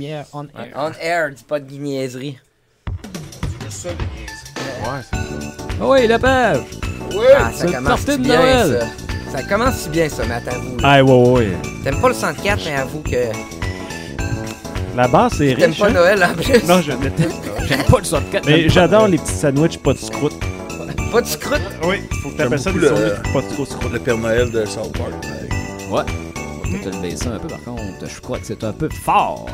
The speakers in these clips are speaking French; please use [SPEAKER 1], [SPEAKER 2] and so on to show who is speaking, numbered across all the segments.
[SPEAKER 1] Yeah, on
[SPEAKER 2] Ouais,
[SPEAKER 1] air.
[SPEAKER 2] On air, dis pas de niaiserie.
[SPEAKER 3] C'est juste ça, le niaise.
[SPEAKER 4] Ouais, c'est ça.
[SPEAKER 1] Oh oui, la page!
[SPEAKER 3] Ouais!
[SPEAKER 2] Ah, ça
[SPEAKER 1] C'est
[SPEAKER 2] commence
[SPEAKER 1] parti de
[SPEAKER 2] bien,
[SPEAKER 1] Noël.
[SPEAKER 2] ça. Ça commence si bien, ça, mais attends-vous. là.
[SPEAKER 4] Ah, ouais, ouais, ouais.
[SPEAKER 2] T'aimes pas le 104, mais avoue que
[SPEAKER 4] La base, c'est
[SPEAKER 2] t'aimes
[SPEAKER 4] riche.
[SPEAKER 2] pas
[SPEAKER 4] hein?
[SPEAKER 2] Noël en plus.
[SPEAKER 4] Non, je déteste.
[SPEAKER 1] J'aime pas le 64.
[SPEAKER 4] Mais
[SPEAKER 2] euh,
[SPEAKER 4] j'adore les petits sandwichs pas de scroute.
[SPEAKER 2] Pas de scrut.
[SPEAKER 4] Oui, faut que t'appelles ça
[SPEAKER 3] J'aime
[SPEAKER 4] des
[SPEAKER 3] beaucoup le-
[SPEAKER 4] sandwichs pas de trop scroute.
[SPEAKER 3] Le Père Noël de South Park. Ouais.
[SPEAKER 1] Ouais. On peut te le baisser un peu, par contre. Je crois que c'est un peu fort.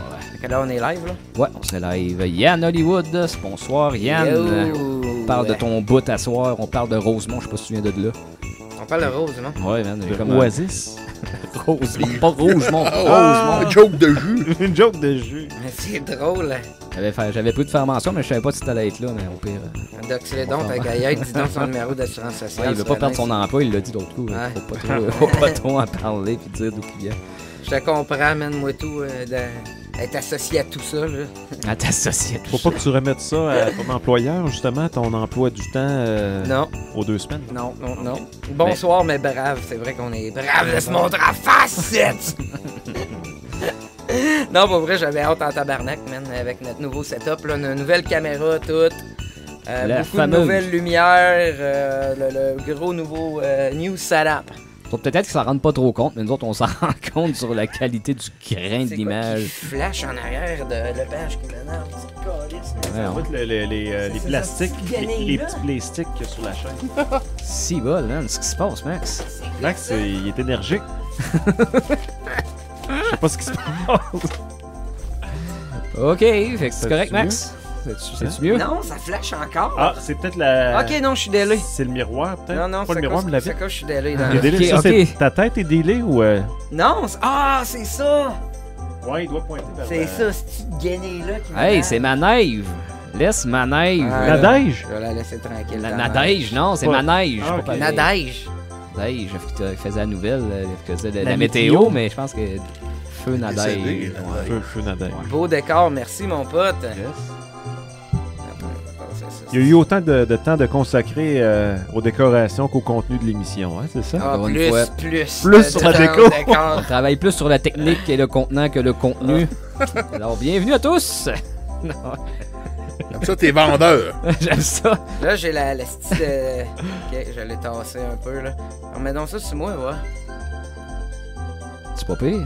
[SPEAKER 2] Fait que là, on est live, là.
[SPEAKER 1] Ouais, on se live. Yann Hollywood, sponsor. Yann.
[SPEAKER 2] Yo.
[SPEAKER 1] On parle de ton bout à soir. On parle de Rosemont. Je sais pas si tu viens de là.
[SPEAKER 2] On parle de Rose, non?
[SPEAKER 1] Ouais, man. j'ai Comme un...
[SPEAKER 4] Oasis.
[SPEAKER 1] Rosemont. Pas Rougemont.
[SPEAKER 4] Ah.
[SPEAKER 1] Rosemont.
[SPEAKER 3] Joke de jus!
[SPEAKER 4] Une joke de jus.
[SPEAKER 2] Mais C'est drôle. hein.
[SPEAKER 1] J'avais fait- J'avais plus de faire mention, mais je savais pas si t'allais être là, mais au pire. euh,
[SPEAKER 2] Doc Sledon, ta gaillette, dis donc son numéro d'assurance
[SPEAKER 1] ouais,
[SPEAKER 2] sociale.
[SPEAKER 1] il veut pas perdre son emploi, il l'a dit l'autre coup. hein.
[SPEAKER 2] Ouais.
[SPEAKER 1] Faut, pas trop, faut pas trop en parler puis dire d'où qu'il vient.
[SPEAKER 2] Je te comprends, man, moi tout, euh, de- être associé à tout ça, là.
[SPEAKER 1] À t'associer à tout
[SPEAKER 4] Faut pas que tu remettes ça à ton employeur, justement, ton emploi du temps euh,
[SPEAKER 2] Non,
[SPEAKER 4] aux deux semaines.
[SPEAKER 2] non, non, non. Bonsoir, mais brave, c'est vrai qu'on est brave de se montrer en facette! non, pour vrai, j'avais hâte en tabarnak, man, avec notre nouveau setup, là, une nouvelle caméra, toute. euh,
[SPEAKER 1] La
[SPEAKER 2] beaucoup de
[SPEAKER 1] fameuse.
[SPEAKER 2] nouvelles lumières, euh, le, le gros nouveau euh, new setup.
[SPEAKER 1] Faut Peut-être qu'ils s'en rendent pas trop compte, mais nous autres, on s'en rend compte sur la qualité du grain de
[SPEAKER 2] C'est quoi qui
[SPEAKER 1] l'image.
[SPEAKER 2] Flash en arrière de Lepage qui m'énerve. c'est caliste, man.
[SPEAKER 1] Ouais, on-
[SPEAKER 4] Les,
[SPEAKER 2] les plastiques, les- les petits
[SPEAKER 4] plastiques sur la chaîne.
[SPEAKER 1] Si bol, man. Ce qui se passe, Max.
[SPEAKER 4] Max, euh, il est énergique. Je sais pas ce qui se passe.
[SPEAKER 1] Ok, fait que c'est
[SPEAKER 4] Ça
[SPEAKER 1] correct,
[SPEAKER 4] tue
[SPEAKER 1] Max. C'est-tu c'est-tu mieux?
[SPEAKER 2] Non, ça flash encore.
[SPEAKER 4] Ah, c'est peut-être la.
[SPEAKER 2] Ok, non, je suis délai.
[SPEAKER 4] C'est le miroir, peut-être.
[SPEAKER 2] Non, non,
[SPEAKER 4] pas
[SPEAKER 2] c'est
[SPEAKER 4] le miroir, mais la
[SPEAKER 2] c'est
[SPEAKER 4] vitre.
[SPEAKER 2] quoi, je suis délai.
[SPEAKER 4] Il est
[SPEAKER 2] Dans...
[SPEAKER 1] Ok,
[SPEAKER 4] délai- ça,
[SPEAKER 1] ok.
[SPEAKER 4] c'est- Ta tête est délai ou. euh,
[SPEAKER 2] Non, c'est- ah, c'est ça.
[SPEAKER 4] Ah Ouais, il doit pointer vers
[SPEAKER 2] C'est
[SPEAKER 4] la-
[SPEAKER 2] ça, ce petit gainé là qui
[SPEAKER 1] Hey, c'est manège. Laisse manège.
[SPEAKER 2] Ah,
[SPEAKER 4] La neige!
[SPEAKER 2] Je vais la laisser tranquille.
[SPEAKER 1] La,
[SPEAKER 2] ta
[SPEAKER 1] la
[SPEAKER 2] mère.
[SPEAKER 1] neige, non, c'est
[SPEAKER 4] Pas-
[SPEAKER 1] manège.
[SPEAKER 4] Ah,
[SPEAKER 1] pas
[SPEAKER 4] ok.
[SPEAKER 1] pareil.
[SPEAKER 2] Nadège.
[SPEAKER 1] Nadège, qui faisait la nouvelle, euh, qui faisait la,
[SPEAKER 4] La
[SPEAKER 1] la météo,
[SPEAKER 4] météo.
[SPEAKER 1] mais je pense que feu Nadège.
[SPEAKER 3] Décédé,
[SPEAKER 1] ouais.
[SPEAKER 4] Feu, feu, Nadège.
[SPEAKER 2] Beau décor, merci mon pote.
[SPEAKER 4] Il y a eu autant de, de temps de consacrer euh, aux décorations qu'au contenu de l'émission, hein, c'est ça?
[SPEAKER 2] Ah,
[SPEAKER 1] Encore une
[SPEAKER 2] plus,
[SPEAKER 1] fois.
[SPEAKER 2] plus.
[SPEAKER 4] Plus
[SPEAKER 2] de
[SPEAKER 4] sur la
[SPEAKER 2] temps,
[SPEAKER 4] déco.
[SPEAKER 1] On
[SPEAKER 2] décor.
[SPEAKER 1] travaille plus sur la technique et le contenant que le contenu.
[SPEAKER 2] Ah.
[SPEAKER 1] Alors, bienvenue à tous! Non,
[SPEAKER 3] Comme ça, t'es vendeur.
[SPEAKER 1] J'aime ça.
[SPEAKER 2] Là, j'ai la, la style de... Ok, je l'ai tassé un peu, là. Remets donc ça sur moi, ouais.
[SPEAKER 1] C'est pas pire.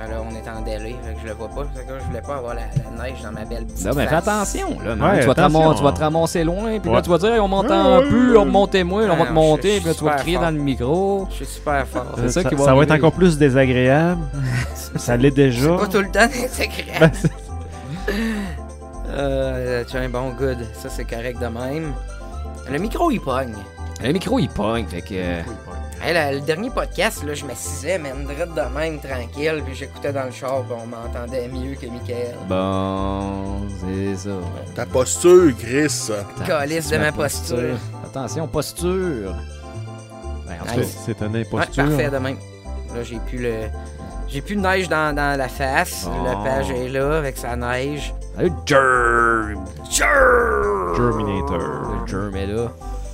[SPEAKER 2] Ah, Là, on est en délai, fait que je le vois pas. C'est que je voulais pas avoir la, la neige dans ma belle petite
[SPEAKER 1] Non, mais fais
[SPEAKER 2] face.
[SPEAKER 1] attention, là. man.
[SPEAKER 4] Ouais,
[SPEAKER 1] tu, vas te
[SPEAKER 4] attention.
[SPEAKER 1] ramon- tu vas te ramasser loin, puis là,
[SPEAKER 4] Ouais.
[SPEAKER 1] tu vas dire, hey, on
[SPEAKER 4] Ouais,
[SPEAKER 1] m'entend
[SPEAKER 4] ouais,
[SPEAKER 1] plus,
[SPEAKER 4] ouais.
[SPEAKER 1] on me montait moins, on
[SPEAKER 2] Ah,
[SPEAKER 1] va
[SPEAKER 2] non,
[SPEAKER 1] te
[SPEAKER 2] je-
[SPEAKER 1] monter,
[SPEAKER 2] je
[SPEAKER 1] puis là,
[SPEAKER 2] suis
[SPEAKER 1] tu vas
[SPEAKER 2] super
[SPEAKER 1] crier
[SPEAKER 2] fort.
[SPEAKER 1] dans le micro.
[SPEAKER 2] Je suis super fort.
[SPEAKER 1] C'est ça qui va
[SPEAKER 4] ça va être
[SPEAKER 1] arriver.
[SPEAKER 4] encore plus désagréable. ça l'est déjà.
[SPEAKER 2] Pas tout le temps c'est
[SPEAKER 4] Ben,
[SPEAKER 2] correct.
[SPEAKER 4] c'est-
[SPEAKER 2] Euh, tu as un bon good. Ça, c'est correct de même. Le micro, il pogne.
[SPEAKER 1] Le micro, il pogne, fait que. euh,
[SPEAKER 2] Hey, la- le dernier podcast, là, je m'assisais, man, drette de même, tranquille, puis j'écoutais dans le char, puis on m'entendait mieux que Michael.
[SPEAKER 1] Bon, c'est ça.
[SPEAKER 3] Ta posture, Chris.
[SPEAKER 2] Calisse de ma posture.
[SPEAKER 1] Attention, posture. Ben, en tout
[SPEAKER 2] Nice.
[SPEAKER 1] cas,
[SPEAKER 4] C'est une
[SPEAKER 2] Ouais,
[SPEAKER 4] imposture.
[SPEAKER 2] parfait de même. Là, j'ai plus le... J'ai plus de neige dans, dans la face.
[SPEAKER 4] Ah.
[SPEAKER 1] Bon.
[SPEAKER 2] Le page est là, avec sa neige.
[SPEAKER 1] salut, Germ!
[SPEAKER 4] Germinator.
[SPEAKER 1] Le Germ est là.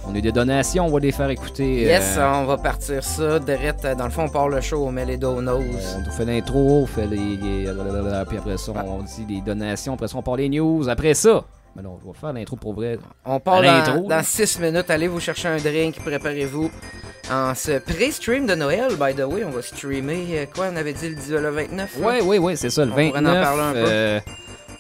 [SPEAKER 1] On a eu des donations, on va les faire écouter.
[SPEAKER 2] Yes,
[SPEAKER 1] euh,
[SPEAKER 2] on va partir ça, direct. euh, Dans le fond, on part le show, on met les donos.
[SPEAKER 1] Euh, On fait l'intro, on fait les, les- euh, blablabla, Puis après ça, on dit les donations. Après ça, on part les news. Après ça. Mais non, on va faire l'intro pour vrai.
[SPEAKER 2] On part
[SPEAKER 1] L'intro,
[SPEAKER 2] dans,
[SPEAKER 1] là.
[SPEAKER 2] dans 6 minutes. Allez vous chercher un drink, préparez-vous. En ce pré-stream de Noël, by the way, on va streamer euh, quoi On avait dit le 10 le 29 là?
[SPEAKER 1] Ouais, ouais, ouais, c'est ça, le
[SPEAKER 2] On pourrait en
[SPEAKER 1] 29.
[SPEAKER 2] parler un peu.
[SPEAKER 1] euh,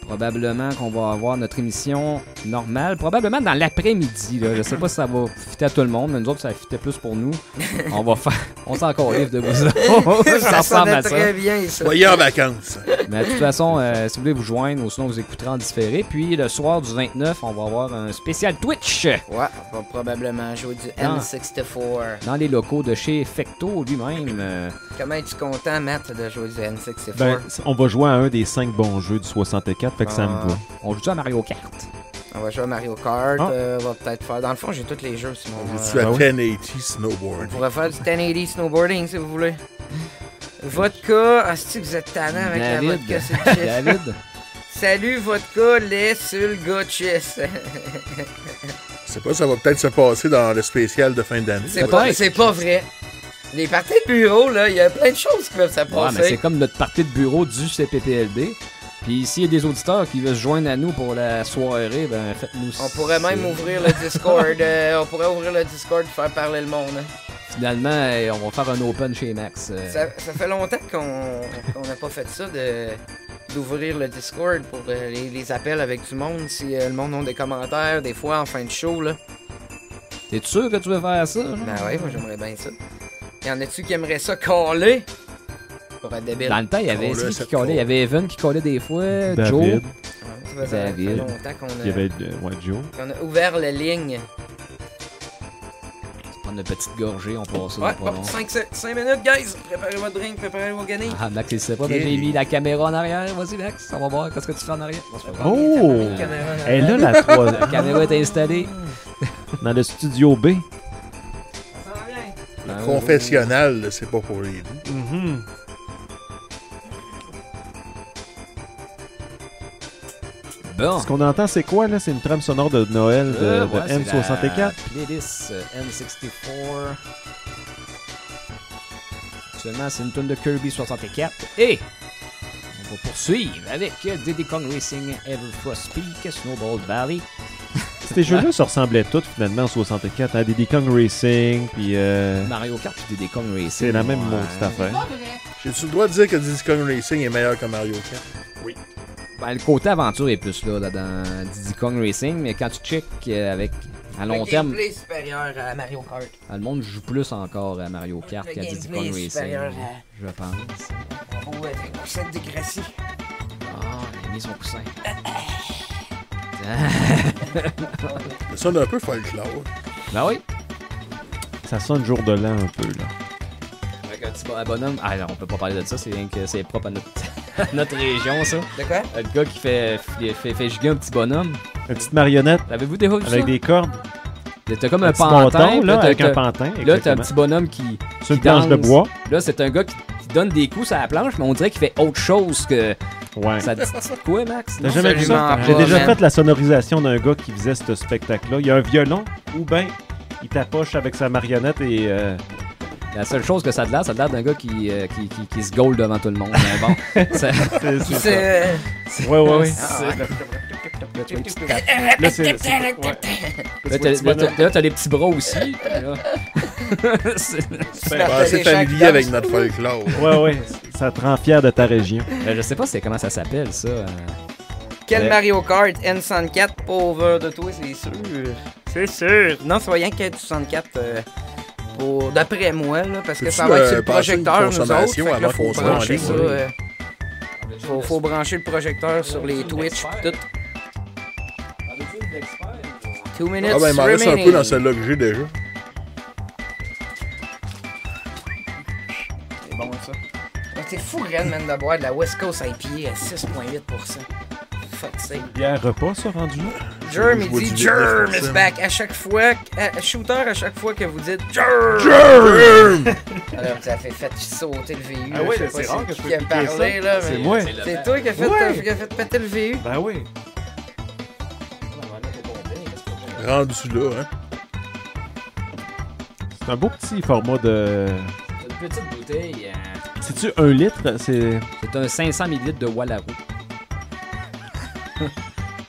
[SPEAKER 1] probablement qu'on va avoir notre émission normale. Probablement dans l'après-midi. Là. Je sais pas si ça va fitter à tout le monde, mais nous autres, ça fitait plus pour nous. on va faire. On s'en livre de vous autres.
[SPEAKER 2] ça
[SPEAKER 1] ressemble
[SPEAKER 2] sonnait
[SPEAKER 1] à ça.
[SPEAKER 2] très bien, ça.
[SPEAKER 3] Soyez en vacances.
[SPEAKER 1] Mais de toute façon, euh, si vous voulez vous joindre, ou sinon vous écouterez en différé. Puis le soir du 29, on va avoir un spécial Twitch.
[SPEAKER 2] Ouais, on va probablement jouer du
[SPEAKER 1] Non.
[SPEAKER 2] N64.
[SPEAKER 1] dans les locaux de chez Fecto lui-même. euh,
[SPEAKER 2] Comment es-tu content, Matt, de jouer du N64
[SPEAKER 4] Ben, c- on va jouer à un des cinq bons jeux du 64, fait que ça
[SPEAKER 2] Ah.
[SPEAKER 4] me va.
[SPEAKER 1] on joue à Mario Kart.
[SPEAKER 2] On va jouer à Mario Kart,
[SPEAKER 4] Ah.
[SPEAKER 2] euh, on va peut-être faire. Dans le fond, j'ai tous les jeux, sinon.
[SPEAKER 3] Je
[SPEAKER 2] euh,
[SPEAKER 3] suis à
[SPEAKER 4] Ah oui.
[SPEAKER 3] 1080 snowboard.
[SPEAKER 2] On pourrait faire du 1080 snowboarding si vous voulez. Vodka, ah, si vous êtes tannant avec la
[SPEAKER 1] David,
[SPEAKER 2] vodka, c'est le shit.
[SPEAKER 1] David,
[SPEAKER 2] Salut, vodka, lait sur le gars de chess.
[SPEAKER 3] Je sais pas, ça va peut-être se passer dans le spécial de fin d'année.
[SPEAKER 2] C'est pas, c'est pas vrai. Les parties de bureau, là, il y a plein de choses qui peuvent se
[SPEAKER 1] ouais,
[SPEAKER 2] passer.
[SPEAKER 1] mais c'est comme notre partie de bureau du CPPLD. Puis s'il y a des auditeurs qui veulent se joindre à nous pour la soirée, ben faites-nous
[SPEAKER 2] On pourrait même
[SPEAKER 1] ouvrir.
[SPEAKER 2] ouvrir le Discord. euh, on pourrait ouvrir le Discord et faire parler le monde. hein.
[SPEAKER 1] Finalement, hey, on va faire un open chez Max. euh,
[SPEAKER 2] Ça, ça fait longtemps qu'on qu'on n'a pas fait ça de d'ouvrir le Discord pour euh, les, les appels avec du monde. Si euh, le monde a des commentaires, des fois en fin de show, là.
[SPEAKER 1] T'es sûr que tu veux faire ça? genre?
[SPEAKER 2] Ben ouais, moi j'aimerais bien ça. Y en a-tu qui aimeraient ça caller? Pour être débile.
[SPEAKER 1] Dans le temps, il y avait
[SPEAKER 3] Oh là,
[SPEAKER 1] qui
[SPEAKER 3] cette
[SPEAKER 1] qui collait? Il y avait Evan qui collait des fois, Euh, Joe.
[SPEAKER 4] David,
[SPEAKER 2] Ouais, ça fait- ça fait
[SPEAKER 1] David.
[SPEAKER 2] longtemps qu'on
[SPEAKER 4] il y
[SPEAKER 2] a,
[SPEAKER 4] avait euh, ouais, Joe.
[SPEAKER 2] qu'on a ouvert les lignes.
[SPEAKER 1] Prendre une petite gorgée, on passe ça.
[SPEAKER 2] Ouais,
[SPEAKER 1] pas
[SPEAKER 2] bon,
[SPEAKER 1] long.
[SPEAKER 2] 5, minutes, guys! Préparez votre drink, préparez vos guenilles.
[SPEAKER 1] Ah, Max, il sait pas, mais j'ai mis la caméra en arrière. Vas-y, Max, on va voir qu'est-ce que tu fais en arrière. Non, c'est pas
[SPEAKER 2] Ah,
[SPEAKER 1] grave.
[SPEAKER 4] Oh!
[SPEAKER 2] Il y a tellement de caméras, là.
[SPEAKER 4] Elle a la
[SPEAKER 1] La
[SPEAKER 4] troisième.
[SPEAKER 1] caméra est installée.
[SPEAKER 4] Dans le studio B.
[SPEAKER 2] Ça s'en vient.
[SPEAKER 3] Oh.
[SPEAKER 1] Ah,
[SPEAKER 3] Confessionnal, là, c'est pas pour les doux.
[SPEAKER 1] Bon.
[SPEAKER 2] Ah.
[SPEAKER 4] Ce qu'on entend, c'est quoi, là? C'est une trame sonore de Noël de,
[SPEAKER 1] Euh,
[SPEAKER 4] de
[SPEAKER 2] ben,
[SPEAKER 1] ouais, c'est la
[SPEAKER 4] M64.
[SPEAKER 1] Playlist euh, N64. Actuellement, c'est une tonne de Kirby 64. Et on va poursuivre avec euh, Diddy Kong Racing, Everfrost Peak, Snowball Valley.
[SPEAKER 4] Ces jeux-là se ressemblaient tous, finalement, en 64. Hein? Diddy Kong Racing, puis... euh,
[SPEAKER 1] Mario Kart et Diddy Kong Racing.
[SPEAKER 4] C'est la même
[SPEAKER 1] Ouais.
[SPEAKER 4] petite affaire.
[SPEAKER 3] J'ai-tu le droit de dire que Diddy Kong Racing est meilleur que Mario Kart?
[SPEAKER 1] Ben, le côté aventure est plus là, là, dans Diddy Kong Racing, mais quand tu check euh, avec à long
[SPEAKER 2] Le
[SPEAKER 1] terme,
[SPEAKER 2] gameplay supérieur à Mario Kart.
[SPEAKER 1] le monde joue plus encore à Mario Kart
[SPEAKER 2] Le
[SPEAKER 1] qu'à Diddy
[SPEAKER 2] gameplay
[SPEAKER 1] Kong
[SPEAKER 2] est
[SPEAKER 1] Racing,
[SPEAKER 2] supérieur
[SPEAKER 1] je pense.
[SPEAKER 2] à... au, euh, concept de Gracie.
[SPEAKER 1] Ah, il a mis son coussin.
[SPEAKER 3] Ça sonne un peu folklore.
[SPEAKER 2] Ah,
[SPEAKER 1] Ben oui.
[SPEAKER 4] Ça sonne jour de l'an, un peu, là.
[SPEAKER 1] Avec un petit bo- un bonhomme. Ah non, on peut pas parler de ça, c'est rien que c'est propre à notre, à notre région, ça.
[SPEAKER 2] De quoi?
[SPEAKER 1] Le gars qui fait, fait, fait, fait giguer un petit bonhomme.
[SPEAKER 4] Une petite marionnette
[SPEAKER 1] L'avez-vous déjà vu
[SPEAKER 4] avec
[SPEAKER 1] ça?
[SPEAKER 4] des cordes.
[SPEAKER 1] T'as comme un
[SPEAKER 4] petit
[SPEAKER 1] pantin,
[SPEAKER 4] ponton,
[SPEAKER 1] puis
[SPEAKER 4] là,
[SPEAKER 1] t'as-
[SPEAKER 4] avec un
[SPEAKER 1] t'as-
[SPEAKER 4] pantin,
[SPEAKER 1] Là, t'as un
[SPEAKER 4] exactement.
[SPEAKER 1] petit bonhomme qui.
[SPEAKER 4] Sur une
[SPEAKER 1] qui
[SPEAKER 4] planche de
[SPEAKER 1] danse.
[SPEAKER 4] bois.
[SPEAKER 1] Là, c'est un gars qui, qui donne des coups à la planche, mais on dirait qu'il fait autre chose que.
[SPEAKER 4] Ouais.
[SPEAKER 1] Ça te dit quoi, Max?
[SPEAKER 4] T'as
[SPEAKER 1] Non?
[SPEAKER 4] jamais vu ça?
[SPEAKER 2] Absolument
[SPEAKER 4] J'ai
[SPEAKER 2] pas,
[SPEAKER 4] déjà
[SPEAKER 2] man.
[SPEAKER 4] fait la sonorisation d'un gars qui faisait ce spectacle-là. Il y a un violon, ou ben il tapoche avec sa marionnette et... euh,
[SPEAKER 1] La seule chose que ça te l'air, ça te l'air d'un gars qui, euh, qui, qui, qui se gaule devant tout le monde. Mais bon, ça-
[SPEAKER 4] c'est- c'est ça.
[SPEAKER 2] C'est...
[SPEAKER 4] Ouais, ouais, ouais.
[SPEAKER 2] Ah,
[SPEAKER 4] Là, c'est... c'est- ouais.
[SPEAKER 1] là, t'as- là, t'as- là, t'as les petits bras aussi. là. C'est-
[SPEAKER 2] Super
[SPEAKER 3] Ah, c'est
[SPEAKER 2] téléchat qui
[SPEAKER 3] familier avec
[SPEAKER 2] danse.
[SPEAKER 3] notre folklore.
[SPEAKER 4] Ouais, ouais, ça te rend fier de ta région.
[SPEAKER 1] Euh, je sais pas c'est comment ça s'appelle, ça. euh.
[SPEAKER 2] Quel
[SPEAKER 1] Ouais.
[SPEAKER 2] Mario Kart N64 pauvre de toi, c'est sûr. C'est sûr. Non, soyons que du 64 euh, pour- d'après moi, là, parce que
[SPEAKER 3] Peux-tu,
[SPEAKER 2] ça va être sur
[SPEAKER 3] euh,
[SPEAKER 2] le
[SPEAKER 3] passer une
[SPEAKER 2] projecteur, nous autres.
[SPEAKER 3] consommation
[SPEAKER 2] Fait que là,
[SPEAKER 3] avant
[SPEAKER 2] faut
[SPEAKER 3] qu'on se
[SPEAKER 2] brancher
[SPEAKER 3] branche,
[SPEAKER 2] ça.
[SPEAKER 3] oui.
[SPEAKER 2] euh, faut, faut brancher le projecteur sur les Twitch pis tout. Two minutes
[SPEAKER 3] Ah ben, il m'en reste un
[SPEAKER 2] remaining.
[SPEAKER 3] peu dans celle-là que j'ai déjà.
[SPEAKER 2] C'est bon, ça. Ouais, Ah, T'es fou, Ren, man, de boire de la West Coast IPA à 6,8%. Fuck sake.
[SPEAKER 4] Bière repas, ça, rendu là?
[SPEAKER 2] Germ,
[SPEAKER 3] Je
[SPEAKER 2] il
[SPEAKER 3] vois
[SPEAKER 2] dit
[SPEAKER 3] du
[SPEAKER 2] Germ
[SPEAKER 3] business,
[SPEAKER 2] is
[SPEAKER 3] ça.
[SPEAKER 2] back. À chaque fois, à- à- shooter, à chaque fois que vous dites Germ. Alors, ça fait, fait sauter le VU.
[SPEAKER 4] Ah ouais,
[SPEAKER 2] je sais
[SPEAKER 4] c'est
[SPEAKER 2] pas
[SPEAKER 4] rare
[SPEAKER 2] c'est
[SPEAKER 4] que
[SPEAKER 2] qui
[SPEAKER 4] je peux
[SPEAKER 2] qui a
[SPEAKER 4] cliquer
[SPEAKER 2] parlé,
[SPEAKER 4] ça.
[SPEAKER 2] là.
[SPEAKER 4] C'est
[SPEAKER 2] mais
[SPEAKER 4] moi.
[SPEAKER 2] C'est toi qui as fait,
[SPEAKER 4] Ouais.
[SPEAKER 2] qui a fait péter le VU.
[SPEAKER 4] Ben oui.
[SPEAKER 3] Rendu là, hein.
[SPEAKER 4] C'est un beau petit format de...
[SPEAKER 1] Une petite bouteille. euh,
[SPEAKER 4] C'est-tu un litre? C'est...
[SPEAKER 1] C'est un 500 ml de Wallaroo.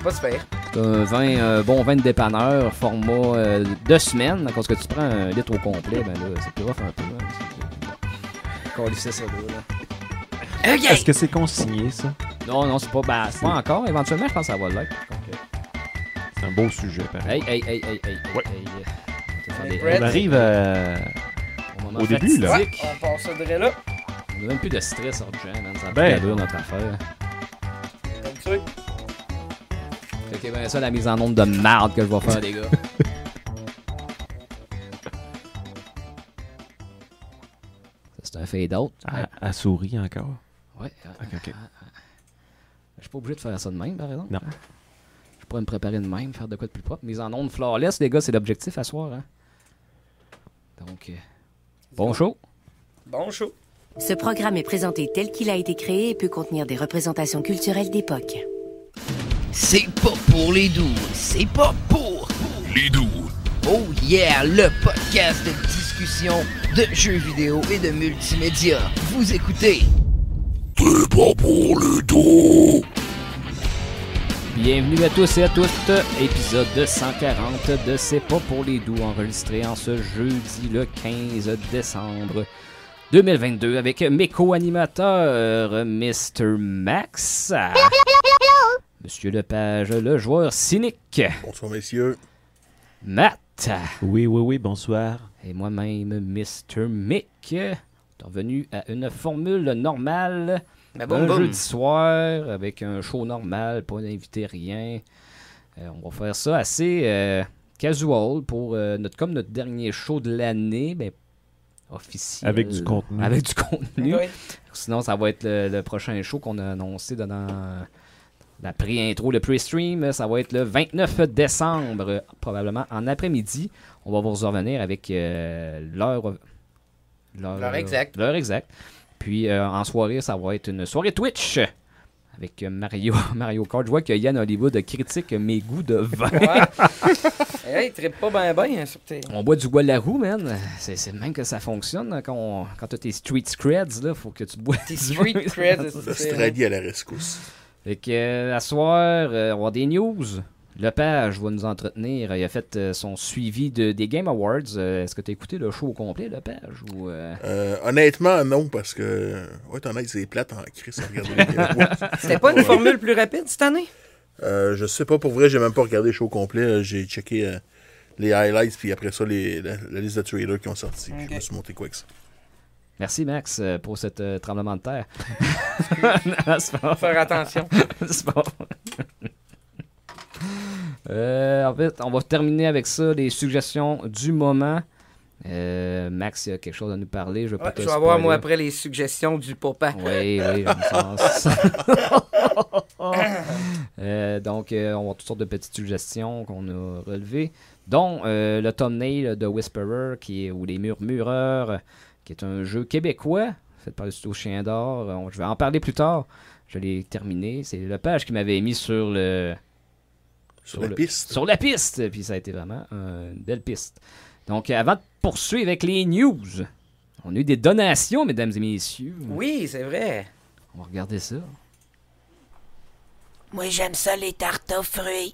[SPEAKER 2] Pas super.
[SPEAKER 1] C'est un vin, un bon vin de dépanneur, format euh, deux semaines. Parce que tu prends un litre au complet, ben là, c'est plus rough un peu. hein. C'est- Calissez ça là, là.
[SPEAKER 4] Est-ce que c'est consigné, ça?
[SPEAKER 1] Non, non, c'est pas. Ben, c'est pas encore. Éventuellement, je pense que ça va l'être.
[SPEAKER 4] C'est un beau sujet, pareil.
[SPEAKER 1] Hey, hey, hey, hey, hey,
[SPEAKER 4] Ouais.
[SPEAKER 1] hey, hey. On va faire
[SPEAKER 2] Hey,
[SPEAKER 1] des-
[SPEAKER 2] Brett.
[SPEAKER 4] On arrive à...
[SPEAKER 1] au moment
[SPEAKER 4] Au début, là.
[SPEAKER 2] Ouais,
[SPEAKER 1] fatidique.
[SPEAKER 2] on passe ça de là.
[SPEAKER 1] On a même plus de stress, Orjan, man. Ça a
[SPEAKER 4] Ben.
[SPEAKER 1] plus d'allure, notre affaire.
[SPEAKER 2] Comme ça.
[SPEAKER 1] Fait que ben ça, la mise en ombre de marde que je vais faire, les gars. Ça, C'est un fade out.
[SPEAKER 4] à... à souris encore.
[SPEAKER 1] Ouais. euh,
[SPEAKER 4] Ok, ok.
[SPEAKER 1] Je suis pas obligé de faire ça de même, par exemple.
[SPEAKER 4] Non.
[SPEAKER 1] Je pourrais me préparer de même, faire de quoi de plus propre. Mise en onde flawless, les gars, c'est l'objectif à soir. Hein? Donc, euh, bon show.
[SPEAKER 2] Bon show.
[SPEAKER 5] Ce programme est présenté tel qu'il a été créé et peut contenir des représentations culturelles d'époque.
[SPEAKER 6] C'est pas pour les doux, c'est pas pour les doux. Oh yeah, le podcast de discussion de jeux vidéo et de multimédia. Vous écoutez. C'est pas pour les doux.
[SPEAKER 1] Bienvenue à tous et à toutes, épisode 140 de C'est pas pour les doux, enregistré en ce jeudi le 15 décembre 2022 avec mes co-animateurs Mr. Max, Monsieur Lepage, le joueur cynique,
[SPEAKER 3] Bonsoir, messieurs.
[SPEAKER 1] Matt
[SPEAKER 4] Oui, oui, oui, bonsoir.
[SPEAKER 1] et moi-même Mr. Mick. Revenu à une formule normale
[SPEAKER 2] Mais
[SPEAKER 1] un
[SPEAKER 2] Ben, boum, boum.
[SPEAKER 1] jeudi soir avec un show normal, pas d'invité, rien. Euh, on va faire ça assez euh, casual pour euh, notre comme notre dernier show de l'année, ben, officiel.
[SPEAKER 4] Avec du contenu.
[SPEAKER 1] Avec du contenu.
[SPEAKER 2] Oui.
[SPEAKER 1] Sinon, ça va être le, le prochain show qu'on a annoncé dans euh, la pré-intro, le pre-stream. Ça va être le 29 décembre, euh, probablement en après-midi. On va vous revenir avec euh, l'heure.
[SPEAKER 2] L'heure exacte.
[SPEAKER 1] L'heure exacte. Puis euh, en soirée, ça va être une soirée Twitch avec euh, Mario, Mario Kart. Je vois que Yann Hollywood critique mes goûts de vin.
[SPEAKER 2] Ouais. hey, il trippe pas ben ben hein, sur tes...
[SPEAKER 1] On boit du Gualahou, man. C'est c'est de même que ça fonctionne hein, quand, on- quand t'as tes street creds, là. Faut que tu bois
[SPEAKER 2] Tes
[SPEAKER 1] du
[SPEAKER 2] street
[SPEAKER 1] vin.
[SPEAKER 2] creds.
[SPEAKER 3] Le
[SPEAKER 2] c'est-
[SPEAKER 3] Stradi à la rescousse.
[SPEAKER 1] Fait que, euh, à soir, euh, on va avoir des news. Lepage va nous entretenir. Il a fait euh, son suivi de, des Game Awards. Euh, Est-ce que t'as écouté le show au complet, Lepage? Ou, euh,
[SPEAKER 3] Euh, honnêtement, non, parce que. Ouais, honnête, c'est plate en crise à regarder les Québécois.
[SPEAKER 2] C'était pas une formule plus rapide cette année?
[SPEAKER 3] Euh, je sais pas, pour vrai, j'ai même pas regardé le show complet. Euh, J'ai checké euh, les highlights, puis après ça, les, la, la liste de trailers qui ont sorti. puis
[SPEAKER 2] Ok.
[SPEAKER 3] Je me suis monté quoi que ça.
[SPEAKER 1] Merci, Max, euh, pour ce tremblement de terre. Non, c'est pas-
[SPEAKER 2] Faut faire attention.
[SPEAKER 1] C'est bon. Euh, en fait, on va terminer avec ça, les suggestions du moment. Euh, Max, il y a quelque chose à nous parler. Je vais
[SPEAKER 2] Ouais,
[SPEAKER 1] pas te
[SPEAKER 2] je vais avoir,
[SPEAKER 1] spoiler.
[SPEAKER 2] moi, après, les suggestions du papa.
[SPEAKER 1] Oui, oui, j'aime ça. Euh, donc, euh, on va avoir toutes sortes de petites suggestions qu'on a relevées, dont euh, le thumbnail de Whisperer, qui est, ou Les Murmureurs, euh, qui est un jeu québécois, fait par le studio Chien d'Or. Euh, on- Je vais en parler plus tard. Je l'ai terminé. C'est le page qui m'avait mis sur le,
[SPEAKER 3] Sur,
[SPEAKER 1] Sur
[SPEAKER 3] la
[SPEAKER 1] le-
[SPEAKER 3] piste.
[SPEAKER 1] sur la piste. Puis ça a été vraiment euh, une belle piste. Donc, euh, avant de poursuivre avec les news, on a eu des donations, mesdames et messieurs.
[SPEAKER 2] Oui, c'est vrai.
[SPEAKER 1] On va regarder ça.
[SPEAKER 5] Moi, j'aime ça, les tartes aux fruits.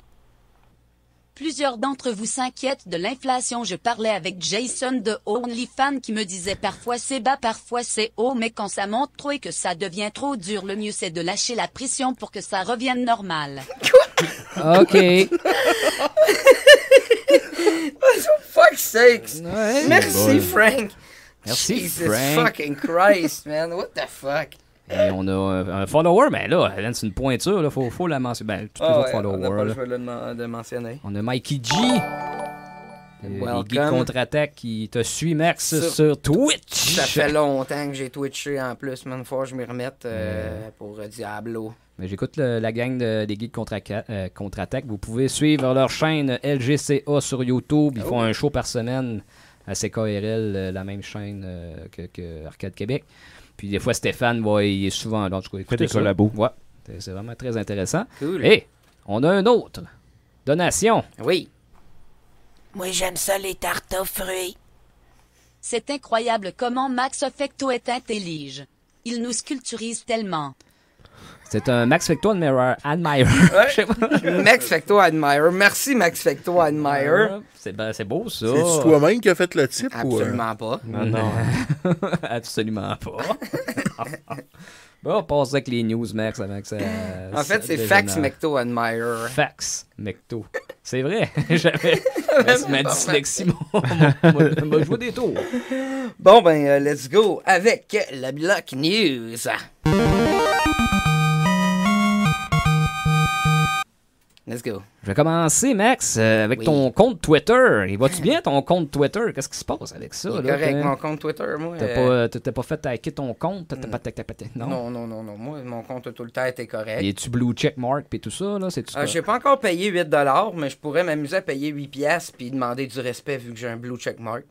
[SPEAKER 7] Plusieurs d'entre vous s'inquiètent de l'inflation. Je parlais avec Jason de OnlyFans qui me disait parfois c'est bas, parfois c'est haut, mais quand ça monte trop et que ça devient trop dur, le mieux c'est de lâcher la pression pour que ça revienne normal.
[SPEAKER 1] OK.
[SPEAKER 2] Fuck sakes! Merci,
[SPEAKER 4] Bon.
[SPEAKER 2] Frank!
[SPEAKER 1] Merci,
[SPEAKER 2] Jesus
[SPEAKER 1] Frank.
[SPEAKER 2] fucking Christ, man. What the fuck? euh,
[SPEAKER 1] Et on a un, un follower, mais là, Hélène, c'est une pointure. Il faut, faut la mentionner. Ben, tout- toujours
[SPEAKER 2] Ah ouais, on n'a pas
[SPEAKER 1] follower.
[SPEAKER 2] le
[SPEAKER 1] là.
[SPEAKER 2] choix de, le men- de mentionner.
[SPEAKER 1] On a Mikey G. Euh,
[SPEAKER 2] Welcome.
[SPEAKER 1] les geeks contre-attaque qui te suit, Max, sur,
[SPEAKER 2] Sur-
[SPEAKER 1] Twitch.
[SPEAKER 2] Ça fait longtemps que j'ai twitché en plus, man. Faut que je m'y remette euh, pour euh, Diablo.
[SPEAKER 1] Mais Ben, j'écoute le- la gang de- des geeks contre-attaque. euh, contre-attaque. Vous pouvez suivre leur chaîne LGCA sur YouTube.
[SPEAKER 2] Ah
[SPEAKER 1] Ils font un show par semaine à CKRL, euh, la même chaîne euh, que, que Arcade Québec. Puis des fois, Stéphane, va il est souvent là. En tout cas, écoutez
[SPEAKER 4] des
[SPEAKER 1] ça.
[SPEAKER 4] collabos.
[SPEAKER 1] Ouais. C'est- C'est vraiment très intéressant.
[SPEAKER 2] Cool.
[SPEAKER 1] Et on a un autre. Donation.
[SPEAKER 2] Oui.
[SPEAKER 5] Moi, j'aime ça, les tartes aux fruits.
[SPEAKER 7] C'est incroyable comment Max Effecto est intelligent. Il nous sculpturise tellement.
[SPEAKER 1] C'est un Max Fecto Admirer. Admirer.
[SPEAKER 2] Ouais. Max Facto Admire. Merci, Max Facto Admire.
[SPEAKER 1] C'est ben- c'est beau, ça.
[SPEAKER 3] C'est toi-même qui as fait le type ou. euh,
[SPEAKER 2] Absolument pas.
[SPEAKER 4] Non,
[SPEAKER 1] Mm-hmm.
[SPEAKER 4] non.
[SPEAKER 1] Absolument pas. bon, on passe avec les news, Max, avant que ça.
[SPEAKER 2] En fait, c'est
[SPEAKER 1] Fax
[SPEAKER 2] Fax Mecto Admire.
[SPEAKER 1] Fax Mecto. C'est vrai. J'avais. Ma dyslexie m'a- m'a m'a joué des tours.
[SPEAKER 2] Bon, ben, euh, let's go avec la Block News. Let's go.
[SPEAKER 1] Je vais commencer, Max, euh, avec
[SPEAKER 2] Oui.
[SPEAKER 1] ton compte Twitter. Il va-tu bien, ton compte Twitter? Qu'est-ce qui se passe avec ça?
[SPEAKER 2] Il est
[SPEAKER 1] là,
[SPEAKER 2] correct,
[SPEAKER 1] que-
[SPEAKER 2] mon compte Twitter, moi.
[SPEAKER 1] T'as
[SPEAKER 2] euh, Mm.
[SPEAKER 1] pas, t'as- t'as pas fait hacker ton compte? T'as pas, t'as- t'as- t'as- non?
[SPEAKER 2] Non, non, non, non. Moi, mon compte a tout le temps été correct.
[SPEAKER 1] Et tu blue check mark puis tout ça, là? C'est-tu
[SPEAKER 2] Euh,
[SPEAKER 1] quoi?
[SPEAKER 2] j'ai pas encore payé 8$, mais je pourrais m'amuser à payer 8$ piastres puis demander du respect vu que j'ai un blue checkmark.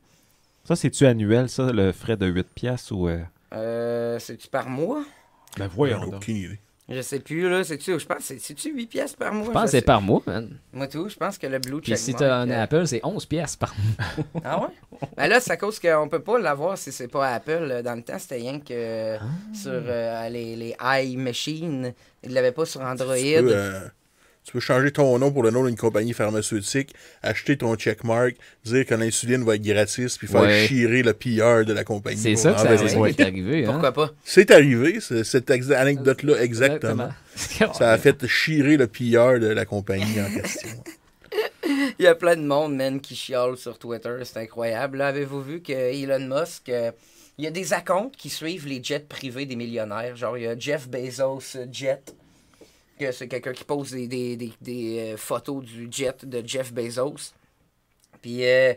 [SPEAKER 4] Ça, c'est-tu annuel, ça, le frais de 8 piastres ou... euh,
[SPEAKER 2] Euh, c'est-tu par mois?
[SPEAKER 4] Ben
[SPEAKER 3] j'en ai
[SPEAKER 4] voyons donc.
[SPEAKER 3] aucune idée.
[SPEAKER 2] Je sais plus, là. C'est-tu, je pense, c'est- c'est-tu 8$ piastres par mois?
[SPEAKER 1] Je pense que c'est par mois, man.
[SPEAKER 2] Moi, tout, je pense que le blue
[SPEAKER 1] Puis
[SPEAKER 2] checkmark...
[SPEAKER 1] si t'as un
[SPEAKER 2] euh,
[SPEAKER 1] Apple, c'est 11 pièces par mois.
[SPEAKER 2] Ah ouais? Ben là, c'est à cause qu'on peut pas l'avoir si c'est pas Apple. Euh, Dans le temps, c'était rien que euh, Ah. sur euh, les, les iMachines. Ils l'avaient pas sur Android.
[SPEAKER 3] Tu peux, euh, Tu peux changer ton nom pour le nom d'une compagnie pharmaceutique, acheter ton checkmark, dire que l'insuline va être gratis, puis faire
[SPEAKER 1] Ouais.
[SPEAKER 3] chirer le pire de la compagnie.
[SPEAKER 1] C'est
[SPEAKER 3] pour
[SPEAKER 1] ça que ça
[SPEAKER 3] enlever
[SPEAKER 1] c'est ça
[SPEAKER 3] ça.
[SPEAKER 1] qui est arrivé. Hein?
[SPEAKER 2] Pourquoi pas?
[SPEAKER 3] C'est arrivé, ce- cette ex- anecdote-là, exactement. Ça a fait chirer le pilleur de la compagnie en question.
[SPEAKER 2] Il y a plein de monde, man, qui chiale sur Twitter. C'est incroyable. Là, avez-vous vu que Elon Musk. euh, il y a des acomptes qui suivent les jets privés des millionnaires. Genre, il y a Jeff Bezos euh, Jet. que C'est quelqu'un qui pose des, des- des- des, euh, photos du jet de Jeff Bezos. Puis euh,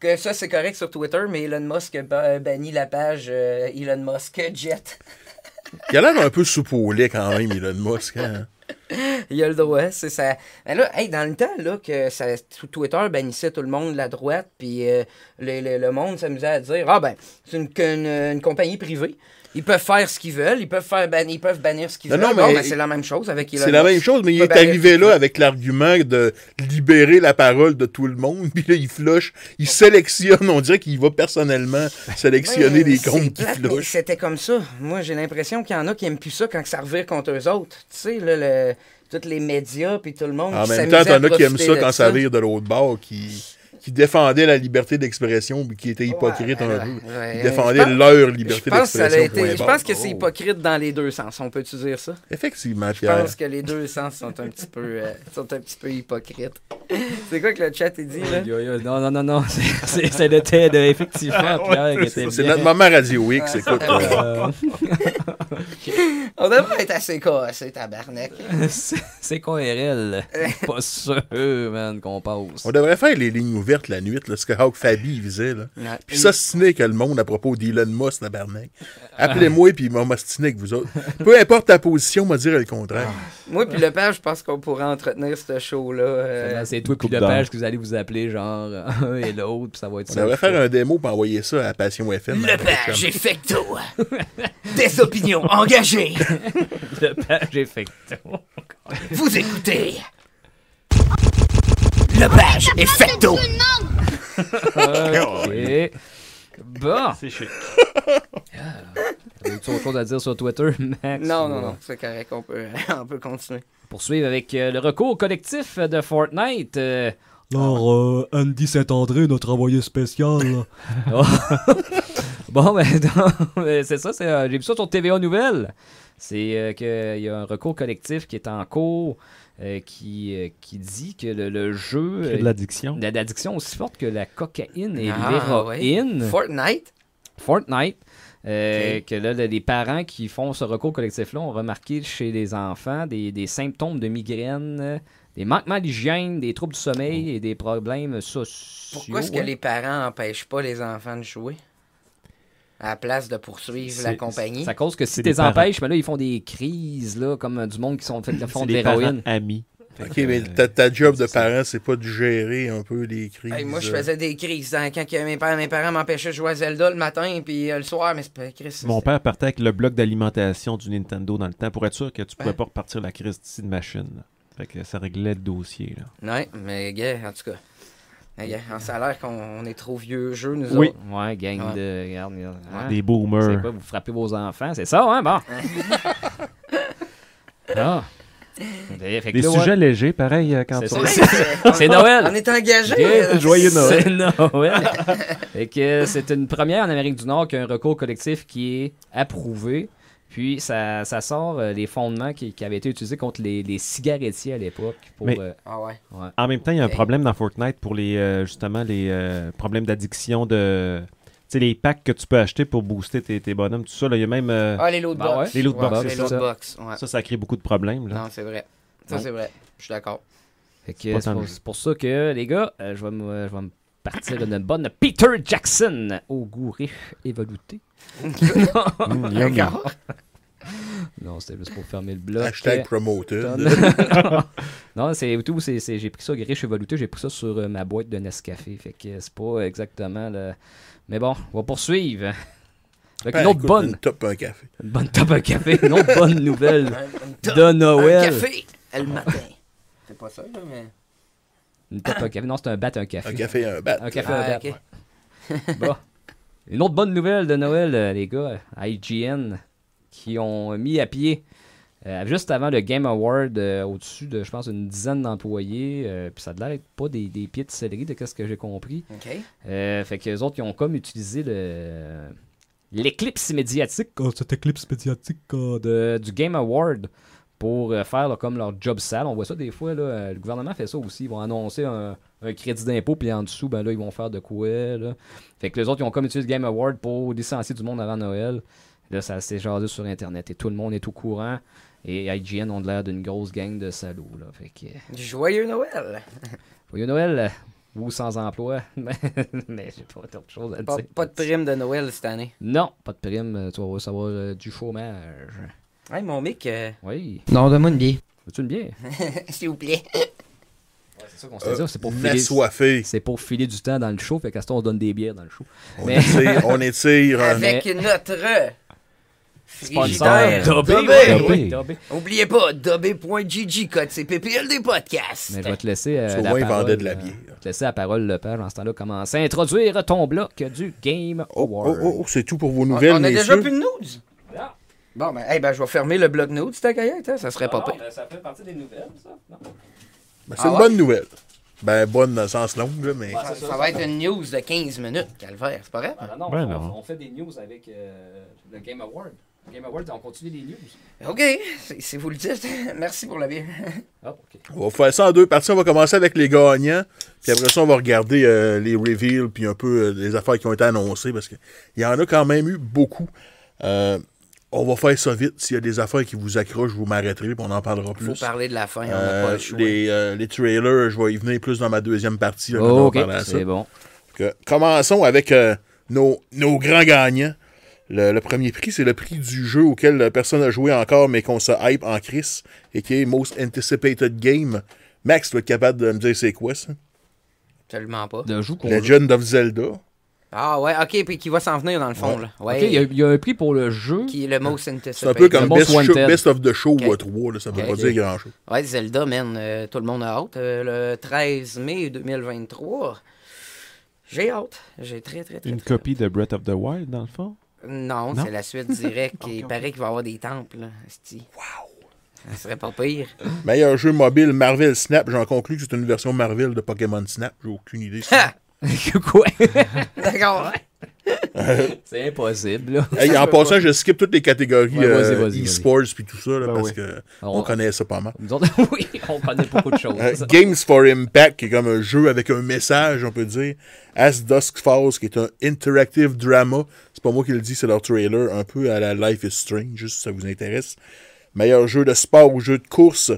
[SPEAKER 2] que ça, c'est correct sur Twitter, mais Elon Musk a ba- banni la page euh, Elon Musk Jet.
[SPEAKER 3] Il a l'air un peu soupe au lait quand même, Elon Musk. hein.
[SPEAKER 2] Il a le droit, c'est ça. Mais là, hey, dans le temps, là, que ça, tout- Twitter bannissait tout le monde de la droite, puis euh, le, le- le monde s'amusait à dire Ah ben, c'est une, qu'une- une compagnie privée. Ils peuvent faire ce qu'ils veulent, ils peuvent, faire ban- ils peuvent bannir ce qu'ils
[SPEAKER 3] Non,
[SPEAKER 2] veulent.
[SPEAKER 3] non,
[SPEAKER 2] Bon,
[SPEAKER 3] mais-
[SPEAKER 2] ben, c'est la même chose avec Elon
[SPEAKER 3] C'est la
[SPEAKER 2] Musk.
[SPEAKER 3] même chose, mais il
[SPEAKER 2] peut
[SPEAKER 3] est
[SPEAKER 2] bannir ce
[SPEAKER 3] arrivé
[SPEAKER 2] qu'il
[SPEAKER 3] là
[SPEAKER 2] veut.
[SPEAKER 3] avec l'argument de libérer la parole de tout le monde, puis là, il flush, il sélectionne, on dirait qu'il va personnellement sélectionner
[SPEAKER 2] Ouais,
[SPEAKER 3] les
[SPEAKER 2] c'est
[SPEAKER 3] comptes qui
[SPEAKER 2] plate, mais
[SPEAKER 3] flush.
[SPEAKER 2] C'était comme ça. Moi, j'ai l'impression qu'il y en a qui aiment plus ça quand ça revire contre eux autres. Tu sais, là, le- tous les médias, puis tout le monde.
[SPEAKER 3] En
[SPEAKER 2] qui
[SPEAKER 3] même
[SPEAKER 2] s'amusait
[SPEAKER 3] temps,
[SPEAKER 2] à
[SPEAKER 3] t'en as qui aiment
[SPEAKER 2] profiter
[SPEAKER 3] ça
[SPEAKER 2] de
[SPEAKER 3] quand ça vire de l'autre bord, qui, qui défendait la liberté d'expression, puis qui était hypocrite
[SPEAKER 2] Ouais,
[SPEAKER 3] un
[SPEAKER 2] ouais,
[SPEAKER 3] peu.
[SPEAKER 2] ouais,
[SPEAKER 3] Ils
[SPEAKER 2] ouais.
[SPEAKER 3] défendaient
[SPEAKER 2] Je pense-
[SPEAKER 3] leur
[SPEAKER 2] Je
[SPEAKER 3] liberté
[SPEAKER 2] pense, que ça a
[SPEAKER 3] d'expression.
[SPEAKER 2] été-
[SPEAKER 3] point
[SPEAKER 2] je
[SPEAKER 3] barre.
[SPEAKER 2] pense que c'est hypocrite dans les deux sens. On peut-tu dire ça?
[SPEAKER 3] Effectivement,
[SPEAKER 2] Je
[SPEAKER 3] Pierre.
[SPEAKER 2] pense que les deux sens sont un petit peu, euh, sont un petit peu hypocrites. C'est quoi que le chat est dit, là?
[SPEAKER 1] Yo, yo, non, non, non, non, c'est- c'est c'est le TED, euh, effectivement, Pierre, qui était
[SPEAKER 3] Ah, C'est
[SPEAKER 1] bien.
[SPEAKER 3] notre maman Radio X, écoute. euh,
[SPEAKER 1] Euh,
[SPEAKER 2] On devrait être assez cassé, tabarnak.
[SPEAKER 1] Euh, c'est c'est RL? Pas sûr, man, qu'on passe.
[SPEAKER 3] On devrait faire les lignes ouvertes la nuit, là, ce que Hawk Fabi il faisait. Là.
[SPEAKER 2] Ouais.
[SPEAKER 3] Puis s'ostiner que le monde à propos d'Elon Musk, la Appelez-moi puis m'a m'ostiner avec vous autres. Peu importe ta position, m'a dire le contraire.
[SPEAKER 2] Moi puis le père, je pense qu'on pourrait entretenir ce show-là. euh,
[SPEAKER 1] C'est toi puis
[SPEAKER 4] Coupe
[SPEAKER 1] le
[SPEAKER 4] d'or.
[SPEAKER 1] page que vous allez vous appeler, genre, un et l'autre, puis ça va être
[SPEAKER 3] On
[SPEAKER 1] ça.
[SPEAKER 3] devrait faire un démo pour envoyer ça à Passion FM. à la
[SPEAKER 6] Le page
[SPEAKER 3] prochaine.
[SPEAKER 6] effecto. Des opinions engagées.
[SPEAKER 1] Le page effecto.
[SPEAKER 6] Vous écoutez. Le page effecto.
[SPEAKER 1] Ok. Bon.
[SPEAKER 4] C'est chic.
[SPEAKER 1] As-tu autre chose à dire sur Twitter, Max?
[SPEAKER 2] Non, non,
[SPEAKER 1] Ou,
[SPEAKER 2] non, c'est correct, on peut, on peut continuer.
[SPEAKER 1] poursuivre avec euh, le recours collectif de Fortnite. euh,
[SPEAKER 8] Alors, euh, Andy Saint-André, notre envoyé spécial.
[SPEAKER 1] Bon, ben, non, mais c'est ça, c'est, euh, j'ai vu ça sur TVA Nouvelles. C'est euh, qu'il y a un recours collectif qui est en cours euh, qui, euh, qui dit que le, le jeu.
[SPEAKER 4] Crée
[SPEAKER 1] euh,
[SPEAKER 4] de l'addiction.
[SPEAKER 1] la- l'addiction aussi forte que la cocaïne et
[SPEAKER 2] Ah,
[SPEAKER 1] l'héroïne.
[SPEAKER 2] Fortnite?
[SPEAKER 1] Fortnite. euh,
[SPEAKER 2] Ok.
[SPEAKER 1] Que là, le- les parents qui font ce recours collectif-là ont remarqué chez les enfants des, des symptômes de migraine, euh, des manquements d'hygiène, des troubles du sommeil et des problèmes sociaux.
[SPEAKER 2] Oh. Pourquoi est-ce que
[SPEAKER 1] hein.
[SPEAKER 2] les parents empêchent pas les enfants de jouer? À la place de poursuivre la
[SPEAKER 4] C'est-
[SPEAKER 2] compagnie?
[SPEAKER 1] C'est à cause que si
[SPEAKER 4] C'est
[SPEAKER 1] tu les
[SPEAKER 4] des parents.
[SPEAKER 1] empêches, mais là, ils font des crises, là, comme euh, du monde qui sont fait, qui font
[SPEAKER 4] C'est
[SPEAKER 1] de
[SPEAKER 4] des parents
[SPEAKER 1] l'héroïne.
[SPEAKER 4] amis. euh,
[SPEAKER 3] OK, mais ta, ta job de parent, c'est pas de gérer un peu les crises.
[SPEAKER 2] Hey, moi, je
[SPEAKER 3] euh,
[SPEAKER 2] faisais des crises dans- quand que mes parents, mes parents m'empêchaient de jouer à Zelda le matin puis euh, le soir, mais c'est pas Chris.
[SPEAKER 4] Mon
[SPEAKER 2] c'était-
[SPEAKER 4] père partait avec le bloc d'alimentation du Nintendo dans le temps pour être sûr que tu pouvais
[SPEAKER 2] Ouais.
[SPEAKER 4] pas repartir la crise d'ici de machine. là. Fait que ça réglait le dossier. Là.
[SPEAKER 2] Ouais, mais gars, en tout cas. Mais, gars, en salaire qu'on on est trop vieux jeu, nous
[SPEAKER 4] Oui.
[SPEAKER 2] autres.
[SPEAKER 1] Ouais, gang
[SPEAKER 2] Ouais.
[SPEAKER 1] de. Regarde, regarde, hein. Vous
[SPEAKER 4] Des
[SPEAKER 1] savez
[SPEAKER 4] boomers.
[SPEAKER 1] pas, vous frappez vos enfants, c'est ça, hein, bon. ah. Fait que
[SPEAKER 4] Des
[SPEAKER 1] là, ouais.
[SPEAKER 4] sujets légers, pareil, euh, quand
[SPEAKER 1] C'est
[SPEAKER 4] tu
[SPEAKER 1] ça.
[SPEAKER 4] regardes.
[SPEAKER 1] C'est Noël.
[SPEAKER 2] On est engagé.
[SPEAKER 1] Bien,
[SPEAKER 4] Joyeux
[SPEAKER 1] C'est Noël. Fait que c'est une première en Amérique du Nord qu'un recours collectif qui est approuvé. Puis ça, ça sort euh, les fondements qui, qui avaient été utilisés contre les, les cigarettiers à l'époque. pour,
[SPEAKER 4] Mais-
[SPEAKER 1] euh,
[SPEAKER 2] Ah ouais.
[SPEAKER 4] En même temps, il y a un
[SPEAKER 2] Hey.
[SPEAKER 4] problème dans Fortnite pour les euh, justement les euh, problèmes d'addiction de. Tu sais, les packs que tu peux acheter pour booster tes, tes bonhommes, tout ça. là, Il y a même. euh,
[SPEAKER 2] Ah, les loot
[SPEAKER 1] Bah
[SPEAKER 2] box.
[SPEAKER 1] ouais.
[SPEAKER 4] Les loot box,
[SPEAKER 2] Les
[SPEAKER 1] c'est
[SPEAKER 2] loot
[SPEAKER 1] ça.
[SPEAKER 2] box. Ouais.
[SPEAKER 4] Ça, ça crée beaucoup de problèmes. Là.
[SPEAKER 2] Non, c'est vrai. Ça,
[SPEAKER 1] Non.
[SPEAKER 2] c'est vrai. Je suis d'accord.
[SPEAKER 1] Fait que
[SPEAKER 4] C'est pas
[SPEAKER 1] c'est
[SPEAKER 4] tant
[SPEAKER 1] pour,
[SPEAKER 4] mieux.
[SPEAKER 1] c'est pour ça que, les gars, euh, je vais me je vais me partir une bonne Peter Jackson au goût riche et velouté.
[SPEAKER 4] Mm, yum, yum.
[SPEAKER 1] Non, c'était juste pour fermer le bloc.
[SPEAKER 3] Hashtag promoteur.
[SPEAKER 1] non, c'est tout. c'est- c'est- j'ai pris ça riche et velouté. J'ai pris ça sur euh, ma boîte de Nescafé. Fait que c'est pas exactement le. Mais bon, on va poursuivre.
[SPEAKER 2] Ben,
[SPEAKER 1] Avec une autre
[SPEAKER 3] Ben, Écoute,
[SPEAKER 1] bonne,
[SPEAKER 3] Une top un café.
[SPEAKER 1] une bonne top à café, une autre bonne nouvelle
[SPEAKER 2] Un
[SPEAKER 1] de
[SPEAKER 4] Ah
[SPEAKER 1] Noël.
[SPEAKER 2] café
[SPEAKER 4] euh.
[SPEAKER 2] le matin. C'est pas ça, là, mais.
[SPEAKER 1] Une top à café. Non, c'est un bat, un café.
[SPEAKER 3] Un café, un bat. Euh,
[SPEAKER 1] Un café, un
[SPEAKER 2] Ah,
[SPEAKER 1] bat.
[SPEAKER 2] ok.
[SPEAKER 1] Bon. Bah. Une euh, autre bonne nouvelle de Noël, euh, les gars, à IGN, qui ont mis à pied Euh, juste avant le Game Award, euh, au-dessus de, je pense, une dizaine d'employés. euh, Puis ça a l'air d'être pas des, des pieds de céleri, de ce que j'ai compris.
[SPEAKER 2] OK.
[SPEAKER 1] Euh, fait que les autres, ils ont comme utilisé le l'éclipse médiatique
[SPEAKER 8] Quand cet éclipse médiatique, euh, de-
[SPEAKER 1] de- du Game Award pour euh, faire là, comme leur job sale. On voit ça des fois, là, euh, le gouvernement fait ça aussi. Ils vont annoncer un, un crédit d'impôt, puis en dessous, ben là, ils vont faire de quoi. Là. Fait que les autres, ils ont comme utilisé le Game Award pour licencier du monde avant Noël. Là, ça s'est jasé sur Internet et tout le monde est au courant. Et IGN ont l'air d'une grosse gang de salauds. Là. Fait que, euh,
[SPEAKER 2] Joyeux Noël!
[SPEAKER 1] joyeux Noël, euh, vous sans emploi. mais j'ai pas autre chose à
[SPEAKER 2] Pas,
[SPEAKER 1] dire.
[SPEAKER 2] pas de prime de Noël cette année.
[SPEAKER 1] Non, pas de prime. euh, Tu vas recevoir euh, du chômage.
[SPEAKER 2] Hey, mon mic, euh,
[SPEAKER 1] Oui.
[SPEAKER 6] Non, donne-moi une bière.
[SPEAKER 1] Veux-tu une bière?
[SPEAKER 2] s'il vous plaît.
[SPEAKER 1] C'est ça qu'on
[SPEAKER 3] Euh,
[SPEAKER 1] s'était dit, c'est pour filer.
[SPEAKER 3] N'assoiffé.
[SPEAKER 1] C'est pour filer du temps dans le show, fait qu'à ce temps, on donne des bières dans le show.
[SPEAKER 3] On
[SPEAKER 1] Mais-
[SPEAKER 3] étire, on étire. hein.
[SPEAKER 2] Avec notre euh, frigidaire.
[SPEAKER 1] Sponsor.
[SPEAKER 2] Dobé.
[SPEAKER 4] Dobé.
[SPEAKER 1] Oui, Dobé.
[SPEAKER 2] Oubliez pas, dobé.gg, code CPPL des podcasts.
[SPEAKER 1] Mais je vais te laisser. euh,
[SPEAKER 3] Souvent,
[SPEAKER 1] la
[SPEAKER 3] ils
[SPEAKER 1] parole,
[SPEAKER 3] vendaient de la
[SPEAKER 1] euh,
[SPEAKER 3] bière.
[SPEAKER 1] je vais te laisser la parole, Lepage, en ce temps-là. Commence à introduire ton bloc du Game
[SPEAKER 3] Oh, oh,
[SPEAKER 1] Award.
[SPEAKER 3] oh, oh, c'est tout pour vos
[SPEAKER 2] On,
[SPEAKER 3] nouvelles,
[SPEAKER 2] on a déjà
[SPEAKER 3] messieurs.
[SPEAKER 2] plus de nudes. Bon, ben, hey, ben, je vais fermer le blog nudes, ta caillette, hein, ça serait pas pire.
[SPEAKER 1] Ah ben, ça fait partie des nouvelles, ça?
[SPEAKER 3] Ben, c'est une
[SPEAKER 2] Ah ouais?
[SPEAKER 3] bonne nouvelle. Ben, bonne dans le sens long, là, mais.
[SPEAKER 2] Ça, ça va être une news de 15 minutes, calvaire, c'est pas vrai?
[SPEAKER 1] ah non,
[SPEAKER 4] Ouais, on- non.
[SPEAKER 1] On, fait des news avec euh, le Game Award. Game Award, on continue les news.
[SPEAKER 2] Ok, si- si vous le dites, merci pour la bière.
[SPEAKER 1] Ah,
[SPEAKER 3] On va faire ça en deux parties. On va commencer avec les gagnants. Puis après ça, on va regarder euh, les reveals, puis un peu euh, les affaires qui ont été annoncées, parce qu'il y en a quand même eu beaucoup. Euh, on va faire ça vite. S'il y a des affaires qui vous accrochent, vous m'arrêterez, puis on en parlera plus.
[SPEAKER 2] Faut parler de la fin, on n'a
[SPEAKER 3] Euh,
[SPEAKER 2] pas le choix.
[SPEAKER 3] les, euh, les trailers, je vais y venir plus dans ma deuxième partie.
[SPEAKER 2] Oh,
[SPEAKER 3] là, quand on va
[SPEAKER 1] ok,
[SPEAKER 3] parler à ça.
[SPEAKER 1] c'est bon.
[SPEAKER 3] Que- commençons avec euh, nos, nos grands gagnants. Le, le premier prix, c'est le prix du jeu auquel euh, personne n'a joué encore, mais qu'on se hype en crise, et qui est Most Anticipated Game. Max, tu vas être capable de me dire c'est quoi ça?
[SPEAKER 2] Absolument pas.
[SPEAKER 1] De joue qu'on joue.
[SPEAKER 3] Legend of Zelda.
[SPEAKER 2] Ah ouais, ok, puis qui va s'en venir dans le fond, là. Ouais,
[SPEAKER 1] Ok, il y, a- il y a un prix pour le jeu.
[SPEAKER 2] qui est le most
[SPEAKER 3] Ah. C'est un peu
[SPEAKER 2] anticipated.
[SPEAKER 3] comme
[SPEAKER 1] Most
[SPEAKER 3] Best, Show-
[SPEAKER 1] Wanted.
[SPEAKER 3] Best of the Show ou
[SPEAKER 2] Ok.
[SPEAKER 3] 3, là, ça ne veut
[SPEAKER 2] Ok.
[SPEAKER 3] pas dire grand-chose.
[SPEAKER 2] Ouais, Zelda, man, euh, tout le monde a hâte. Euh, le 13 mai 2023, j'ai hâte. J'ai très, très, très,
[SPEAKER 4] Une
[SPEAKER 2] très
[SPEAKER 4] copie de Breath of the Wild, dans le fond.
[SPEAKER 2] hâte. Non,
[SPEAKER 4] Non?
[SPEAKER 2] c'est la suite directe.
[SPEAKER 4] Ok,
[SPEAKER 2] Il
[SPEAKER 4] ok.
[SPEAKER 2] paraît qu'il va y avoir des temples, là, esti. Ça serait pas pire.
[SPEAKER 3] Meilleur jeu mobile, Marvel Snap. J'en conclus que c'est une version Marvel de Pokémon Snap. J'ai aucune idée.
[SPEAKER 2] Ha!
[SPEAKER 1] Quoi?
[SPEAKER 2] D'accord.
[SPEAKER 1] c'est impossible, là.
[SPEAKER 3] Hey, en passant, je skip toutes les catégories
[SPEAKER 1] Ouais, vas-y,
[SPEAKER 3] euh,
[SPEAKER 1] vas-y, vas-y.
[SPEAKER 3] e-sports puis tout ça, là,
[SPEAKER 4] Ben
[SPEAKER 3] parce
[SPEAKER 4] oui.
[SPEAKER 3] que
[SPEAKER 1] On-
[SPEAKER 3] on connaît ça pas mal.
[SPEAKER 1] Nous autres, oui, on connaît beaucoup de choses.
[SPEAKER 3] Euh, Games for Impact, qui est comme un jeu avec un message, on peut dire. As Dusk Falls, qui est un interactive drama. C'est pas moi qui le dis, c'est leur trailer, un peu à la Life is Strange, juste si ça vous intéresse. Meilleur jeu de sport ou jeu de course.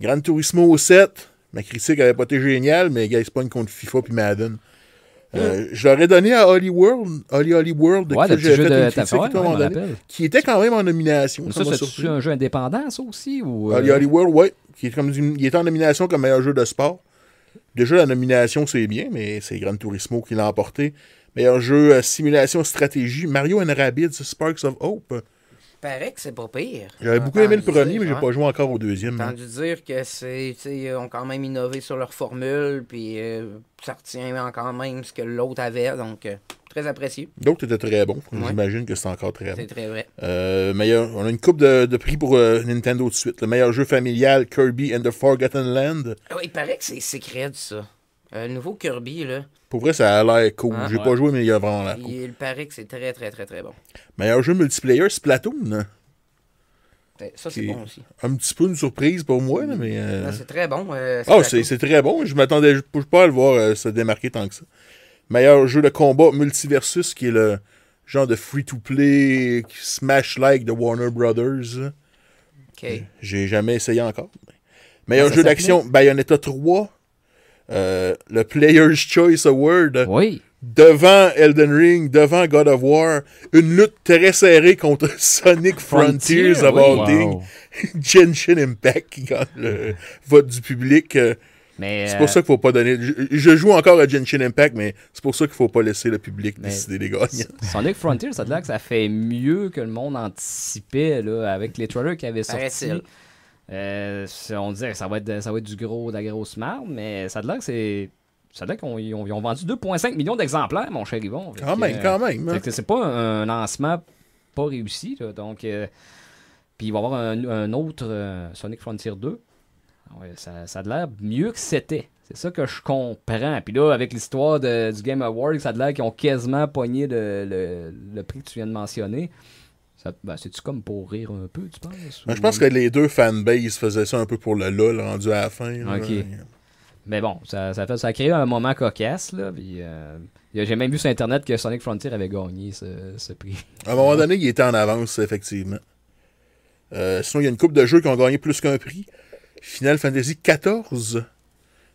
[SPEAKER 3] Gran Turismo 7. Ma critique avait pas été géniale, mais gars, c'est pas une contre FIFA puis Madden. Euh, Je l'aurais donné à Holly World, Holly Holly World, de
[SPEAKER 1] Ouais,
[SPEAKER 3] qui
[SPEAKER 1] le petit
[SPEAKER 3] j'avais
[SPEAKER 1] jeu
[SPEAKER 3] fait
[SPEAKER 1] de
[SPEAKER 3] une critique
[SPEAKER 1] Taffer,
[SPEAKER 3] et tout à un
[SPEAKER 1] ouais,
[SPEAKER 3] moment
[SPEAKER 1] je me
[SPEAKER 3] donné,
[SPEAKER 1] rappelle.
[SPEAKER 3] qui était quand même en nomination.
[SPEAKER 1] ça,
[SPEAKER 3] ça m'a
[SPEAKER 1] c'est
[SPEAKER 3] surpris.
[SPEAKER 1] un jeu indépendant, ça aussi? Ou, euh,
[SPEAKER 3] Ali Hollywood, ouais, qui est comme du- il est en nomination comme meilleur jeu de sport. Déjà, la nomination, c'est bien, mais c'est Gran Turismo qui l'a emporté. Meilleur jeu euh, simulation stratégie, Mario and Rabbids Sparks of Hope.
[SPEAKER 2] Il paraît que c'est pas pire.
[SPEAKER 3] J'avais
[SPEAKER 2] J'ai
[SPEAKER 3] beaucoup aimé le
[SPEAKER 2] entendu
[SPEAKER 3] premier,
[SPEAKER 2] dire,
[SPEAKER 3] mais j'ai
[SPEAKER 2] ouais.
[SPEAKER 3] pas joué encore au deuxième.
[SPEAKER 2] J'ai
[SPEAKER 3] hein.
[SPEAKER 2] entendu dire que c'est, tu sais, ils ont quand même innové sur leur formule, puis euh, ça retient quand même ce que l'autre avait, donc euh, très apprécié.
[SPEAKER 3] D'autres étaient très bons.
[SPEAKER 2] Ouais.
[SPEAKER 3] J'imagine que c'est encore très bon.
[SPEAKER 2] C'est très vrai.
[SPEAKER 3] Euh, meilleur, on a une coupe de, de prix pour euh, Nintendo de suite. Le meilleur jeu familial, Kirby and the Forgotten Land.
[SPEAKER 2] Ah ouais, il paraît que c'est secret, ça. Euh, le nouveau Kirby, là,
[SPEAKER 3] Pour vrai, ça a l'air cool.
[SPEAKER 2] Ah,
[SPEAKER 3] j'ai
[SPEAKER 1] ouais.
[SPEAKER 3] pas joué, mais il y a vraiment l'air
[SPEAKER 2] il,
[SPEAKER 3] Ah, cool.
[SPEAKER 2] il paraît que c'est très, très, très, très bon.
[SPEAKER 3] Meilleur jeu multiplayer, Splatoon.
[SPEAKER 2] Ça, c'est
[SPEAKER 3] Qui-
[SPEAKER 2] bon aussi.
[SPEAKER 3] Un petit peu une surprise pour moi, là, mais. euh,
[SPEAKER 2] Non, c'est très bon. euh,
[SPEAKER 3] Ah,
[SPEAKER 2] la
[SPEAKER 3] c'est
[SPEAKER 2] coupe.
[SPEAKER 3] c'est très bon. Je m'attendais ju- pas à le voir euh, se démarquer tant que ça. Meilleur jeu de combat multiversus, qui est le genre de free-to-play smash-like de Warner Brothers.
[SPEAKER 2] OK.
[SPEAKER 3] J'ai jamais essayé encore. Meilleur
[SPEAKER 1] ça
[SPEAKER 3] jeu d'action, Bayonetta 3. Euh, le Player's Choice Award
[SPEAKER 1] euh, Oui.
[SPEAKER 3] devant Elden Ring, devant God of War, une lutte très serrée contre Sonic
[SPEAKER 1] Frontier,
[SPEAKER 3] Frontiers of
[SPEAKER 1] oui.
[SPEAKER 3] Holding, Genshin Impact qui gagne le vote du public. euh,
[SPEAKER 1] Mais,
[SPEAKER 3] c'est pour ça qu'il faut pas donner. Je, je joue encore à Genshin Impact, mais c'est pour ça qu'il faut pas laisser le public
[SPEAKER 1] Mais-
[SPEAKER 3] décider les gagnants.
[SPEAKER 1] euh, Sonic Frontier, ça a l'air que ça fait mieux que le monde anticipait là, avec les trailers qui avaient sorti.
[SPEAKER 2] Paraît-il.
[SPEAKER 1] Euh, c'est- on disait que ça va être, de- ça va être du gros, de la grosse merde, mais ça a l'air que c'est. Ça a l'air qu'on ils ont, ils ont vendu 2,5 millions d'exemplaires, mon cher Yvon. Fait
[SPEAKER 3] Ah, Quand
[SPEAKER 1] que,
[SPEAKER 3] même,
[SPEAKER 1] euh,
[SPEAKER 3] quand même. hein.
[SPEAKER 1] Fait que c'est pas un lancement pas réussi, là. donc euh, Puis il va y avoir un, un autre euh, Sonic Frontier 2. Ah ouais, ça, ça a de l'air mieux que c'était. C'est ça que je comprends. Puis là, avec l'histoire de- du Game Awards, ça a de l'air qu'ils ont quasiment pogné le, le- le prix que tu viens de mentionner. Ça- ben, C'est-tu comme pour rire un peu, tu penses?
[SPEAKER 3] Ben, je
[SPEAKER 1] ou-
[SPEAKER 3] pense que les deux fanbases faisaient ça un peu pour le LOL rendu à la fin. là.
[SPEAKER 1] Ok. Mais bon, ça, ça, fait, ça a créé un moment cocasse. Là, puis, euh, y a- J'ai même vu sur Internet que Sonic Frontier avait gagné ce, ce prix.
[SPEAKER 3] À un moment donné, il était en avance, effectivement. Euh, sinon, il y a une coupe de jeux qui ont gagné plus qu'un prix. Final Fantasy XIV.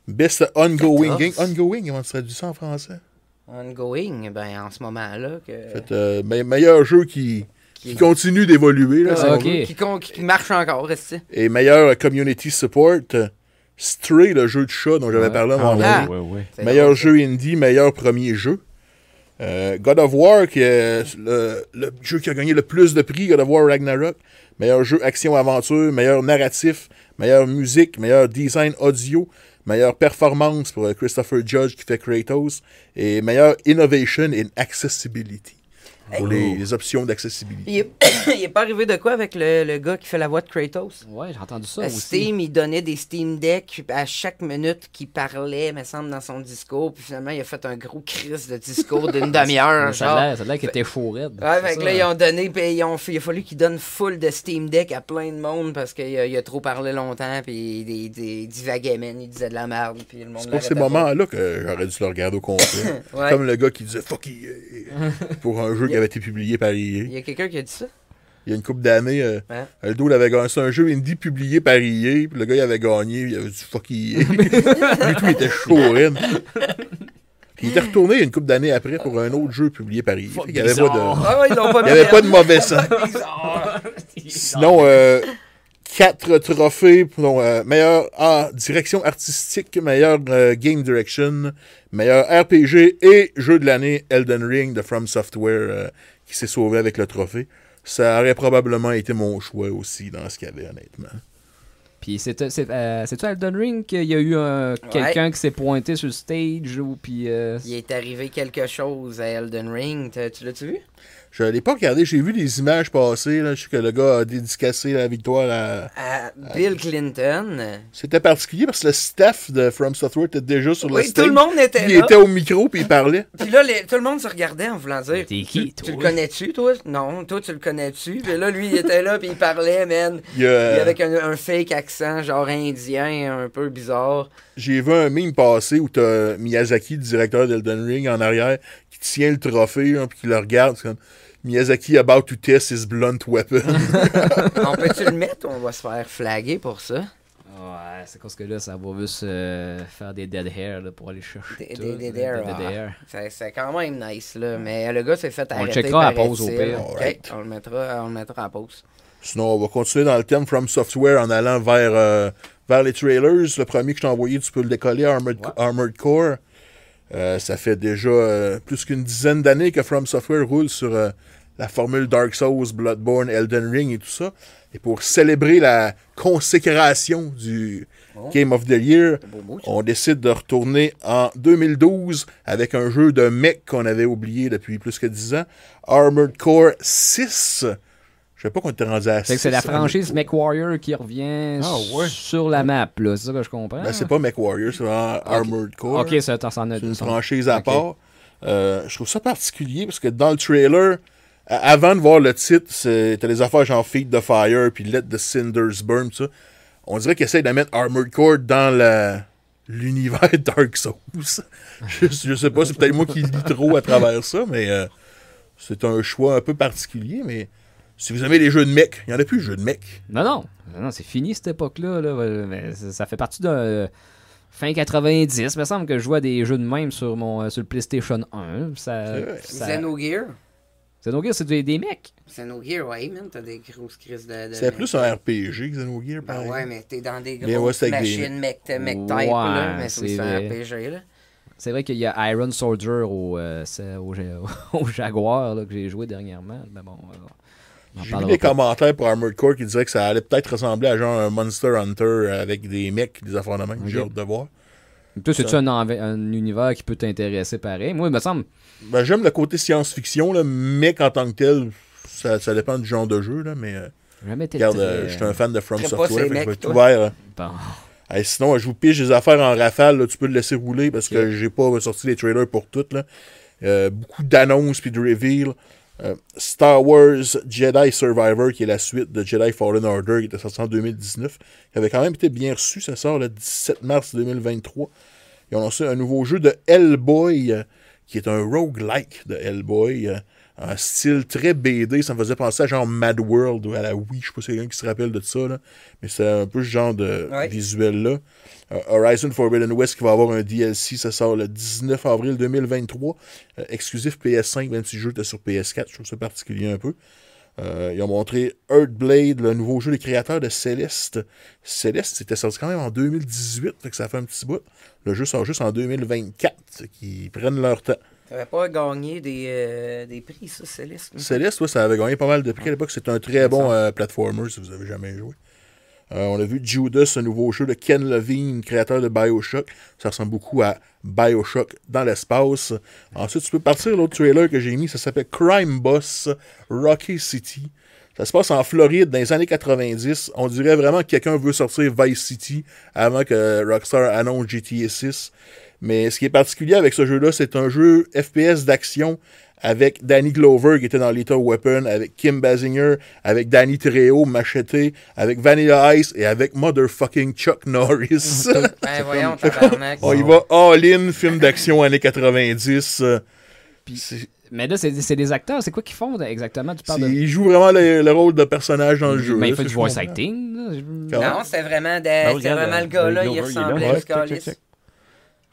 [SPEAKER 3] Best Ongoing
[SPEAKER 2] 14.
[SPEAKER 3] Game. Ongoing, comment tu traduis ça en français?
[SPEAKER 2] Ongoing, ben en ce moment-là. Que...
[SPEAKER 3] En fait, euh, me- meilleur jeu qui, qui continue d'évoluer. là, si
[SPEAKER 1] Ah,
[SPEAKER 3] on
[SPEAKER 1] ok.
[SPEAKER 3] veut.
[SPEAKER 2] qui, con- qui marche encore, est-ce que
[SPEAKER 3] Et meilleur euh, Community Support. euh, Stray, le jeu de chat dont j'avais
[SPEAKER 1] Ouais.
[SPEAKER 3] parlé à un
[SPEAKER 4] Ah,
[SPEAKER 3] moment
[SPEAKER 4] ouais,
[SPEAKER 3] donné.
[SPEAKER 4] ouais, ouais.
[SPEAKER 2] c'est?
[SPEAKER 3] Meilleur jeu indie, meilleur premier jeu. Euh, God of War, qui est le, le jeu qui a gagné le plus de prix, God of War Ragnarok. Meilleur jeu action-aventure, meilleur narratif, meilleure musique, meilleur design audio, meilleure performance pour euh, Christopher Judge qui fait Kratos, et meilleur innovation in accessibility. Pour les, les options d'accessibilité.
[SPEAKER 2] Il est... il est pas arrivé de quoi avec le, le gars qui fait la voix de Kratos?
[SPEAKER 1] Ouais, j'ai entendu
[SPEAKER 3] Ben,
[SPEAKER 1] ça
[SPEAKER 2] À
[SPEAKER 1] aussi.
[SPEAKER 2] Steam, il donnait des Steam Deck à chaque minute qu'il parlait, me semble, dans son discours. Puis finalement, il a fait un gros crise de discours d'une demi-heure.
[SPEAKER 1] Mais Ça a
[SPEAKER 2] genre.
[SPEAKER 1] l'air- ça a l'air qu'il était chaud raide.
[SPEAKER 2] Ouais,
[SPEAKER 1] C'est
[SPEAKER 2] fait que
[SPEAKER 1] ça. hein.
[SPEAKER 2] là, ils
[SPEAKER 3] hein.
[SPEAKER 2] ont donné, puis ils ont, fait- il a fallu qu'ils donnent full de Steam Deck à plein de monde parce qu'il a, il a trop parlé longtemps, puis il, il- il- il divaguait, man, il disait de la merde, puis le monde
[SPEAKER 3] C'est pour
[SPEAKER 2] l'arrêtait
[SPEAKER 3] ces
[SPEAKER 2] pas.
[SPEAKER 3] moments-là que j'aurais dû le regarder au complet.
[SPEAKER 2] Ouais.
[SPEAKER 3] Comme le gars qui disait fuck yeah pour un jeu qui avait été publié par EA.
[SPEAKER 2] Il y a quelqu'un qui a dit ça?
[SPEAKER 3] Il y a une couple d'années, euh,
[SPEAKER 2] Ouais.
[SPEAKER 3] Aldo l'avait gagné. C'est un jeu indie publié par EA. Puis le gars, il avait gagné. Il avait du fuck EA. Lui, tout, il était chaud, raide. Puis il était retourné une couple d'années après pour un autre jeu publié par EA. Il n'y avait, pas de-
[SPEAKER 2] Ah ouais, ils l'ont pas
[SPEAKER 3] il
[SPEAKER 2] mis. Ah!
[SPEAKER 3] y avait pas de mauvais sens. Sinon, euh, quatre trophées. pour, euh, meilleure ah, direction artistique, meilleure euh, game direction, meilleur RPG et jeu de l'année Elden Ring de From Software euh, qui s'est sauvé avec le trophée. Ça aurait probablement été mon choix aussi dans ce qu'il y avait, honnêtement.
[SPEAKER 1] Puis c'est- c'est euh, c'est-tu à Elden Ring qu'il y a eu un- quelqu'un qui s'est pointé sur le stage ou puis. euh,
[SPEAKER 2] Il est arrivé quelque chose à Elden Ring, t'as- tu l'as-tu vu?
[SPEAKER 3] Je l'ai pas regardé, j'ai vu des images passer. Là, je sais que le gars a dédicacé la victoire à.
[SPEAKER 2] À Bill Clinton.
[SPEAKER 3] C'était particulier parce que le staff de From Software était déjà sur le
[SPEAKER 2] Oui,
[SPEAKER 3] stage.
[SPEAKER 2] tout le monde était
[SPEAKER 3] il
[SPEAKER 2] là.
[SPEAKER 3] était au micro puis il parlait.
[SPEAKER 2] Puis là, les- tout le monde se regardait en voulant dire.
[SPEAKER 1] T'es qui,
[SPEAKER 2] Tu le
[SPEAKER 1] toi?
[SPEAKER 2] connais-tu, toi? Non, toi, tu le connais-tu? Puis là, lui, il était là, puis il parlait, man.
[SPEAKER 3] Il y a-
[SPEAKER 1] Euh.
[SPEAKER 2] Puis avec un, un fake accent, genre indien, un peu bizarre.
[SPEAKER 3] J'ai vu un meme passer où t'as Miyazaki, le directeur d'Elden Ring, en arrière, qui tient le trophée, hein, puis qui le regarde. C'est comme Miyazaki about to test his blunt weapon.
[SPEAKER 2] On peut-tu le mettre ou on va se faire flaguer pour ça?
[SPEAKER 1] Ouais, c'est parce que là, ça va juste euh, faire des dead hair là, pour aller chercher.
[SPEAKER 2] Des- ah.
[SPEAKER 1] tout,
[SPEAKER 2] des-
[SPEAKER 1] là,
[SPEAKER 2] des- des-
[SPEAKER 1] dead hair.
[SPEAKER 2] C'est c'est quand même nice, là. Mais le gars s'est fait
[SPEAKER 1] On le
[SPEAKER 2] arrêter.
[SPEAKER 1] checkera à
[SPEAKER 2] par
[SPEAKER 1] pause, au
[SPEAKER 2] Exil.
[SPEAKER 1] pire.
[SPEAKER 2] OK,
[SPEAKER 3] Alright.
[SPEAKER 2] on, le mettra, on le mettra à pause.
[SPEAKER 3] Sinon, on va continuer dans le thème From Software en allant vers, euh, vers les trailers. Le premier que je t'ai envoyé, tu peux le décoller, Armored, Armored Core. Euh, ça fait déjà euh, plus qu'une dizaine d'années que From Software roule sur euh, la formule Dark Souls, Bloodborne, Elden Ring et tout ça. Et pour célébrer la consécration du Game of the Year,
[SPEAKER 2] Oh,
[SPEAKER 3] on décide de retourner en 2012 avec un jeu de mech qu'on avait oublié depuis plus que 10 ans, Armored Core 6. Je sais pas qu'on était rendu à Ben,
[SPEAKER 1] Fait que
[SPEAKER 3] 6.
[SPEAKER 1] c'est la
[SPEAKER 3] Armored
[SPEAKER 1] franchise
[SPEAKER 3] Core.
[SPEAKER 1] McWarrior qui revient sur la map, là. C'est ça que je comprends.
[SPEAKER 3] Ah, Ben, c'est pas MechWarrior, c'est vraiment Armored Core.
[SPEAKER 1] ok, ça, t'en s'en as
[SPEAKER 3] C'est une
[SPEAKER 1] t'en-
[SPEAKER 3] franchise à
[SPEAKER 1] ok.
[SPEAKER 3] part. Euh, je trouve ça particulier parce que dans le trailer, a- avant de voir le titre, c'est- t'as les affaires genre Feed the Fire puis Let the Cinders Burn, tout ça. On dirait qu'ils essayent de mettre Armored Core dans la- l'univers Dark Souls. je, je sais pas, c'est peut-être moi qui lis trop à travers ça, mais euh, c'est un choix un peu particulier. Mais si vous aimez les jeux de mec, il n'y en a plus de jeux de mec.
[SPEAKER 1] Non, non. Non, non, c'est fini cette époque-là. Là, Ouais, mais ça ça fait partie de euh, fin 90. Il me semble que je jouais à des jeux de même sur mon euh, sur le PlayStation 1. Ça,
[SPEAKER 3] C'est vrai.
[SPEAKER 1] ça-
[SPEAKER 2] Xenogear?
[SPEAKER 1] Xenogears, c'est des, des mecs.
[SPEAKER 2] Xenogear, ouais, man, t'as des grosses crises de... de
[SPEAKER 3] C'était plus un RPG, Xenogear,
[SPEAKER 2] Ben
[SPEAKER 3] pareil.
[SPEAKER 2] ouais, mais t'es dans des
[SPEAKER 3] Mais
[SPEAKER 2] grosses
[SPEAKER 3] ouais, c'est avec des-
[SPEAKER 2] machines mec, mec type,
[SPEAKER 1] Ouais,
[SPEAKER 2] là. Mais c'est aussi
[SPEAKER 1] c'est
[SPEAKER 2] un
[SPEAKER 1] vrai.
[SPEAKER 2] RPG, là.
[SPEAKER 1] C'est vrai qu'il y a Iron Soldier au, euh, c'est- au, Ja- au Jaguar là, que j'ai joué dernièrement. Mais bon, euh, on en
[SPEAKER 3] J'ai vu
[SPEAKER 1] parlera
[SPEAKER 3] des
[SPEAKER 1] pas.
[SPEAKER 3] commentaires pour Armored Core qui disaient que ça allait peut-être ressembler à genre un Monster Hunter avec des mecs, des affaires de même. J'ai hâte de voir.
[SPEAKER 1] Toi, c'est-tu un, env- un univers qui peut t'intéresser pareil? Moi, il me semble.
[SPEAKER 3] Ben, J'aime le côté science-fiction, là, mais en tant que tel, ça, ça dépend du genre de jeu, là, mais euh,
[SPEAKER 1] Jamais été
[SPEAKER 3] Regarde,
[SPEAKER 1] très-
[SPEAKER 3] euh, je suis un fan de From
[SPEAKER 2] T'aimes pas
[SPEAKER 3] Software,
[SPEAKER 2] ces
[SPEAKER 3] fait que je vais
[SPEAKER 2] mecs,
[SPEAKER 3] être
[SPEAKER 2] toi?
[SPEAKER 3] ouvert. hein.
[SPEAKER 1] Bon.
[SPEAKER 3] Hey, sinon, je vous pige des affaires en rafale. là. tu peux le laisser rouler parce que j'ai pas euh, sorti les trailers pour toutes. Là. Euh, beaucoup d'annonces puis de reveals. Euh, Star Wars Jedi Survivor, qui est la suite de Jedi Fallen Order, qui était sorti en 2019, qui avait quand même été bien reçu. Ça sort le 17 mars 2023. Ils ont lancé un nouveau jeu de Hellboy, euh, qui est un roguelike de Hellboy. euh, un style très BD, ça me faisait penser à genre Mad World ou à la Wii, je sais pas si quelqu'un qui se rappelle de ça, là. mais c'est un peu ce genre de
[SPEAKER 2] Ouais.
[SPEAKER 3] visuel-là. Euh, Horizon Forbidden West qui va avoir un DLC, ça sort le 19 avril 2023, euh, exclusif PS5, même si le jeu était sur PS4, je trouve ça particulier un peu. Euh, ils ont montré Earthblade, le nouveau jeu des créateurs de Celeste. Celeste, c'était sorti quand même en 2018, fait que ça fait un petit bout. Le jeu sort juste en 2024, c'est qu'ils prennent leur temps.
[SPEAKER 2] T'avais pas gagné des, euh, des prix, ça, Céleste.
[SPEAKER 3] Celeste, ouais, ça avait gagné pas mal de prix à l'époque. C'est un très bon euh, platformer si vous avez jamais joué. Euh, on a vu Judas, un nouveau jeu de Ken Levine, créateur de Bioshock. Ça ressemble beaucoup à Bioshock dans l'espace. Ensuite, tu peux partir l'autre trailer que j'ai mis. Ça s'appelle Crime Boss Rocky City. Ça se passe en Floride dans les années 90. On dirait vraiment que quelqu'un veut sortir Vice City avant que Rockstar annonce GTA 6. Mais ce qui est particulier avec ce jeu-là, c'est un jeu FPS d'action avec Danny Glover qui était dans Little Weapon, avec Kim Basinger, avec Danny Trejo, Machete, avec Vanilla Ice et avec motherfucking Chuck Norris.
[SPEAKER 2] Ben voyons, tabarnak.
[SPEAKER 3] On y va all-in, film d'action années 90. euh, c'est-
[SPEAKER 1] Mais là, c'est c'est des acteurs. C'est quoi qu'ils font exactement? Tu
[SPEAKER 3] c'est-
[SPEAKER 1] parles de.
[SPEAKER 3] Il joue vraiment le, le rôle de personnage dans le jeu.
[SPEAKER 1] Mais ben, il
[SPEAKER 3] là,
[SPEAKER 1] fait
[SPEAKER 3] ça,
[SPEAKER 1] du
[SPEAKER 3] je
[SPEAKER 1] voice
[SPEAKER 3] comprends.
[SPEAKER 1] acting. là, je-
[SPEAKER 3] Comment?
[SPEAKER 2] Non, c'était vraiment, de- c'était
[SPEAKER 4] regarde,
[SPEAKER 2] vraiment
[SPEAKER 4] euh,
[SPEAKER 2] le gars-là,
[SPEAKER 4] Danny
[SPEAKER 2] il
[SPEAKER 4] Glover, il est là.
[SPEAKER 2] ressemblait
[SPEAKER 4] Ouais,
[SPEAKER 2] à ce gars-là.
[SPEAKER 4] check, check, check.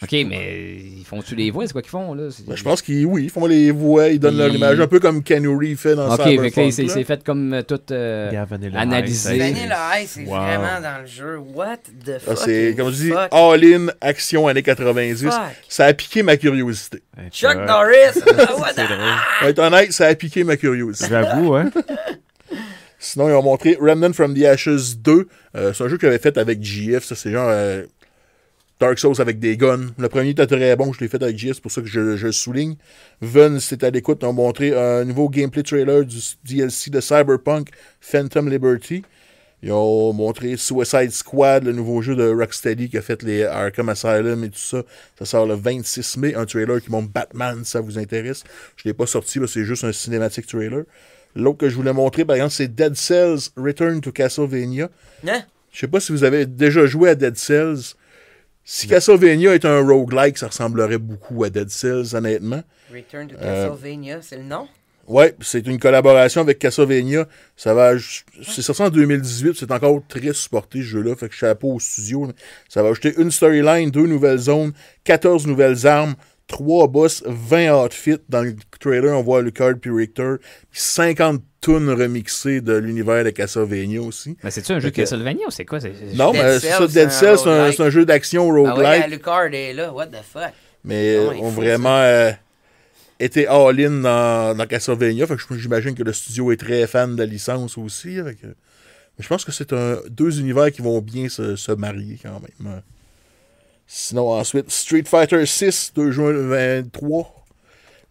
[SPEAKER 1] Ok, mais ils font-tu les voix? C'est quoi qu'ils font? là? C'est-
[SPEAKER 3] Ben, je pense qu'ils oui, ils font les voix, ils donnent leur
[SPEAKER 1] Il-
[SPEAKER 3] image, un peu comme Canary fait dans
[SPEAKER 1] Ok, fait que
[SPEAKER 3] Cyberpunk.
[SPEAKER 1] là, c'est
[SPEAKER 3] là.
[SPEAKER 1] c'est fait comme euh, tout. euh,
[SPEAKER 4] Gars, Vanilla
[SPEAKER 1] analyser.
[SPEAKER 4] Ice, hey.
[SPEAKER 2] Vanilla Ice, c'est
[SPEAKER 4] Wow.
[SPEAKER 2] vraiment dans le jeu. What the
[SPEAKER 3] Ah,
[SPEAKER 2] fuck?
[SPEAKER 3] C'est, comme oh, je dis,
[SPEAKER 2] fuck?
[SPEAKER 3] all-in, action années 90.
[SPEAKER 2] Fuck.
[SPEAKER 3] Ça a piqué ma curiosité.
[SPEAKER 4] Hey,
[SPEAKER 2] Chuck
[SPEAKER 4] fuck.
[SPEAKER 2] Norris! Ah, what
[SPEAKER 4] C'est
[SPEAKER 2] the-
[SPEAKER 4] drôle.
[SPEAKER 3] Pour être honnête, ça a piqué ma curiosité.
[SPEAKER 4] J'avoue, hein.
[SPEAKER 3] Sinon, ils ont montré Remnant from the Ashes 2. Euh, c'est un jeu qu'ils avaient fait avec GF. Ça, c'est genre euh, Dark Souls avec des guns. Le premier était très bon. Je l'ai fait avec GF. C'est pour ça que je, je le souligne. Vun, c'était à l'écoute. Ils ont montré un nouveau gameplay trailer du DLC de Cyberpunk Phantom Liberty. Ils ont montré Suicide Squad, le nouveau jeu de Rocksteady qui a fait les Arkham Asylum et tout ça. Ça sort le 26 mai, un trailer qui montre Batman, si ça vous intéresse. Je ne l'ai pas sorti, là, c'est juste un cinématique trailer. L'autre que je voulais montrer, par exemple, c'est Dead Cells Return to Castlevania.
[SPEAKER 2] Hein?
[SPEAKER 3] Je sais pas si vous avez déjà joué à Dead Cells. Si Castlevania est un roguelike, ça ressemblerait beaucoup à Dead Cells, honnêtement.
[SPEAKER 2] Return to
[SPEAKER 3] Euh,
[SPEAKER 2] Castlevania, c'est le nom?
[SPEAKER 3] Ouais, c'est une collaboration avec Castlevania. Ça va, aj- c'est sorti en 2018, c'est encore très supporté ce jeu-là, fait que chapeau au studio. Ça va ajouter une storyline, deux nouvelles zones, 14 nouvelles armes, trois boss, 20 outfits. Dans le trailer, on voit Lucard puis Richter, puis 50 tunes remixées de l'univers de Castlevania aussi.
[SPEAKER 1] Mais c'est-tu ben, un jeu
[SPEAKER 3] Fait que-
[SPEAKER 1] Castlevania ou c'est quoi? C'est- c'est-
[SPEAKER 3] Non,
[SPEAKER 2] Dead
[SPEAKER 3] mais c'est ça,
[SPEAKER 2] Cells,
[SPEAKER 3] Dead
[SPEAKER 2] c'est un
[SPEAKER 3] Cells, c'est un,
[SPEAKER 2] roguelike.
[SPEAKER 3] c'est un jeu d'action
[SPEAKER 2] Ah
[SPEAKER 3] roguelike.
[SPEAKER 2] oui, Alucard est là, what the fuck?
[SPEAKER 3] Mais
[SPEAKER 2] Non, Ah il
[SPEAKER 3] on
[SPEAKER 2] faut
[SPEAKER 3] vraiment euh, été all-in dans, dans Castlevania. Fait que j'imagine que le studio est très fan de la licence aussi. Fait que- mais je pense que c'est un, deux univers qui vont bien se, se marier quand même. hein. Sinon, ensuite, Street Fighter 6, 2 juin 2023.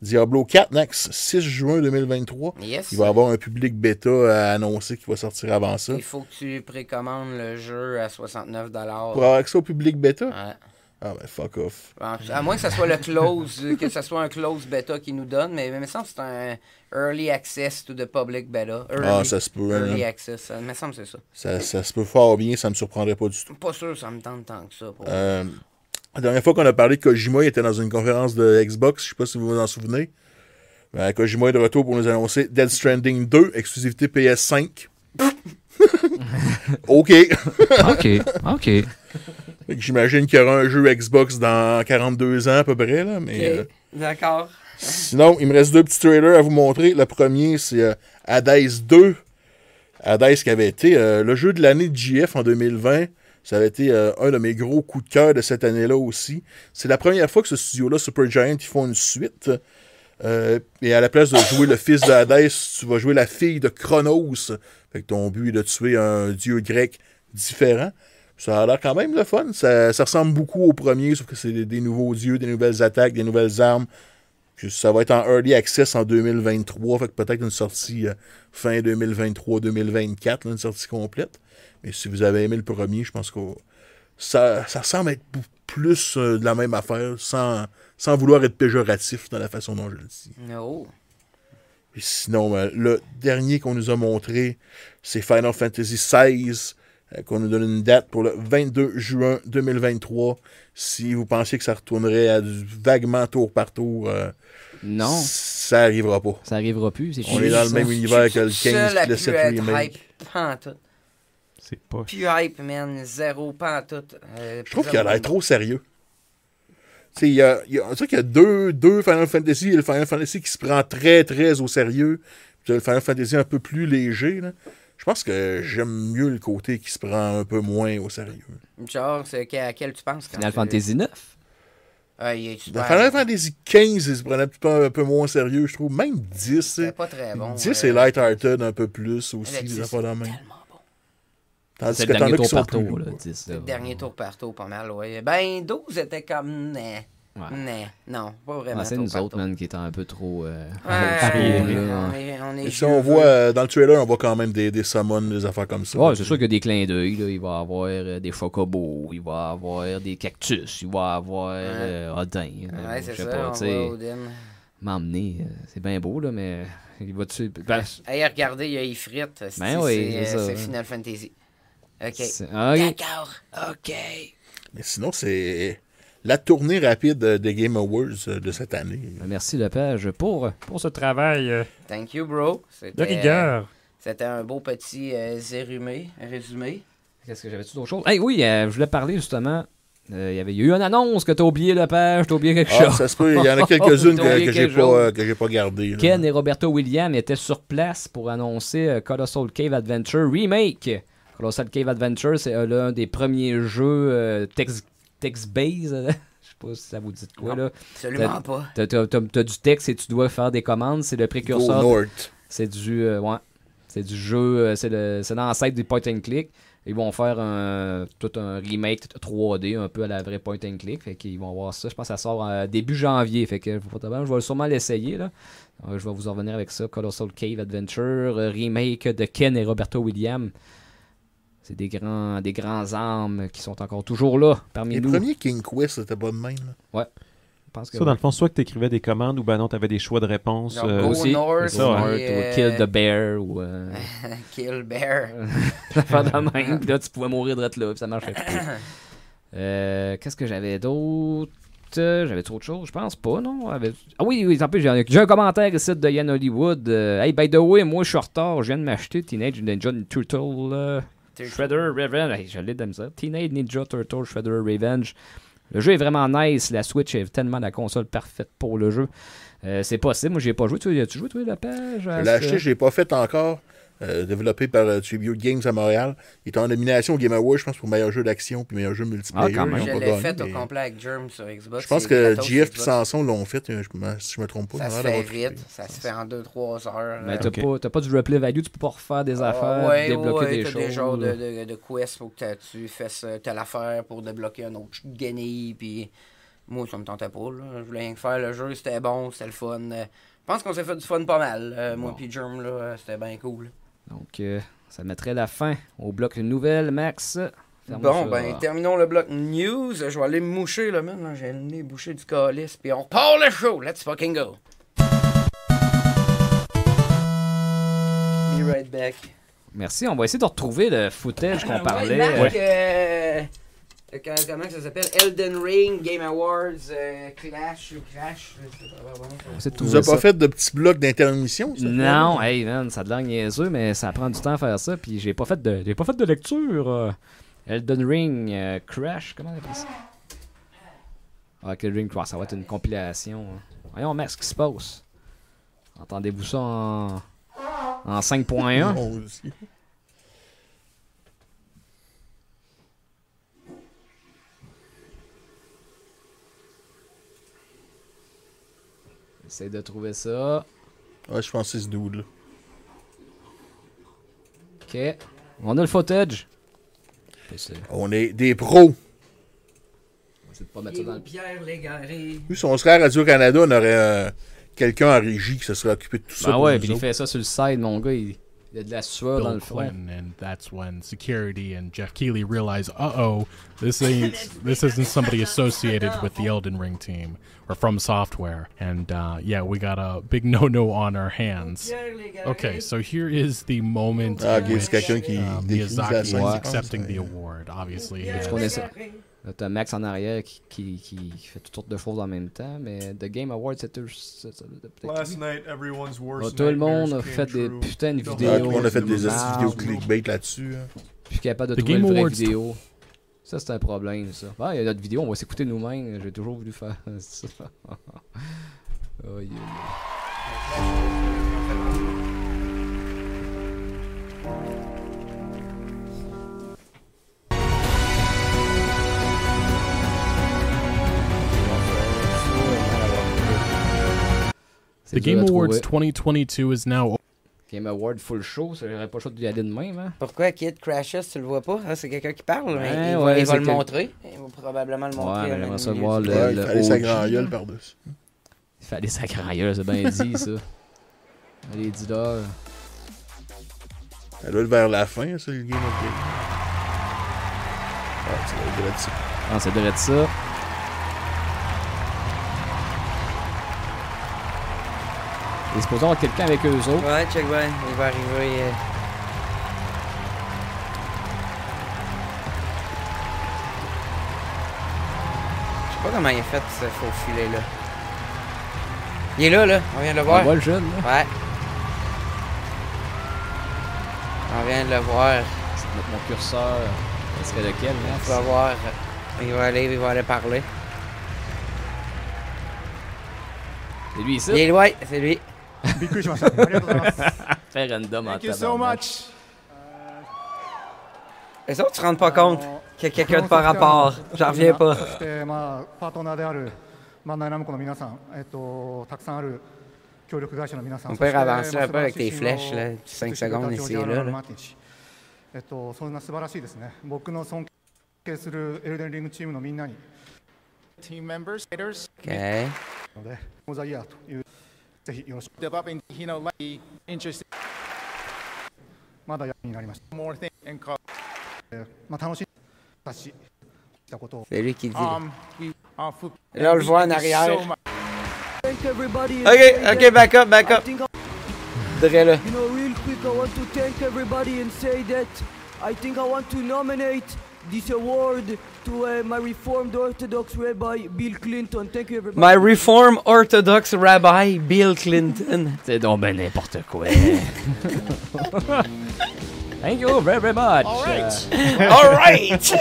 [SPEAKER 3] Diablo 4, next, 6 juin 2023.
[SPEAKER 2] Yes.
[SPEAKER 3] Il va y avoir un public bêta à annoncer qui va sortir avant ça.
[SPEAKER 2] Il faut que tu précommandes le jeu à 69 dollars.
[SPEAKER 3] Pour avoir accès au public bêta?
[SPEAKER 2] Ouais.
[SPEAKER 3] Ah ben fuck off.
[SPEAKER 2] En- À moins que ça soit le close, euh, que ça soit un close bêta qui nous donne, mais, mais il me semble que c'est un early access to the public beta. Early,
[SPEAKER 3] Ah, ça se peut, hein.
[SPEAKER 2] Early access, ça, il me semble que c'est ça.
[SPEAKER 3] Ça, ça se peut fort bien, ça me surprendrait pas du tout.
[SPEAKER 2] Pas sûr, ça me tente tant que ça. Pour...
[SPEAKER 3] Euh, la dernière fois qu'on a parlé de Kojima, il était dans une conférence de Xbox, je sais pas si vous vous en souvenez. Ben, Kojima est de retour pour nous annoncer Dead Stranding 2, exclusivité PS5. ok.
[SPEAKER 1] Ok, ok.
[SPEAKER 3] Fait que J'imagine qu'il y aura un jeu Xbox dans 42 ans à peu près. Là, mais, euh,
[SPEAKER 2] Ok, D'accord.
[SPEAKER 3] Sinon, il me reste deux petits trailers à vous montrer. Le premier, c'est euh, Hades 2. Hades qui avait été euh, le jeu de l'année de JF en 2020. Ça avait été euh, un de mes gros coups de cœur de cette année-là aussi. C'est la première fois que ce studio-là, Supergiant, ils font une suite. Euh, et à la place de jouer le fils de Hadès, tu vas jouer la fille de Chronos. Fait que ton but est de tuer un dieu grec différent. Ça a l'air quand même le fun. Ça, ça ressemble beaucoup au premier, sauf que c'est des, des nouveaux dieux, des nouvelles attaques, des nouvelles armes. Puis que ça va être en early access en 2023, fait que peut-être une sortie euh, fin 2023-2024, là, une sortie complète. Mais si vous avez aimé le premier, je pense que ça, ça semble être bou- plus euh, de la même affaire, sans, sans vouloir être péjoratif dans la façon dont je le dis.
[SPEAKER 2] Oh.
[SPEAKER 3] Puis sinon, ben, le dernier qu'on nous a montré, c'est Final Fantasy XVI, euh, qu'on nous donne une date pour le 22 juin 2023. Si vous pensez que ça retournerait à du vaguement tour par tour, euh,
[SPEAKER 1] Non,
[SPEAKER 3] ça arrivera pas.
[SPEAKER 1] ça arrivera plus. C'est
[SPEAKER 3] On
[SPEAKER 1] fini,
[SPEAKER 3] est dans le
[SPEAKER 1] ça.
[SPEAKER 3] même univers que le
[SPEAKER 2] Je suis tout
[SPEAKER 3] 15
[SPEAKER 2] seul à
[SPEAKER 3] et le
[SPEAKER 2] plus
[SPEAKER 3] 7
[SPEAKER 2] être
[SPEAKER 3] remake.
[SPEAKER 2] hype, pantoute.
[SPEAKER 4] C'est pas.
[SPEAKER 2] Plus hype, man. Zéro pantoute. Euh,
[SPEAKER 3] Je trouve
[SPEAKER 2] plus
[SPEAKER 3] qu'il a
[SPEAKER 2] zéro.
[SPEAKER 3] l'air trop sérieux. Tu sais, il y a, il y a- on dirait qu'il y a deux, deux Final Fantasy. Il y a le Final Fantasy qui se prend très, très au sérieux. Puis il y a le Final Fantasy un peu plus léger. là. Je pense que j'aime mieux le côté qui se prend un peu moins au sérieux.
[SPEAKER 2] Genre, c'est que- à quel tu penses quand
[SPEAKER 1] Final
[SPEAKER 2] tu-
[SPEAKER 1] Fantasy 9.
[SPEAKER 2] Ah, il est super.
[SPEAKER 3] Dans Final Fantasy XV, il se prenait un petit peu, un peu moins sérieux, je trouve. Même 10.
[SPEAKER 2] C'est
[SPEAKER 3] hein.
[SPEAKER 2] pas très bon.
[SPEAKER 3] 10
[SPEAKER 2] euh,
[SPEAKER 3] est light-hearted un peu plus
[SPEAKER 2] le
[SPEAKER 3] aussi,
[SPEAKER 2] 10,
[SPEAKER 3] les affaires dans la main.
[SPEAKER 2] tellement bon.
[SPEAKER 3] Tandis
[SPEAKER 1] C'est
[SPEAKER 3] Ah,
[SPEAKER 1] le
[SPEAKER 3] que t'en
[SPEAKER 1] dernier
[SPEAKER 3] as qui
[SPEAKER 1] tour
[SPEAKER 3] sont
[SPEAKER 1] par
[SPEAKER 3] plus
[SPEAKER 1] tour,
[SPEAKER 3] lourds.
[SPEAKER 1] là, 10.
[SPEAKER 2] Le
[SPEAKER 1] là.
[SPEAKER 2] dernier tour par tour, pas mal, ouais. Ben, 12 était comme. nah.
[SPEAKER 1] Ouais.
[SPEAKER 2] Nah. Non, pas vraiment.
[SPEAKER 1] Ah, c'est
[SPEAKER 2] tour
[SPEAKER 1] nous
[SPEAKER 2] par
[SPEAKER 1] autres,
[SPEAKER 2] tour.
[SPEAKER 1] man, qui étaient un peu trop. euh,
[SPEAKER 2] Ouais,
[SPEAKER 1] arriérés,
[SPEAKER 2] on est-
[SPEAKER 1] là.
[SPEAKER 2] on est- on est
[SPEAKER 3] Et si on
[SPEAKER 2] vieux.
[SPEAKER 3] voit euh, dans le trailer, on voit quand même des, des summons, des affaires comme ça.
[SPEAKER 1] Ouais, c'est sûr qu'il y a des clins d'œil. là. Il va y avoir euh, des chocobos, il va y avoir des cactus, il va y avoir euh, Odin. là,
[SPEAKER 2] Ouais,
[SPEAKER 1] je
[SPEAKER 2] c'est
[SPEAKER 1] sais
[SPEAKER 2] ça,
[SPEAKER 1] pas,
[SPEAKER 2] on
[SPEAKER 1] tu sais.
[SPEAKER 2] voit Odin.
[SPEAKER 1] M'emmener, euh, c'est bien beau, là, mais il va tuer. Ben,
[SPEAKER 2] Hey, regardez, il y a Ifrit. c'est-
[SPEAKER 1] Ben oui,
[SPEAKER 2] c'est,
[SPEAKER 1] c'est
[SPEAKER 2] euh,
[SPEAKER 1] ça,
[SPEAKER 2] c'est
[SPEAKER 1] ouais.
[SPEAKER 2] Final Fantasy. OK.
[SPEAKER 1] c'est- ah,
[SPEAKER 7] Nou,
[SPEAKER 1] ok.
[SPEAKER 2] D'accord. OK.
[SPEAKER 3] Mais sinon, c'est la tournée rapide euh, des Game Awards euh, de cette année.
[SPEAKER 1] Ben, Merci Lepage pour, pour ce travail euh,
[SPEAKER 2] Thank you, bro. C'était, euh,
[SPEAKER 1] de rigueur.
[SPEAKER 2] C'était un beau petit euh, zérumé- résumé.
[SPEAKER 1] Qu'est-ce que j'avais-tu d'autre chose? Eh oui, euh, je voulais parler justement. euh, il y avait il y a eu une annonce que t'as oublié Lepage, t'as oublié quelque
[SPEAKER 3] Ah,
[SPEAKER 1] chose.
[SPEAKER 3] ça se peut, il y en a quelques-unes
[SPEAKER 1] T'as
[SPEAKER 3] que,
[SPEAKER 1] oublié
[SPEAKER 3] que j'ai
[SPEAKER 1] quelque
[SPEAKER 3] pas,
[SPEAKER 1] chose.
[SPEAKER 3] euh, que j'ai pas gardées. là.
[SPEAKER 1] Ken et Roberto Williams étaient sur place pour annoncer euh, Colossal Cave Adventure Remake. Colossal Cave Adventure, c'est euh, l'un des premiers jeux euh, text- text-based. euh, Je sais pas si ça vous dit de quoi,
[SPEAKER 2] Non.
[SPEAKER 1] là.
[SPEAKER 2] Absolument pas.
[SPEAKER 1] T'as, t'as- t'as- t'as du texte et tu dois faire des commandes. C'est le
[SPEAKER 3] Go
[SPEAKER 1] précurseur. de-
[SPEAKER 3] North.
[SPEAKER 1] C'est du, euh, ouais, c'est du jeu. euh, c'est, le, c'est dans la site des point and click. Ils vont faire un, tout un remake 3D, un peu à la vraie point and click. Fait qu'ils vont voir ça. Je pense que ça sort euh, début janvier. Fait que faut pas t'attendre. je vais sûrement l'essayer. Là. Euh, je vais vous en revenir avec ça. Colossal Cave Adventure, euh, remake de Ken et Roberto Williams. C'est des grands, des grands âmes qui sont encore toujours là parmi
[SPEAKER 3] Les
[SPEAKER 1] nous.
[SPEAKER 3] premiers King Quest, c'était pas de même. là.
[SPEAKER 1] Je pense que
[SPEAKER 4] Ça, dans le fond, soit que tu écrivais des commandes ou ben non, tu avais des choix de réponses.
[SPEAKER 2] Genre,
[SPEAKER 4] euh,
[SPEAKER 2] go
[SPEAKER 1] aussi,
[SPEAKER 2] north,
[SPEAKER 4] c'est ça, hein.
[SPEAKER 1] Smart,
[SPEAKER 2] puis,
[SPEAKER 1] ou
[SPEAKER 2] euh,
[SPEAKER 1] Kill the Bear ou euh,
[SPEAKER 2] Kill Bear.
[SPEAKER 1] l'affaire de même. Puis là, tu pouvais mourir de là, puis ça marchait plus. Euh, Qu'est-ce que j'avais d'autre Euh, J'avais trop de choses, je pense pas, non Avait- Ah oui, oui, en plus, j'ai un- j'ai un commentaire ici de Yann Hollywood. Euh, hey, by the way, moi, je suis en retard, je viens de m'acheter Teenage Ninja Turtle euh, Shredder Revenge. Hey, J'allais de ça. Teenage Ninja Turtle Shredder Revenge. Le jeu est vraiment nice, la Switch est tellement la console parfaite pour le jeu. Euh, c'est possible, moi j'ai pas joué. Tu as-tu joué, toi, la page à
[SPEAKER 3] Je l'ai
[SPEAKER 1] ce-
[SPEAKER 3] acheté, je l'ai pas fait encore. euh, développé par euh, Tribute Games à Montréal. Il était en nomination au Game Awards, je pense, pour meilleur jeu d'action puis meilleur jeu multiplayer.
[SPEAKER 1] Ah, quand même.
[SPEAKER 3] Ils
[SPEAKER 2] Je
[SPEAKER 3] ont pas
[SPEAKER 2] l'ai
[SPEAKER 3] gagné,
[SPEAKER 2] fait au
[SPEAKER 3] mais
[SPEAKER 2] complet avec Germ sur Xbox.
[SPEAKER 3] Je pense
[SPEAKER 2] c'est
[SPEAKER 3] que
[SPEAKER 2] 14
[SPEAKER 3] JF et
[SPEAKER 2] Xbox.
[SPEAKER 3] Samson l'ont fait, euh, je me- si je me trompe pas.
[SPEAKER 2] Ça
[SPEAKER 3] ils ont
[SPEAKER 2] se fait
[SPEAKER 3] l'air d'avoir
[SPEAKER 2] vite,
[SPEAKER 3] trippé.
[SPEAKER 2] ça se fait en 2-3 heures.
[SPEAKER 1] Mais
[SPEAKER 2] Euh,
[SPEAKER 1] Ben, t'as
[SPEAKER 4] Ok.
[SPEAKER 1] pas, t'as pas du replay value, tu peux pas refaire des affaires,
[SPEAKER 2] Ah, ouais,
[SPEAKER 1] débloquer
[SPEAKER 2] ouais,
[SPEAKER 1] des
[SPEAKER 2] t'as
[SPEAKER 1] choses.
[SPEAKER 2] genres de, de, de quests pour que t'as- tu fasses euh, telle affaire pour débloquer un autre guenille. Puis moi, ça me tentait pas. là. Je voulais rien que faire. Le jeu, c'était bon, c'était le fun. Euh, Je pense qu'on s'est fait du fun pas mal. euh, Moi,
[SPEAKER 1] Bon.
[SPEAKER 2] puis Germ, là, euh, c'était bien cool.
[SPEAKER 1] Donc, euh, ça mettrait la fin au bloc nouvelle, Max. Ferme
[SPEAKER 2] Bon,
[SPEAKER 1] ça.
[SPEAKER 2] ben, terminons le bloc news. Je vais aller me moucher, là, man. là. J'ai le nez bouché du calice. Puis on part le show. Let's fucking go. Be right back.
[SPEAKER 1] Merci, on va essayer de retrouver le footage qu'on parlait.
[SPEAKER 2] Ah Ouais,
[SPEAKER 1] Ouais.
[SPEAKER 2] Marc, euh, quand- comment ça s'appelle? Elden Ring, Game Awards, euh, Clash ou Crash. je sais pas vraiment.
[SPEAKER 1] On va essayer de
[SPEAKER 3] Tu
[SPEAKER 1] trouver
[SPEAKER 3] nous as pas
[SPEAKER 1] ça.
[SPEAKER 3] fait de petits blocs d'intermission? ça?
[SPEAKER 1] Non, hey man, ça a de l'air niaiseux, mais ça prend du temps à faire ça, puis j'ai pas fait de, j'ai pas fait de lecture. euh. Elden Ring, euh, Crash, comment on appelle ça? Ah, Elden Ring Crash, ça va être une compilation. hein. Voyons, Max, ce qui se passe. Entendez-vous ça en, en 5.1?
[SPEAKER 3] Non, aussi.
[SPEAKER 1] Essaye de trouver ça.
[SPEAKER 3] Ouais, je pensais ce dude là.
[SPEAKER 1] Ok. On a le footage. On va essayer
[SPEAKER 3] On est des pros.
[SPEAKER 1] de pas mettre ça dans le pied.
[SPEAKER 2] Pierre Légaré.
[SPEAKER 3] Lui, si on serait à Radio-Canada, on aurait euh, quelqu'un en régie qui se serait occupé de tout ça.
[SPEAKER 1] Ah
[SPEAKER 3] pour
[SPEAKER 1] ouais,
[SPEAKER 3] nous
[SPEAKER 1] puis il
[SPEAKER 3] autres.
[SPEAKER 1] fait ça sur le side, mon gars. Il, il a de la sueur dans le
[SPEAKER 9] built
[SPEAKER 1] front.
[SPEAKER 9] Clinton, and that's when security and Jeff Keighley realize, uh-oh, this ain't this isn't somebody associated with the Elden Ring team or from software, and uh, yeah, we got a big no-no on our hands. Okay, so here is the moment
[SPEAKER 3] Ah,
[SPEAKER 9] in
[SPEAKER 3] ok, c'est
[SPEAKER 9] which
[SPEAKER 3] quelqu'un qui
[SPEAKER 9] uh,
[SPEAKER 3] décrit la
[SPEAKER 9] Miyazaki is
[SPEAKER 3] scène. Ah,
[SPEAKER 1] Ouais.
[SPEAKER 9] accepting the award. Obviously, he
[SPEAKER 1] Je
[SPEAKER 9] has-
[SPEAKER 1] connais ça. Là, Euh, T'as Max en arrière qui, qui, qui fait toutes sortes de choses en même temps, mais The Game Awards, c'est tout. c'est- c'est- peut-être lui.
[SPEAKER 10] Last night, everyone's
[SPEAKER 1] Ah,
[SPEAKER 10] worst
[SPEAKER 1] tout le monde a
[SPEAKER 10] nightmares
[SPEAKER 1] fait
[SPEAKER 10] came
[SPEAKER 1] des
[SPEAKER 10] true.
[SPEAKER 1] putains de
[SPEAKER 10] The
[SPEAKER 1] vidéos.
[SPEAKER 3] Ah,
[SPEAKER 10] whole
[SPEAKER 3] tout le monde a fait
[SPEAKER 1] de
[SPEAKER 3] des
[SPEAKER 1] marde.
[SPEAKER 3] astuces vidéos clickbait là-dessus. hein.
[SPEAKER 1] Je suis capable de
[SPEAKER 9] The
[SPEAKER 1] trouver une
[SPEAKER 9] Game
[SPEAKER 1] vraie
[SPEAKER 9] Awards.
[SPEAKER 1] vidéo. Ça, c'est un problème, ça. Ah, il y a notre vidéo, on va s'écouter nous-mêmes. J'ai toujours voulu faire ça. Oh, Aïe, aïe. C'est dur
[SPEAKER 9] the Game
[SPEAKER 1] à
[SPEAKER 9] Awards
[SPEAKER 1] trouver.
[SPEAKER 9] 2022 is
[SPEAKER 1] Oh,
[SPEAKER 9] now.
[SPEAKER 1] Game Award full show, ça j'aurais pas le choix de lui aller de même, hein?
[SPEAKER 2] Pourquoi Kid Crashes, tu le vois pas? Hein, c'est quelqu'un qui parle. mais
[SPEAKER 1] Ouais,
[SPEAKER 2] il
[SPEAKER 1] ouais,
[SPEAKER 2] va, il va
[SPEAKER 1] c'est
[SPEAKER 2] le
[SPEAKER 1] quel-
[SPEAKER 2] montrer. Il va probablement le montrer.
[SPEAKER 1] Ouais,
[SPEAKER 2] à
[SPEAKER 1] mais j'aimerais
[SPEAKER 2] un
[SPEAKER 1] ça
[SPEAKER 2] milieu
[SPEAKER 1] voir
[SPEAKER 2] du-
[SPEAKER 1] le-
[SPEAKER 3] Ouais, il
[SPEAKER 1] le
[SPEAKER 3] fallait sa
[SPEAKER 1] OG,
[SPEAKER 3] grand gueule
[SPEAKER 1] là.
[SPEAKER 3] par-dessus.
[SPEAKER 1] Il fallait sa grand gueule, c'est bien dit, ça. Allez, dis-leur.
[SPEAKER 3] Elle doit être vers la fin, ça, le game of the Ah, tu l'as dit là-dessus.
[SPEAKER 1] Ah, ça devrait être ça. Il est supposé avoir quelqu'un avec eux autres.
[SPEAKER 2] Ouais, check bien. Il va arriver. euh, Je sais pas comment il est fait ce faux filet-là. Il est là, là. On vient de le
[SPEAKER 1] On
[SPEAKER 2] voir.
[SPEAKER 1] voit le jeune, hein. là.
[SPEAKER 2] Ouais. On vient de le voir.
[SPEAKER 1] Je vais mettre mon curseur. Ce serait lequel,
[SPEAKER 10] Ah,
[SPEAKER 2] On va
[SPEAKER 1] là?
[SPEAKER 2] voir. euh, Il va aller, il va aller parler.
[SPEAKER 1] C'est lui ici.
[SPEAKER 2] Il est loin, c'est lui.
[SPEAKER 1] Très random en
[SPEAKER 10] Thank you so
[SPEAKER 1] tabarnak.
[SPEAKER 10] much.
[SPEAKER 2] Les autres se rendent pas compte qu'il y a quelqu'un de par rapport. J'en reviens pas.
[SPEAKER 10] でまあパートナーであるマンナイナムコの皆さん、えっとたくさんある協力会社の皆さん、
[SPEAKER 2] On
[SPEAKER 10] そ
[SPEAKER 2] peut
[SPEAKER 10] して
[SPEAKER 2] avancer
[SPEAKER 10] まあ
[SPEAKER 2] un peu avec des
[SPEAKER 10] 素晴らしい
[SPEAKER 2] flèches, là, 5
[SPEAKER 10] 信号を
[SPEAKER 2] secondes
[SPEAKER 10] 作ってく
[SPEAKER 2] ici et
[SPEAKER 10] れたジョージア
[SPEAKER 2] là.
[SPEAKER 10] ロン
[SPEAKER 2] là.
[SPEAKER 10] マーティン氏えっとそんな素晴らしいですね。僕の尊敬するエルデンリングチームのみんなに
[SPEAKER 11] Team members, leaders,
[SPEAKER 2] OK.
[SPEAKER 10] ので、オザイヤーというぜひよろしく。
[SPEAKER 11] developing Hino Light, interesting
[SPEAKER 10] まだやになりました。
[SPEAKER 11] more things and call.
[SPEAKER 10] まあ楽しい達ししたことを
[SPEAKER 2] C'est lui qui dit.
[SPEAKER 10] Ah,
[SPEAKER 2] là.
[SPEAKER 11] Um, we are food.
[SPEAKER 2] Là, on le voit en
[SPEAKER 11] Thank you
[SPEAKER 2] arrière.
[SPEAKER 11] so much.
[SPEAKER 2] OK, OK, back up, back up. Dirais là. My Reformed Orthodox Rabbi Bill Clinton.
[SPEAKER 1] C'est donc ben n'importe quoi. Thank you very much.
[SPEAKER 10] Oh.
[SPEAKER 2] All right!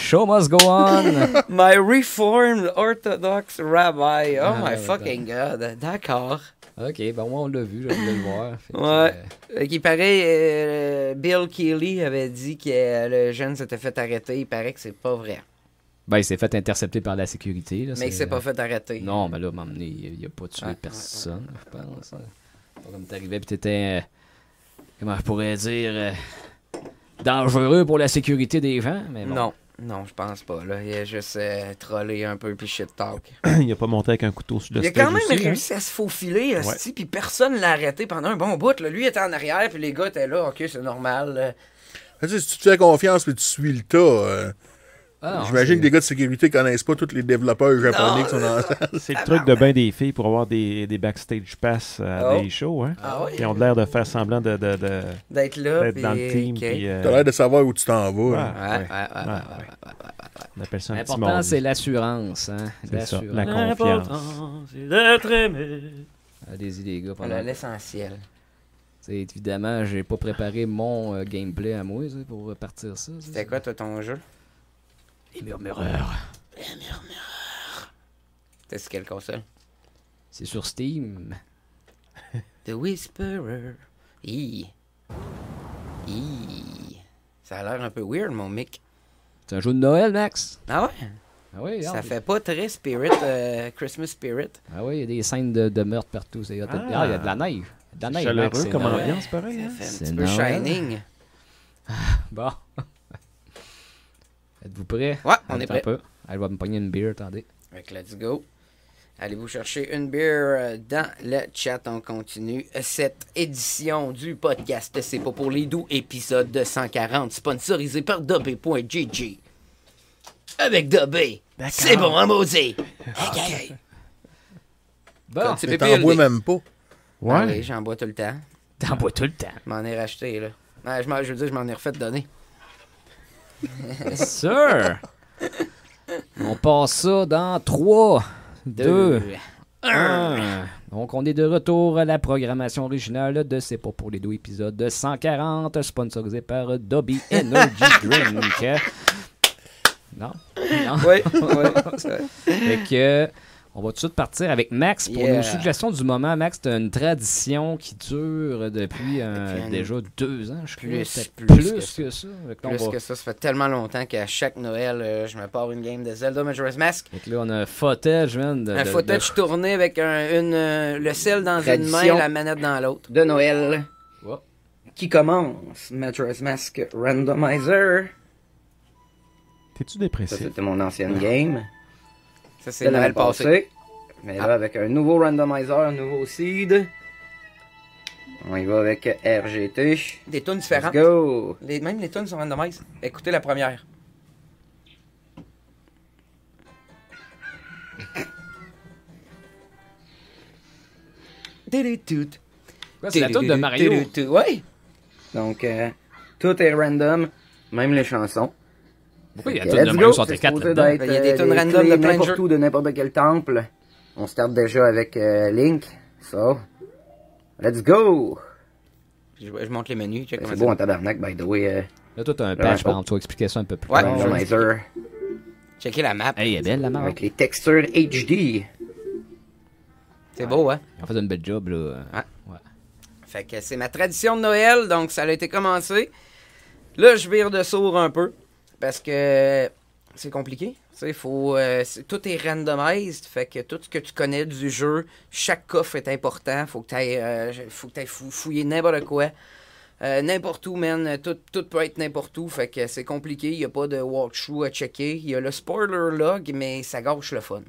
[SPEAKER 1] Show must go on.
[SPEAKER 2] My Reformed Orthodox Rabbi. Oh
[SPEAKER 1] Ah,
[SPEAKER 2] my
[SPEAKER 1] ouais,
[SPEAKER 2] fucking god. D'accord.
[SPEAKER 1] ok, ben moi on l'a vu, je voulais le voir. Fait que,
[SPEAKER 2] Ouais.
[SPEAKER 1] euh,
[SPEAKER 2] Euh, Qui paraît, euh, Bill Keeley avait dit que euh, le jeune s'était fait arrêter. Il paraît que c'est pas vrai.
[SPEAKER 1] Ben il s'est fait intercepter par la sécurité. Là,
[SPEAKER 2] Mais il s'est pas fait arrêter.
[SPEAKER 1] Non, mais là, m'emmener, il n'y a pas tué
[SPEAKER 2] Ouais, ouais,
[SPEAKER 1] personne, je pense. hein. Pas comme t'arrivais pis t'étais. euh, comment je pourrais dire. euh, dangereux pour la sécurité des gens, mais bon.
[SPEAKER 2] Non, non, je pense pas. Là. Il a juste euh, trollé un peu puis shit talk.
[SPEAKER 4] Il a pas monté avec un couteau sur le
[SPEAKER 2] Il a
[SPEAKER 4] stage
[SPEAKER 2] quand même
[SPEAKER 4] aussi, hein.
[SPEAKER 2] réussi à se faufiler, là,
[SPEAKER 4] Ouais.
[SPEAKER 2] c'ti, puis personne l'a arrêté pendant un bon bout. Là. Lui était en arrière, puis les gars étaient là, ok, c'est normal. là.
[SPEAKER 3] Ah, tu sais, si tu te fais confiance puis tu suis le tas, euh,
[SPEAKER 1] Ah, non,
[SPEAKER 3] j'imagine
[SPEAKER 1] c'est-
[SPEAKER 3] que les gars de sécurité connaissent pas tous les développeurs japonais qui sont dans
[SPEAKER 4] C'est le truc de bain des filles pour avoir des, des backstage pass à
[SPEAKER 2] Oh.
[SPEAKER 4] des shows. Hein?
[SPEAKER 2] Ah oui,
[SPEAKER 4] Ils ont l'air de faire semblant de, de- de-
[SPEAKER 2] d'être là.
[SPEAKER 4] d'être
[SPEAKER 2] Ah, puis,
[SPEAKER 4] dans le team.
[SPEAKER 2] ok.
[SPEAKER 4] puis, euh,
[SPEAKER 3] T'as l'air de savoir où tu t'en vas.
[SPEAKER 4] ouais,
[SPEAKER 3] hein.
[SPEAKER 2] Ouais,
[SPEAKER 4] ouais.
[SPEAKER 2] ouais, ouais,
[SPEAKER 4] Ouais,
[SPEAKER 2] ouais.
[SPEAKER 4] ouais. On appelle ça un petit
[SPEAKER 1] L'important,
[SPEAKER 4] monde.
[SPEAKER 1] c'est l'assurance. Hein?
[SPEAKER 4] C'est ça,
[SPEAKER 1] L'assurance.
[SPEAKER 4] la
[SPEAKER 2] Ah,
[SPEAKER 4] confiance.
[SPEAKER 1] Ah, Allez-y, les gars. pendant-
[SPEAKER 2] Voilà l'essentiel.
[SPEAKER 1] C'est- Évidemment, j'ai pas préparé mon euh, gameplay à moi ça, pour partir ça. ça,
[SPEAKER 2] C'était
[SPEAKER 1] ça.
[SPEAKER 2] quoi, toi, ton jeu
[SPEAKER 1] Les murmureurs.
[SPEAKER 2] C'était sur quelle console
[SPEAKER 1] C'est sur Steam.
[SPEAKER 2] The Whisperer. Hi. Hi. Ça a l'air un peu weird, mon mic.
[SPEAKER 1] C'est un jeu de Noël, Max.
[SPEAKER 2] Ah ouais
[SPEAKER 1] Ah oui,
[SPEAKER 2] Ça
[SPEAKER 1] regarde.
[SPEAKER 2] fait pas très spirit, euh, Christmas spirit.
[SPEAKER 1] Ah oui, il y a des scènes de, de meurtre partout. c'est- Ah, il y a de la neige. De la neige, Max,
[SPEAKER 4] Ah, Chaleureux
[SPEAKER 1] c'est
[SPEAKER 4] comme
[SPEAKER 1] Noël.
[SPEAKER 4] ambiance, pareil. hein?
[SPEAKER 2] Ça fait
[SPEAKER 1] C'est
[SPEAKER 2] un petit peu
[SPEAKER 1] Noël.
[SPEAKER 2] shining.
[SPEAKER 1] Bon. Êtes-vous prêts?
[SPEAKER 2] Ouais, on est
[SPEAKER 1] Attends
[SPEAKER 2] prêt.
[SPEAKER 1] un peu. Elle va me pogner une bière, attendez.
[SPEAKER 2] Fait que let's go. Allez-vous chercher une bière euh, dans le chat. On continue cette édition du podcast C'est pas pour les doux, épisode de 140, sponsorisé par Dobé.gg. Avec Dobé, c'est bon, hein, maudit? OK. Bon,
[SPEAKER 3] Mais t'en bois même pas.
[SPEAKER 2] Ouais. oui, j'en bois tout le temps. T'en bois tout le temps. Je m'en ai racheté, là. Ouais, je, m'en- je veux dire, je m'en ai refait donner.
[SPEAKER 1] Sir! On passe ça dans 3, 2,
[SPEAKER 2] Deux,
[SPEAKER 1] 1. Donc, on est de retour à la programmation originale de C'est pas pour les deux épisodes de 140, sponsorisé par Dobby Energy Drink. Non? Non?
[SPEAKER 2] Oui, oui, c'est vrai.
[SPEAKER 1] Fait que, on va tout de suite partir avec Max pour
[SPEAKER 2] Yeah.
[SPEAKER 1] nos suggestions du moment. Max, c'est une tradition qui dure depuis euh,
[SPEAKER 2] Depuis un-
[SPEAKER 1] déjà deux ans, je crois.
[SPEAKER 2] Plus,
[SPEAKER 1] C'était
[SPEAKER 2] plus,
[SPEAKER 1] plus que ça. Fait que là, on
[SPEAKER 2] Plus
[SPEAKER 1] va-
[SPEAKER 2] que ça. Ça fait tellement longtemps qu'à chaque Noël, euh, je me pars une game de Zelda Majora's Mask.
[SPEAKER 1] Fait que là, on a un footage, man. De,
[SPEAKER 2] un
[SPEAKER 1] de-
[SPEAKER 2] footage tourné avec un- une, euh, le sel dans une
[SPEAKER 6] Tradition
[SPEAKER 2] main, la manette dans l'autre. De Noël. Qui commence Majora's Mask Randomizer.
[SPEAKER 4] T'es-tu dépressif?
[SPEAKER 6] C'était mon ancienne game.
[SPEAKER 2] Ça, c'est
[SPEAKER 6] C'était
[SPEAKER 2] Noël
[SPEAKER 6] Noël
[SPEAKER 2] passé.
[SPEAKER 6] passé. Mais là, avec un nouveau randomizer, un nouveau seed. On y va avec RGT.
[SPEAKER 2] Des tunes différentes.
[SPEAKER 6] Let's go.
[SPEAKER 2] Les- même les tunes sont randomisées. Écoutez la première.
[SPEAKER 1] Quoi, c'est la toune de Mario.
[SPEAKER 2] Ouais.
[SPEAKER 6] Donc, euh, tout est random, même les chansons.
[SPEAKER 1] Pourquoi il y a
[SPEAKER 6] Fait
[SPEAKER 1] tout
[SPEAKER 6] que
[SPEAKER 1] de
[SPEAKER 6] let's
[SPEAKER 1] Mario
[SPEAKER 6] go,
[SPEAKER 1] 64
[SPEAKER 6] c'est supposé d'être,
[SPEAKER 1] là-dedans? Il y a des
[SPEAKER 6] euh,
[SPEAKER 1] tunes
[SPEAKER 6] les
[SPEAKER 2] random de
[SPEAKER 6] clés
[SPEAKER 2] plein de
[SPEAKER 6] n'importe
[SPEAKER 2] jeux.
[SPEAKER 6] où, de n'importe quel temple. On start déjà avec euh, Link. So, let's go!
[SPEAKER 2] Je, je monte les menus. check
[SPEAKER 6] Ben,
[SPEAKER 2] comment
[SPEAKER 6] C'est
[SPEAKER 2] ça
[SPEAKER 6] beau
[SPEAKER 2] va.
[SPEAKER 6] en tabarnak, by the way. euh,
[SPEAKER 1] Là, toi, t'as un
[SPEAKER 6] le rando-
[SPEAKER 1] patch, par exemple. Tu vas expliquer ça un peu plus
[SPEAKER 6] Ouais,
[SPEAKER 1] tard.
[SPEAKER 6] on va dire.
[SPEAKER 2] Checker la map.
[SPEAKER 1] Hey, elle est belle, la map.
[SPEAKER 6] Avec les textures HD.
[SPEAKER 2] C'est beau, hein?
[SPEAKER 1] On fait une belle job, là. Ouais.
[SPEAKER 2] Fait que c'est ma tradition de Noël, donc ça a été commencé. Là, je vire de sourd un peu parce que c'est compliqué. Tu sais, faut, euh, c'est- tout est randomized, fait que tout ce que tu connais du jeu, chaque coffre est important. Faut que tu ailles, faut que t'ailles fou- fouiller n'importe quoi. Euh, n'importe où, man. Tout, tout peut être n'importe où. Fait que c'est compliqué. Il n'y a pas de walkthrough à checker. Il y a le spoiler log, mais ça gâche le fun.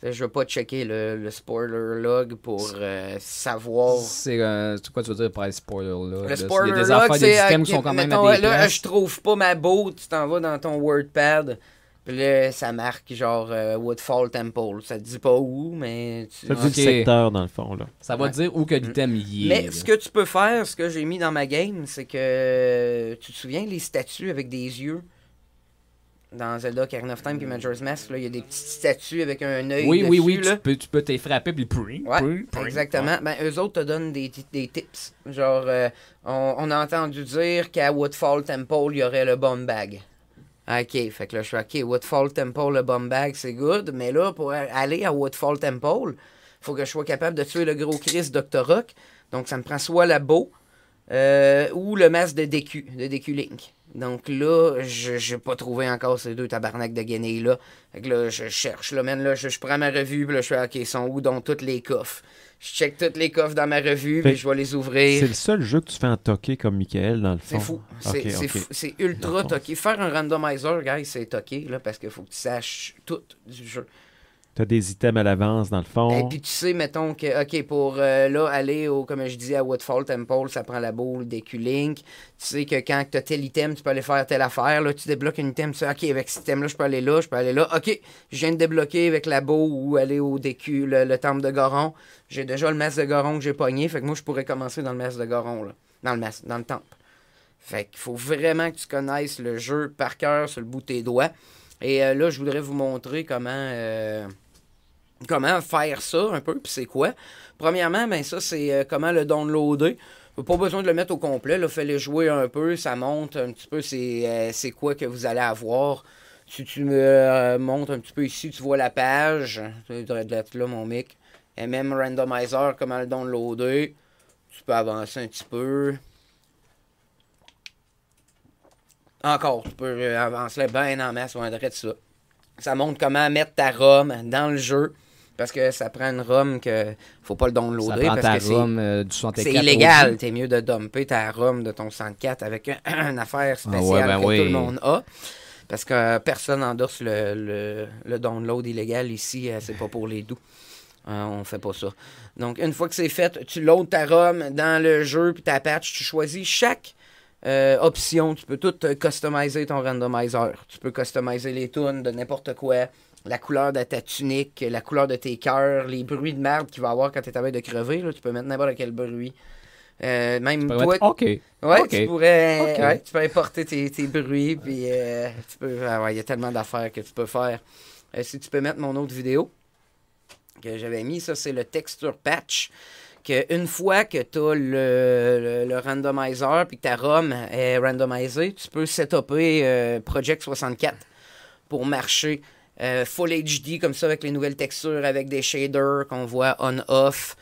[SPEAKER 2] Tu sais, Je veux pas checker le, le spoiler log pour euh, savoir.
[SPEAKER 1] C'est euh, c'est quoi tu veux dire par les spoilers, là?
[SPEAKER 2] Le
[SPEAKER 1] Là,
[SPEAKER 2] spoiler
[SPEAKER 1] Il y a des
[SPEAKER 2] log,
[SPEAKER 1] affaires,
[SPEAKER 2] c'est,
[SPEAKER 1] des systèmes
[SPEAKER 2] euh,
[SPEAKER 1] qui sont quand même
[SPEAKER 2] mettons,
[SPEAKER 1] à des
[SPEAKER 2] là,
[SPEAKER 1] places.
[SPEAKER 2] je trouve pas ma boat, tu t'en vas dans ton WordPad, puis là, ça marque genre euh, Woodfall Temple. Ça te dit pas où, mais... Tu...
[SPEAKER 4] Ça dit le secteur, dans le fond, là.
[SPEAKER 1] Ça va
[SPEAKER 2] Ouais.
[SPEAKER 1] te dire où que l'item y est.
[SPEAKER 2] Mais ce que tu peux faire, ce que j'ai mis dans ma game, c'est que... Tu te souviens, les statues avec des yeux dans Zelda Ocarina of Time puis Majora's Mask, là, il y a des petites statues avec un œil
[SPEAKER 1] Euh. oui,
[SPEAKER 2] dessus,
[SPEAKER 1] oui, oui,
[SPEAKER 2] là.
[SPEAKER 1] tu peux, tu peux t'y frapper, puis pring,
[SPEAKER 2] Ouais,
[SPEAKER 1] pring, pring.
[SPEAKER 2] exactement. Ben, eux autres te donnent des, ti- des tips. Genre, euh, on, on a entendu dire qu'à Woodfall Temple, il y aurait le bomb bag. Ok, fait que là, je suis ok, Woodfall Temple, le bomb bag, c'est good. Mais là, pour a- aller à Woodfall Temple, faut que je sois capable de tuer le gros Chris Dr. Rock. Donc, ça me prend soit la beau euh, ou le masque de DQ, de DQ Link. Donc là, je j'ai pas trouvé encore ces deux tabarnak de guenilles là. Fait que là, je cherche. Là, man, là, je, je prends ma revue, puis là, je fais, OK, ils sont où dans toutes les coffres? Je check toutes les coffres dans ma revue,
[SPEAKER 4] Fait
[SPEAKER 2] puis je vais les
[SPEAKER 4] C'est
[SPEAKER 2] ouvrir.
[SPEAKER 4] le seul jeu que tu fais en toqué comme Michael, dans le fond.
[SPEAKER 2] C'est fou. C'est
[SPEAKER 4] Ok,
[SPEAKER 2] c'est
[SPEAKER 4] ok.
[SPEAKER 2] fou. C'est ultra toqué. Faire un randomizer, guys, c'est toqué, là, parce qu'il faut que tu saches tout du jeu.
[SPEAKER 4] T'as des items à l'avance, dans le
[SPEAKER 2] Et
[SPEAKER 4] fond.
[SPEAKER 2] puis tu sais, mettons que, OK, pour euh, là, aller au, comme je disais, à Woodfall Temple, ça prend la boule des Q-Link. Tu sais que quand tu as tel item, tu peux aller faire telle affaire. Là, tu débloques un item, tu sais, OK, avec cet item-là, je peux aller là, je peux aller là. OK, je viens de débloquer avec la boule ou aller au DQ, le, le temple de Goron. J'ai déjà le masque de Goron que j'ai pogné. Fait que moi, je pourrais commencer dans le masque de Goron, là. Dans le masque, dans le temple. Fait qu'il faut vraiment que tu connaisses le jeu par cœur sur le bout de tes doigts. Et euh, là, je voudrais vous montrer comment. euh, comment faire ça un peu, puis c'est quoi. Premièrement, ben ça, c'est euh, comment le downloader. Pas besoin de le mettre au complet, là, fais-le jouer un peu, ça monte un petit peu, c'est euh, c'est quoi que vous allez avoir. Si tu me euh, montes un petit peu ici, tu vois la page. Ça devrait être là, mon mic. Et même randomizer, comment le downloader. Tu peux avancer un petit peu. Encore, tu peux euh, avancer bien en masse, on dirait ça. Ça montre comment mettre ta ROM dans le jeu. Parce que ça prend une ROM que faut pas le
[SPEAKER 1] Ça
[SPEAKER 2] downloader.
[SPEAKER 1] prend
[SPEAKER 2] parce
[SPEAKER 1] ta
[SPEAKER 2] que c'est-
[SPEAKER 1] ROM euh, du 64.
[SPEAKER 2] c'est illégal. T'es mieux de dumper ta ROM de ton 104 avec un- une affaire spéciale
[SPEAKER 1] Ah ouais, ben
[SPEAKER 2] que
[SPEAKER 1] oui.
[SPEAKER 2] tout le monde a. Parce que euh, personne n'endorse le, le- le download illégal ici, euh, c'est pas pour les doux. Euh, on fait pas ça. Donc, une fois que c'est fait, tu loads ta ROM dans le jeu, puis ta patch, tu choisis chaque euh, option. Tu peux tout euh, customiser ton randomizer. Tu peux customiser les tunes de n'importe quoi, la couleur de ta tunique, la couleur de tes cœurs, les bruits de merde qu'il va avoir quand t'es à veille de crever. là. Tu peux mettre n'importe quel bruit. Euh, même
[SPEAKER 1] peux
[SPEAKER 2] toi,
[SPEAKER 1] mettre OK.
[SPEAKER 2] Ouais,
[SPEAKER 1] OK.
[SPEAKER 2] tu pourrais,
[SPEAKER 1] OK.
[SPEAKER 2] ouais, tu peux importer tes, tes bruits, puis euh, tu peux, ah ouais, il y a tellement d'affaires que tu peux faire. Euh, si tu peux mettre mon autre vidéo que j'avais mis, ça c'est le texture patch. Que une fois que tu as le, le- le randomizer puis que ta ROM est randomisée, tu peux setuper euh, Project 64 pour marcher euh, full HD comme ça avec les nouvelles textures, avec des shaders qu'on voit on-off.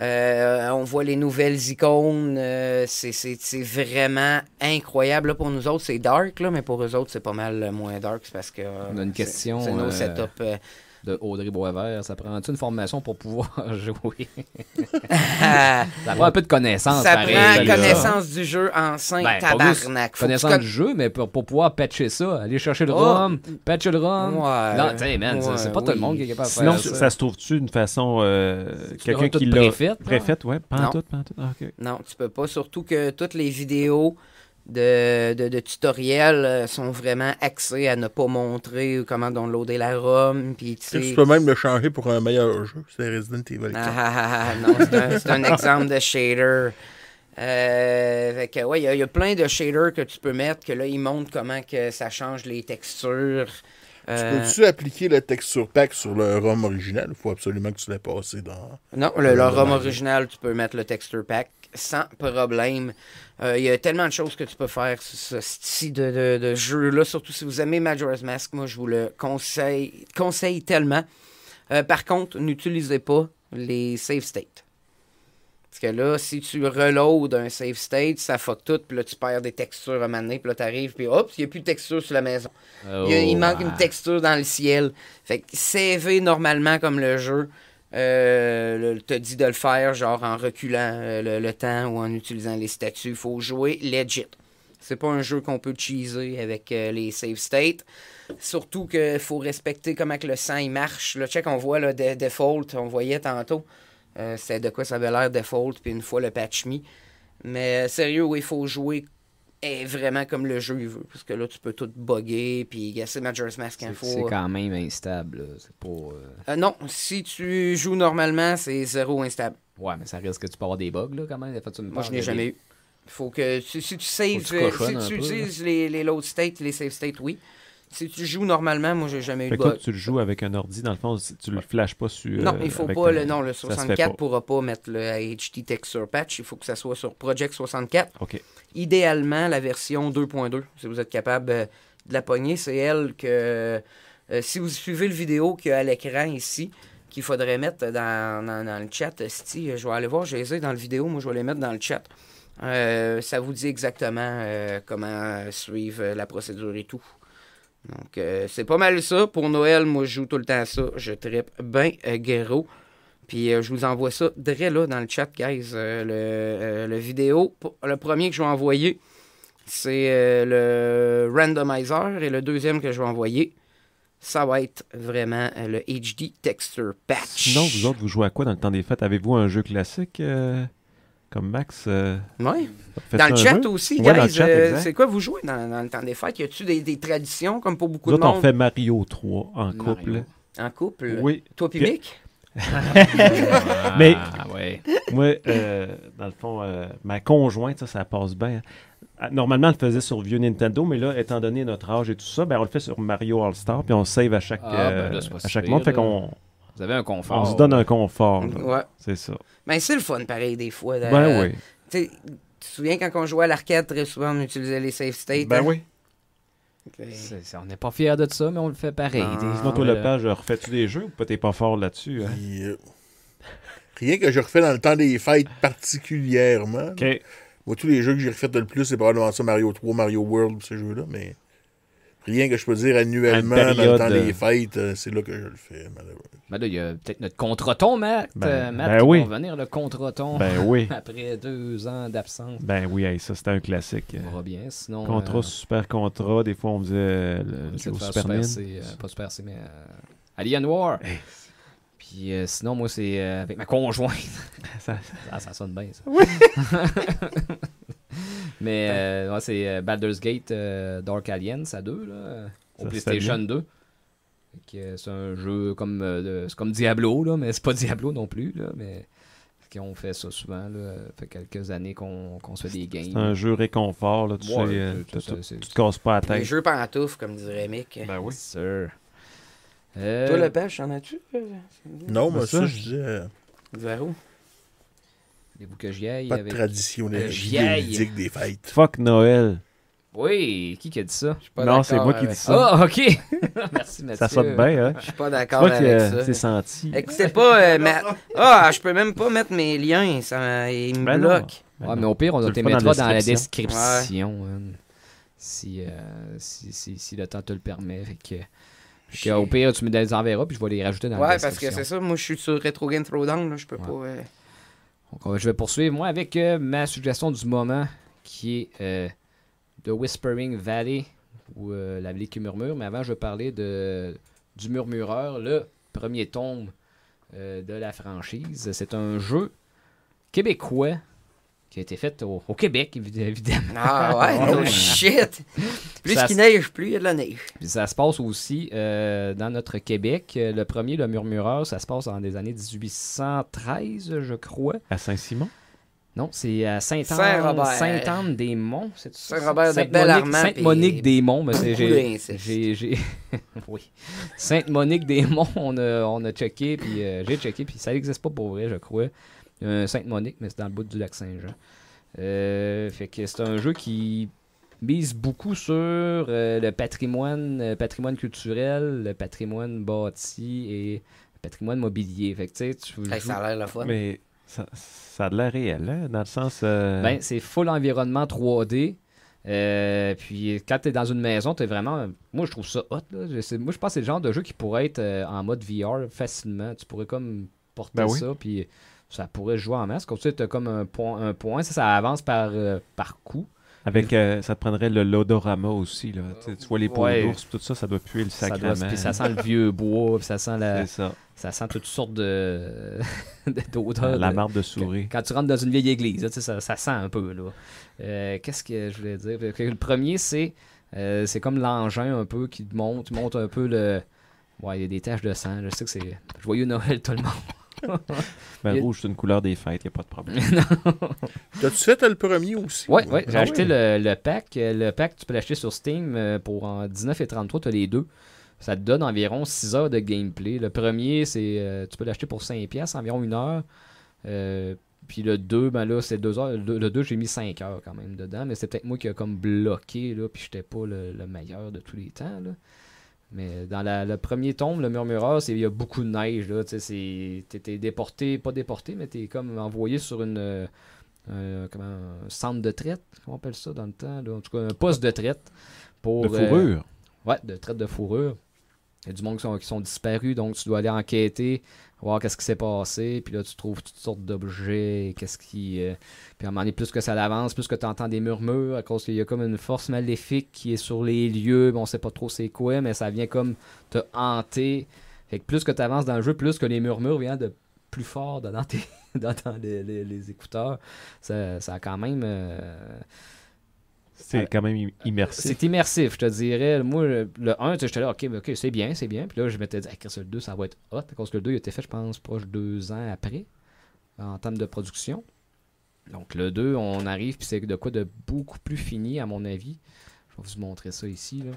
[SPEAKER 2] Euh, on voit les nouvelles icônes. euh, c'est- c'est c'est vraiment incroyable. Là, pour nous autres, c'est dark, là, mais pour eux autres, c'est pas mal euh, moins dark. c'est parce que. euh,
[SPEAKER 1] On a une
[SPEAKER 2] c'est-
[SPEAKER 1] question
[SPEAKER 2] C'est nos
[SPEAKER 1] euh,
[SPEAKER 2] setups. euh,
[SPEAKER 1] de Audrey Boisvert. Ça prend-tu une formation pour pouvoir jouer?
[SPEAKER 2] Ah.
[SPEAKER 1] ça prend un peu de connaissance.
[SPEAKER 2] Ça
[SPEAKER 1] pareil,
[SPEAKER 2] prend
[SPEAKER 1] là.
[SPEAKER 2] connaissance du jeu en 5
[SPEAKER 1] Ben, pas juste
[SPEAKER 2] tabarnak. Faut que tu
[SPEAKER 1] connaissance
[SPEAKER 2] con-
[SPEAKER 1] du jeu, mais pour, pour pouvoir patcher ça, aller chercher le
[SPEAKER 2] Oh.
[SPEAKER 1] ROM, patcher le ROM.
[SPEAKER 2] Ouais.
[SPEAKER 1] non, tu sais, man, c'est-
[SPEAKER 2] Ouais,
[SPEAKER 1] c'est pas tout le monde qui est capable de faire
[SPEAKER 4] Sinon,
[SPEAKER 1] ça.
[SPEAKER 4] ça, se trouve-tu d'une façon. euh, Quelqu'un
[SPEAKER 1] toute
[SPEAKER 4] qui l'a.
[SPEAKER 1] préfaite, là?
[SPEAKER 4] Préfaite, ouais. Pas en
[SPEAKER 2] Non.
[SPEAKER 4] tout, pas en tout. Ah, ok.
[SPEAKER 2] Non, tu peux pas. Surtout que toutes les vidéos de, de, de tutoriels euh, sont vraiment axées à ne pas montrer comment downloader la ROM. Puis, tu sais-
[SPEAKER 3] Tu peux même le changer pour un meilleur jeu, c'est Resident Evil 4.
[SPEAKER 2] Ah, ah, ah, ah, non, c'est un- c'est un, exemple de shader. Euh, fait que, ouais, il y, a- il y a plein de shaders que tu peux mettre, que là, ils montrent comment que ça change les textures. Euh,
[SPEAKER 3] Peux-tu appliquer le texture pack sur le ROM original? Il faut absolument que tu l'aies passé dans.
[SPEAKER 2] Non, le, le
[SPEAKER 3] dans-
[SPEAKER 2] ROM original, tu peux mettre le texture pack sans problème. Euh, Il y a tellement de choses que tu peux faire sur ce style de, de- de jeu-là, surtout si vous aimez Majora's Mask. Moi, je vous le conseille, conseille tellement. Euh, par contre, n'utilisez pas les save states. Parce que là, si tu reloads un save state, ça fuck tout, puis là, tu perds des textures à maner, puis là, t'arrives, puis hop, il n'y a plus de texture sur la maison. Il, y a- il
[SPEAKER 1] Oh,
[SPEAKER 2] manque
[SPEAKER 1] ouais.
[SPEAKER 2] une texture dans le ciel. Fait que CV normalement comme le jeu euh, le- te dit de le faire, genre en reculant euh, le, le temps ou en utilisant les statuts. faut jouer legit. C'est pas un jeu qu'on peut cheeser avec euh, les save states. Surtout qu'il faut respecter comment que le sang il marche. Le check, on voit le default, on voyait tantôt. euh, c'est de quoi ça avait l'air default, puis une fois le patch me. Mais euh, sérieux, il faut jouer eh, vraiment comme le jeu il veut. Parce que là, tu peux tout bugger, puis gasser Majora's Mask
[SPEAKER 1] C'est
[SPEAKER 2] info.
[SPEAKER 1] c'est quand même instable. là. C'est pas. euh,
[SPEAKER 2] Euh, non, si tu joues normalement, c'est zéro instable.
[SPEAKER 1] Ouais, mais ça risque que tu peux avoir des bugs, là, quand même.
[SPEAKER 2] Moi, je n'ai jamais eu. Faut que tu- si tu saves,
[SPEAKER 1] Ah, Faut que tu
[SPEAKER 2] euh,
[SPEAKER 1] cochonnes
[SPEAKER 2] si
[SPEAKER 1] un
[SPEAKER 2] tu
[SPEAKER 1] peu, là.
[SPEAKER 2] utilises les, les load states, les save states, oui. Si tu joues normalement, moi, j'ai jamais eu
[SPEAKER 4] Fait
[SPEAKER 2] de
[SPEAKER 4] que toi,
[SPEAKER 2] bug.
[SPEAKER 4] tu le joues avec un ordi, dans le fond, si tu le flashes pas sur.
[SPEAKER 2] Non,
[SPEAKER 4] euh,
[SPEAKER 2] il faut
[SPEAKER 4] avec
[SPEAKER 2] pas,
[SPEAKER 4] un-
[SPEAKER 2] le, non, le
[SPEAKER 4] ça se fait
[SPEAKER 2] 64
[SPEAKER 4] pas.
[SPEAKER 2] pourra pas mettre le HD Texture Patch. Il faut que ça soit sur Project 64.
[SPEAKER 4] OK.
[SPEAKER 2] Idéalement, la version 2.2, si vous êtes capable euh, de la pogner, c'est elle que. euh, si vous suivez le vidéo qu'il y a à l'écran ici, qu'il faudrait mettre dans, dans- dans le chat, euh, si je vais aller voir, j'ai les ai dans le vidéo, moi je vais les mettre dans le chat. Euh, ça vous dit exactement euh, comment suivre euh, la procédure et tout. Donc, euh, c'est pas mal ça. Pour Noël, moi, je joue tout le temps à ça. Je trippe bien euh, gros. Puis, euh, je vous envoie ça direct là dans le chat, guys. Euh, le, euh, le vidéo, pour- le premier que je vais envoyer, c'est euh, le randomizer. Et le deuxième que je vais envoyer, ça va être vraiment euh, le HD Texture Patch.
[SPEAKER 4] Sinon, vous autres, vous jouez à quoi dans le temps des fêtes Avez-vous un jeu classique euh, comme Max euh,
[SPEAKER 2] Ouais.
[SPEAKER 4] faites-vous
[SPEAKER 2] Dans le
[SPEAKER 4] un
[SPEAKER 2] chat
[SPEAKER 4] jeu?
[SPEAKER 2] aussi,
[SPEAKER 4] Ouais,
[SPEAKER 2] guys.
[SPEAKER 4] dans le chat,
[SPEAKER 2] euh,
[SPEAKER 4] exact.
[SPEAKER 2] c'est quoi vous jouez dans, dans le temps des fêtes? Y a-tu des, des traditions comme pour beaucoup
[SPEAKER 4] Nous
[SPEAKER 2] de
[SPEAKER 4] autres,
[SPEAKER 2] monde?
[SPEAKER 4] on fait Mario 3 en couple.
[SPEAKER 2] En couple?
[SPEAKER 4] Oui.
[SPEAKER 2] Toi puis
[SPEAKER 4] Puis-
[SPEAKER 2] Mick?
[SPEAKER 4] Mais
[SPEAKER 1] Ah, ouais.
[SPEAKER 4] moi, euh, dans le fond, euh, ma conjointe, ça, ça passe bien. Ah, Normalement, on le faisait sur vieux Nintendo, mais là, étant donné notre âge et tout ça, ben, on le fait sur Mario All-Star, puis on save à chaque,
[SPEAKER 1] Ah, ben
[SPEAKER 4] euh,
[SPEAKER 1] là, c'est pas
[SPEAKER 4] à
[SPEAKER 1] si
[SPEAKER 4] chaque
[SPEAKER 1] pire,
[SPEAKER 4] monde. Fait
[SPEAKER 1] là.
[SPEAKER 4] qu'on
[SPEAKER 1] Vous avez un confort.
[SPEAKER 4] on se donne un confort. là.
[SPEAKER 2] Mm, Ouais.
[SPEAKER 4] C'est ça.
[SPEAKER 2] Ben, c'est le fun, pareil, des fois. de-
[SPEAKER 4] Ben oui.
[SPEAKER 2] Tu sais, tu te souviens quand on jouait à l'arcade, très souvent, on utilisait les safe states.
[SPEAKER 4] Ben
[SPEAKER 2] hein?
[SPEAKER 4] oui.
[SPEAKER 1] C'est- c'est- on n'est pas fiers de ça, mais on le fait pareil. Des-
[SPEAKER 4] Sinon, toi, Lepage, refais-tu des jeux ou pas? T'es pas fort là-dessus. hein?
[SPEAKER 3] euh, Rien que je refais dans le temps des fêtes particulièrement.
[SPEAKER 4] OK.
[SPEAKER 3] Moi, tous les jeux que j'ai refait le plus, c'est probablement ça Mario 3, Mario World, ces jeux-là, mais rien que je peux dire annuellement
[SPEAKER 1] À la
[SPEAKER 3] dans le temps
[SPEAKER 1] période,
[SPEAKER 3] des
[SPEAKER 1] euh,
[SPEAKER 3] fêtes, euh, c'est là que je le fais, malheureusement.
[SPEAKER 1] Ben là, il y a peut-être notre contre-ton, Matt.
[SPEAKER 4] Ben-
[SPEAKER 1] Euh, Matt
[SPEAKER 4] ben
[SPEAKER 1] qui
[SPEAKER 4] oui.
[SPEAKER 1] va revenir, le contre-ton.
[SPEAKER 4] Ben oui.
[SPEAKER 1] Après deux ans d'absence.
[SPEAKER 4] Ben oui, hey, ça c'était un classique.
[SPEAKER 1] On verra bien, sinon,
[SPEAKER 4] Contrat,
[SPEAKER 1] euh,
[SPEAKER 4] super contrat. Des fois, on faisait euh, le,
[SPEAKER 1] On
[SPEAKER 4] le
[SPEAKER 1] essaie de faire
[SPEAKER 4] Superman.
[SPEAKER 1] Super C, euh, pas Super C, mais euh, Alien War. Puis euh, sinon, moi, c'est euh, avec ma conjointe. Ah,
[SPEAKER 4] ça,
[SPEAKER 1] ça sonne bien, ça.
[SPEAKER 4] Oui.
[SPEAKER 1] mais euh, ouais, c'est euh, Baldur's Gate euh, Dark Aliens à deux, là, euh, au
[SPEAKER 4] Ça,
[SPEAKER 1] PlayStation
[SPEAKER 4] c'est
[SPEAKER 1] 2. Fait que, euh, C'est un jeu comme, euh, de- c'est comme Diablo, là, mais c'est pas Diablo non plus. Là, mais on fait ça souvent. Là, fait quelques années qu'on qu'on se fait des games.
[SPEAKER 4] C'est un jeu réconfort. Là, tu
[SPEAKER 1] Ouais,
[SPEAKER 4] sais, euh,
[SPEAKER 1] tout à
[SPEAKER 4] tu-
[SPEAKER 1] fait.
[SPEAKER 4] tu te casses pas la
[SPEAKER 2] Les
[SPEAKER 4] tête.
[SPEAKER 2] jeux pantoufles, comme dirait Mick.
[SPEAKER 4] Ben oui.
[SPEAKER 1] Eh, Sir. Euh,
[SPEAKER 2] Toi, le pêche, en as-tu euh,
[SPEAKER 3] Non, mais
[SPEAKER 4] Ben
[SPEAKER 3] ça,
[SPEAKER 4] ça,
[SPEAKER 3] je dis. euh,
[SPEAKER 2] Zéro.
[SPEAKER 1] Voulez-vous que j'y aille
[SPEAKER 3] Pas de
[SPEAKER 1] avec...
[SPEAKER 3] tradition
[SPEAKER 1] Que
[SPEAKER 3] de-
[SPEAKER 1] j'y aille.
[SPEAKER 3] vidéoludique des fêtes.
[SPEAKER 4] Fuck Noël.
[SPEAKER 1] Oui, qui qui a dit ça?
[SPEAKER 2] pas
[SPEAKER 4] non, c'est
[SPEAKER 2] d'accord
[SPEAKER 4] moi qui
[SPEAKER 2] avec
[SPEAKER 4] dis
[SPEAKER 2] ça.
[SPEAKER 4] ça.
[SPEAKER 1] Ah, ok. Merci, Mathieu.
[SPEAKER 4] Ça sonne bien, hein?
[SPEAKER 1] euh,
[SPEAKER 2] Je suis pas
[SPEAKER 4] Tu
[SPEAKER 2] d'accord
[SPEAKER 4] vois que,
[SPEAKER 2] avec
[SPEAKER 4] euh,
[SPEAKER 2] ça.
[SPEAKER 4] C'est senti.
[SPEAKER 2] Écoutez pas, euh, ma- Ah, je peux même pas mettre mes liens, ça me- il me
[SPEAKER 4] Ben non.
[SPEAKER 2] bloque.
[SPEAKER 4] Ben
[SPEAKER 1] Ouais,
[SPEAKER 4] non.
[SPEAKER 1] mais au pire,
[SPEAKER 4] Tu
[SPEAKER 1] on
[SPEAKER 4] le
[SPEAKER 1] te
[SPEAKER 4] feras
[SPEAKER 1] mettra dans la
[SPEAKER 2] description.
[SPEAKER 1] description. hein, si, euh, si, si, si le temps te le permet. Fait que, fait que au pire, tu me les enverras puis je vais les rajouter dans la
[SPEAKER 2] ouais, parce
[SPEAKER 1] description.
[SPEAKER 2] que c'est ça, moi je suis sur Retro Game Throwdown, là, je peux pas. euh,
[SPEAKER 1] Donc, on va- je vais poursuivre, moi, avec euh, ma suggestion du moment qui est euh, The Whispering Valley ou euh, La vallée qui murmure. Mais avant, je vais parler de, du Murmureur, le premier tome euh, de la franchise. C'est un jeu québécois qui a été fait au, au Québec, évi- évidemment.
[SPEAKER 2] Ah ouais, no shit! Plus
[SPEAKER 1] Ça
[SPEAKER 2] qu'il
[SPEAKER 1] se-
[SPEAKER 2] neige, plus il y a de la neige.
[SPEAKER 1] Puis ça se passe aussi euh, dans notre Québec. Euh, Le premier, Le Murmureur, ça se passe dans les années 1813, je crois.
[SPEAKER 4] À Saint-Simon?
[SPEAKER 1] Non, c'est à Saint-Anne.
[SPEAKER 2] Saint-Robert.
[SPEAKER 1] Saint-Anne-des-Monts, c'est ça?
[SPEAKER 2] Saint-Robert de
[SPEAKER 1] Sainte-Monique-
[SPEAKER 2] Bellarmand,
[SPEAKER 1] Sainte-Monique-des-Monts, mais c'est-
[SPEAKER 2] puis beaucoup
[SPEAKER 1] j'ai-
[SPEAKER 2] d'insectes.
[SPEAKER 1] j'ai... j'ai- oui. Sainte-Monique-des-Monts, on a, on a checké, puis euh, j'ai checké, puis ça n'existe pas pour vrai, je crois. Euh, Sainte-Monique, mais c'est dans le bout du lac Saint-Jean. Euh, fait que c'est un jeu qui mise beaucoup sur euh, le patrimoine, euh, patrimoine culturel, le patrimoine bâti et le patrimoine mobilier. Fait que, tu sais, tu
[SPEAKER 2] Hey, ça
[SPEAKER 1] joues-
[SPEAKER 2] a l'air la fun.
[SPEAKER 4] Mais ça, ça a de l'air réel, hein, dans le sens. euh,
[SPEAKER 1] Ben, c'est full environnement 3D. Euh, puis quand t'es dans une maison, t'es vraiment. Moi, je trouve ça hot. Là. Je sais- Moi, je pense que c'est le genre de jeu qui pourrait être euh, en mode VR facilement. Tu pourrais comme porter
[SPEAKER 4] Ben oui.
[SPEAKER 1] ça, puis ça pourrait se jouer en masse. Comme ça, t'as comme un point, un point. Ça, ça avance par, euh, par coup.
[SPEAKER 4] avec, euh, ça te prendrait le l'odorama aussi. Là. Tu sais, tu vois les peaux
[SPEAKER 1] Ouais.
[SPEAKER 4] d'ours, tout ça, ça doit puer le
[SPEAKER 1] Ça,
[SPEAKER 4] sacrament.
[SPEAKER 1] doit- puis ça sent le vieux bois, puis ça sent la.
[SPEAKER 4] C'est ça.
[SPEAKER 1] Ça sent toutes sortes de. de- d'odeurs.
[SPEAKER 4] La
[SPEAKER 1] de-
[SPEAKER 4] marde de souris.
[SPEAKER 1] Quand tu rentres dans une vieille église, là, tu sais, ça, ça sent un peu. là. Euh, Qu'est-ce que je voulais dire? Fait que Le premier, c'est euh, c'est comme l'engin un peu qui te monte, tu montes un peu le. Ouais, il y a des taches de sang. Je sais que c'est. Joyeux Noël, tout le monde.
[SPEAKER 4] Ben,
[SPEAKER 1] Il y a-
[SPEAKER 4] rouge, c'est une couleur des fêtes, il a pas de problème.
[SPEAKER 3] T'as-tu fait le premier aussi?
[SPEAKER 1] Ouais, ouais, j'ai
[SPEAKER 4] Ah
[SPEAKER 1] acheté
[SPEAKER 4] oui.
[SPEAKER 1] le, le pack. Euh, Le pack, tu peux l'acheter sur Steam euh, pour en 19,33, tu as les deux. Ça te donne environ 6 heures de gameplay. Le premier, c'est euh, tu peux l'acheter pour 5 pièces, environ 1 heure. Euh, puis le 2, ben là, c'est 2 heures. Le, 2, j'ai mis 5 heures quand même dedans, mais c'est peut-être moi qui a comme bloqué, là, puis j'étais pas le, le meilleur de tous les temps, là. Mais dans la- le premier tome, le murmureur, c'est il y a beaucoup de neige, là, tu sais, c'est- t'es- t'es déporté, pas déporté, mais t'es comme envoyé sur une... euh, un- comment, un centre de traite, comment on appelle ça dans le temps, là? en tout cas un poste de traite pour
[SPEAKER 4] De fourrure.
[SPEAKER 1] euh, ouais, de traite de fourrure. Il y a du monde qui sont, qui sont disparus, donc tu dois aller enquêter, voir qu'est-ce qui s'est passé, puis là tu trouves toutes sortes d'objets, qu'est-ce qui euh, puis à un moment donné, plus que ça avance, plus que tu entends des murmures à cause qu'il y a comme une force maléfique qui est sur les lieux, mais on sait pas trop c'est quoi, mais ça vient comme te hanter. Fait que plus que tu avances dans le jeu, plus que les murmures viennent de plus fort dans tes dans, dans les, les- les écouteurs. Ça, ça a quand même. euh, Ah.
[SPEAKER 4] C'est quand même im- immersif.
[SPEAKER 1] c'est immersif, je te dirais. Moi, le- le 1, tu sais, j'étais là, ok, mais ok, c'est bien, c'est bien. Puis là, je m'étais dit, ah, Chris, le 2, ça va être hot. Parce que le 2, il a été fait, je pense, proche deux ans après, en termes de production. Donc, le 2, on arrive, puis c'est de quoi de beaucoup plus fini, à mon avis. Je vais vous montrer ça ici. Là.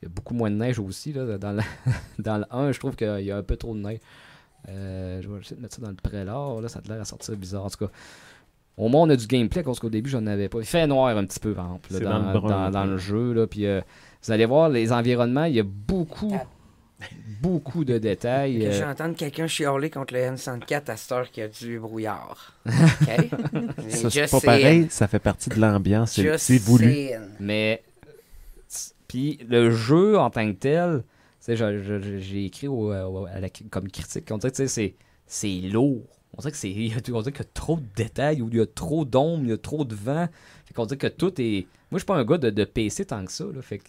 [SPEAKER 1] Il y a beaucoup moins de neige aussi. Là, dans, la- dans le 1, je trouve qu'il y a un peu trop de neige. Euh, je vais essayer de mettre ça dans le prélat. Là, ça a l'air à sortir bizarre. En tout cas, au moins, on a du gameplay parce qu'au début, j'en avais pas. Il fait noir un petit peu, par exemple, là,
[SPEAKER 4] C'est
[SPEAKER 1] dans,
[SPEAKER 4] dans le brun,
[SPEAKER 1] dans- dans
[SPEAKER 4] ouais.
[SPEAKER 1] le jeu. Là, puis, euh, vous allez voir, les environnements, il y a beaucoup, beaucoup de détails.
[SPEAKER 2] Que
[SPEAKER 1] euh,
[SPEAKER 2] j'entende quelqu'un chialer contre le N64 à cette heure qu'il y a du brouillard. OK?
[SPEAKER 4] Ça,
[SPEAKER 2] Just
[SPEAKER 4] c'est pas
[SPEAKER 2] saying.
[SPEAKER 4] pareil, ça fait partie de l'ambiance, c'est
[SPEAKER 2] Just
[SPEAKER 4] c'est voulu.
[SPEAKER 2] saying.
[SPEAKER 1] Mais. c'est- Puis Puis le jeu en tant que tel, tu sais, je- je- je- j'ai écrit au- euh, au- à la- comme critique, on dirait que tu sais, c'est- c'est lourd. On dirait que c'est- il y a- on dirait qu'il y a trop de détails, ou il y a trop d'ombre, il y a trop de vent. Fait qu'on dirait que tout est. Moi, je suis pas un gars de, de PC tant que ça. Là, fait que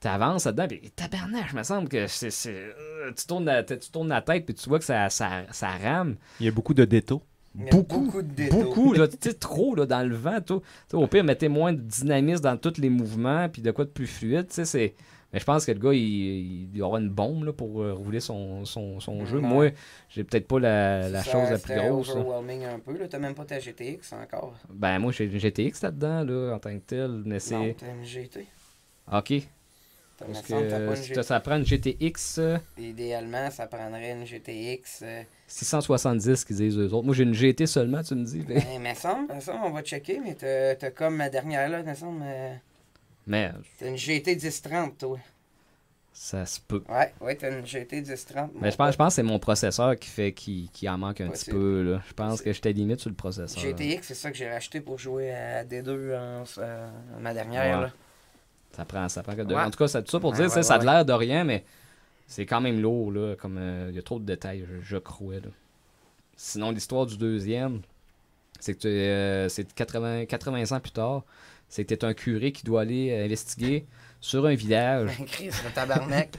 [SPEAKER 1] t'avances là-dedans, puis tabarnak, me semble que c'est. c'est- euh, Tu, tournes la, tête- tu tournes la tête, puis tu vois que ça, ça, ça rame.
[SPEAKER 4] Il y a beaucoup de détos.
[SPEAKER 1] Beaucoup, beaucoup, là, tu sais, trop là, dans le vent. tout. Tu sais, Au pire, mettez moins de dynamisme dans tous les mouvements, puis de quoi de plus fluide. tu sais, c'est- Mais je pense que le gars, il, il aura une bombe là, pour euh, rouler son, son, son jeu.
[SPEAKER 12] Ouais.
[SPEAKER 1] Moi, j'ai peut-être pas la, la
[SPEAKER 12] Ça,
[SPEAKER 1] chose la plus
[SPEAKER 12] c'était
[SPEAKER 1] grosse. là.
[SPEAKER 12] overwhelming un peu, là. T'as même pas ta GTX encore.
[SPEAKER 1] Ben, moi, j'ai une GTX là-dedans, là, en tant que tel. Mais
[SPEAKER 12] Non,
[SPEAKER 1] c'est.
[SPEAKER 12] t'as une GT.
[SPEAKER 1] Ok.
[SPEAKER 12] T'as
[SPEAKER 1] Parce
[SPEAKER 12] me semble que t'as pas
[SPEAKER 1] que
[SPEAKER 12] une
[SPEAKER 1] si
[SPEAKER 12] GT.
[SPEAKER 1] ça prend une GTX euh,
[SPEAKER 12] Idéalement, ça prendrait une GTX. euh,
[SPEAKER 1] 670, qu'ils disent eux autres. Moi, j'ai une GT seulement, tu me dis. mais-
[SPEAKER 12] Ben, mais semble, me semble, on va checker, mais t'as t'as comme ma dernière là, me semble. euh,
[SPEAKER 1] Mais
[SPEAKER 12] T'as une GT 1030, toi.
[SPEAKER 1] ça se peut.
[SPEAKER 12] Ouais, ouais, t'as une GT 1030. mon
[SPEAKER 1] Mais Ben, je pense, je pense que c'est mon processeur qui fait qu'il qu'il en manque un petit
[SPEAKER 12] Possible.
[SPEAKER 1] peu. Là. Je pense que j'étais limite sur le processeur.
[SPEAKER 12] GTX, c'est ça que j'ai racheté pour jouer à D2 en, en- ma dernière.
[SPEAKER 1] Ouais.
[SPEAKER 12] Là.
[SPEAKER 1] Ça prend, ça prend que deux.
[SPEAKER 12] Ouais.
[SPEAKER 1] En tout cas, c'est tout ça pour
[SPEAKER 12] Ouais,
[SPEAKER 1] dire,
[SPEAKER 12] ouais,
[SPEAKER 1] tu sais, ça a
[SPEAKER 12] ouais,
[SPEAKER 1] de l'air de rien, mais c'est quand même lourd, là. Comme euh, il y a trop de détails, je, je crois. là. Sinon, l'histoire du deuxième, c'est que tu es, euh, c'est 80, 80 ans plus tard, c'est que t'es un curé qui doit aller euh, investiguer sur un village.
[SPEAKER 12] Ben, Chris, le tabarnak.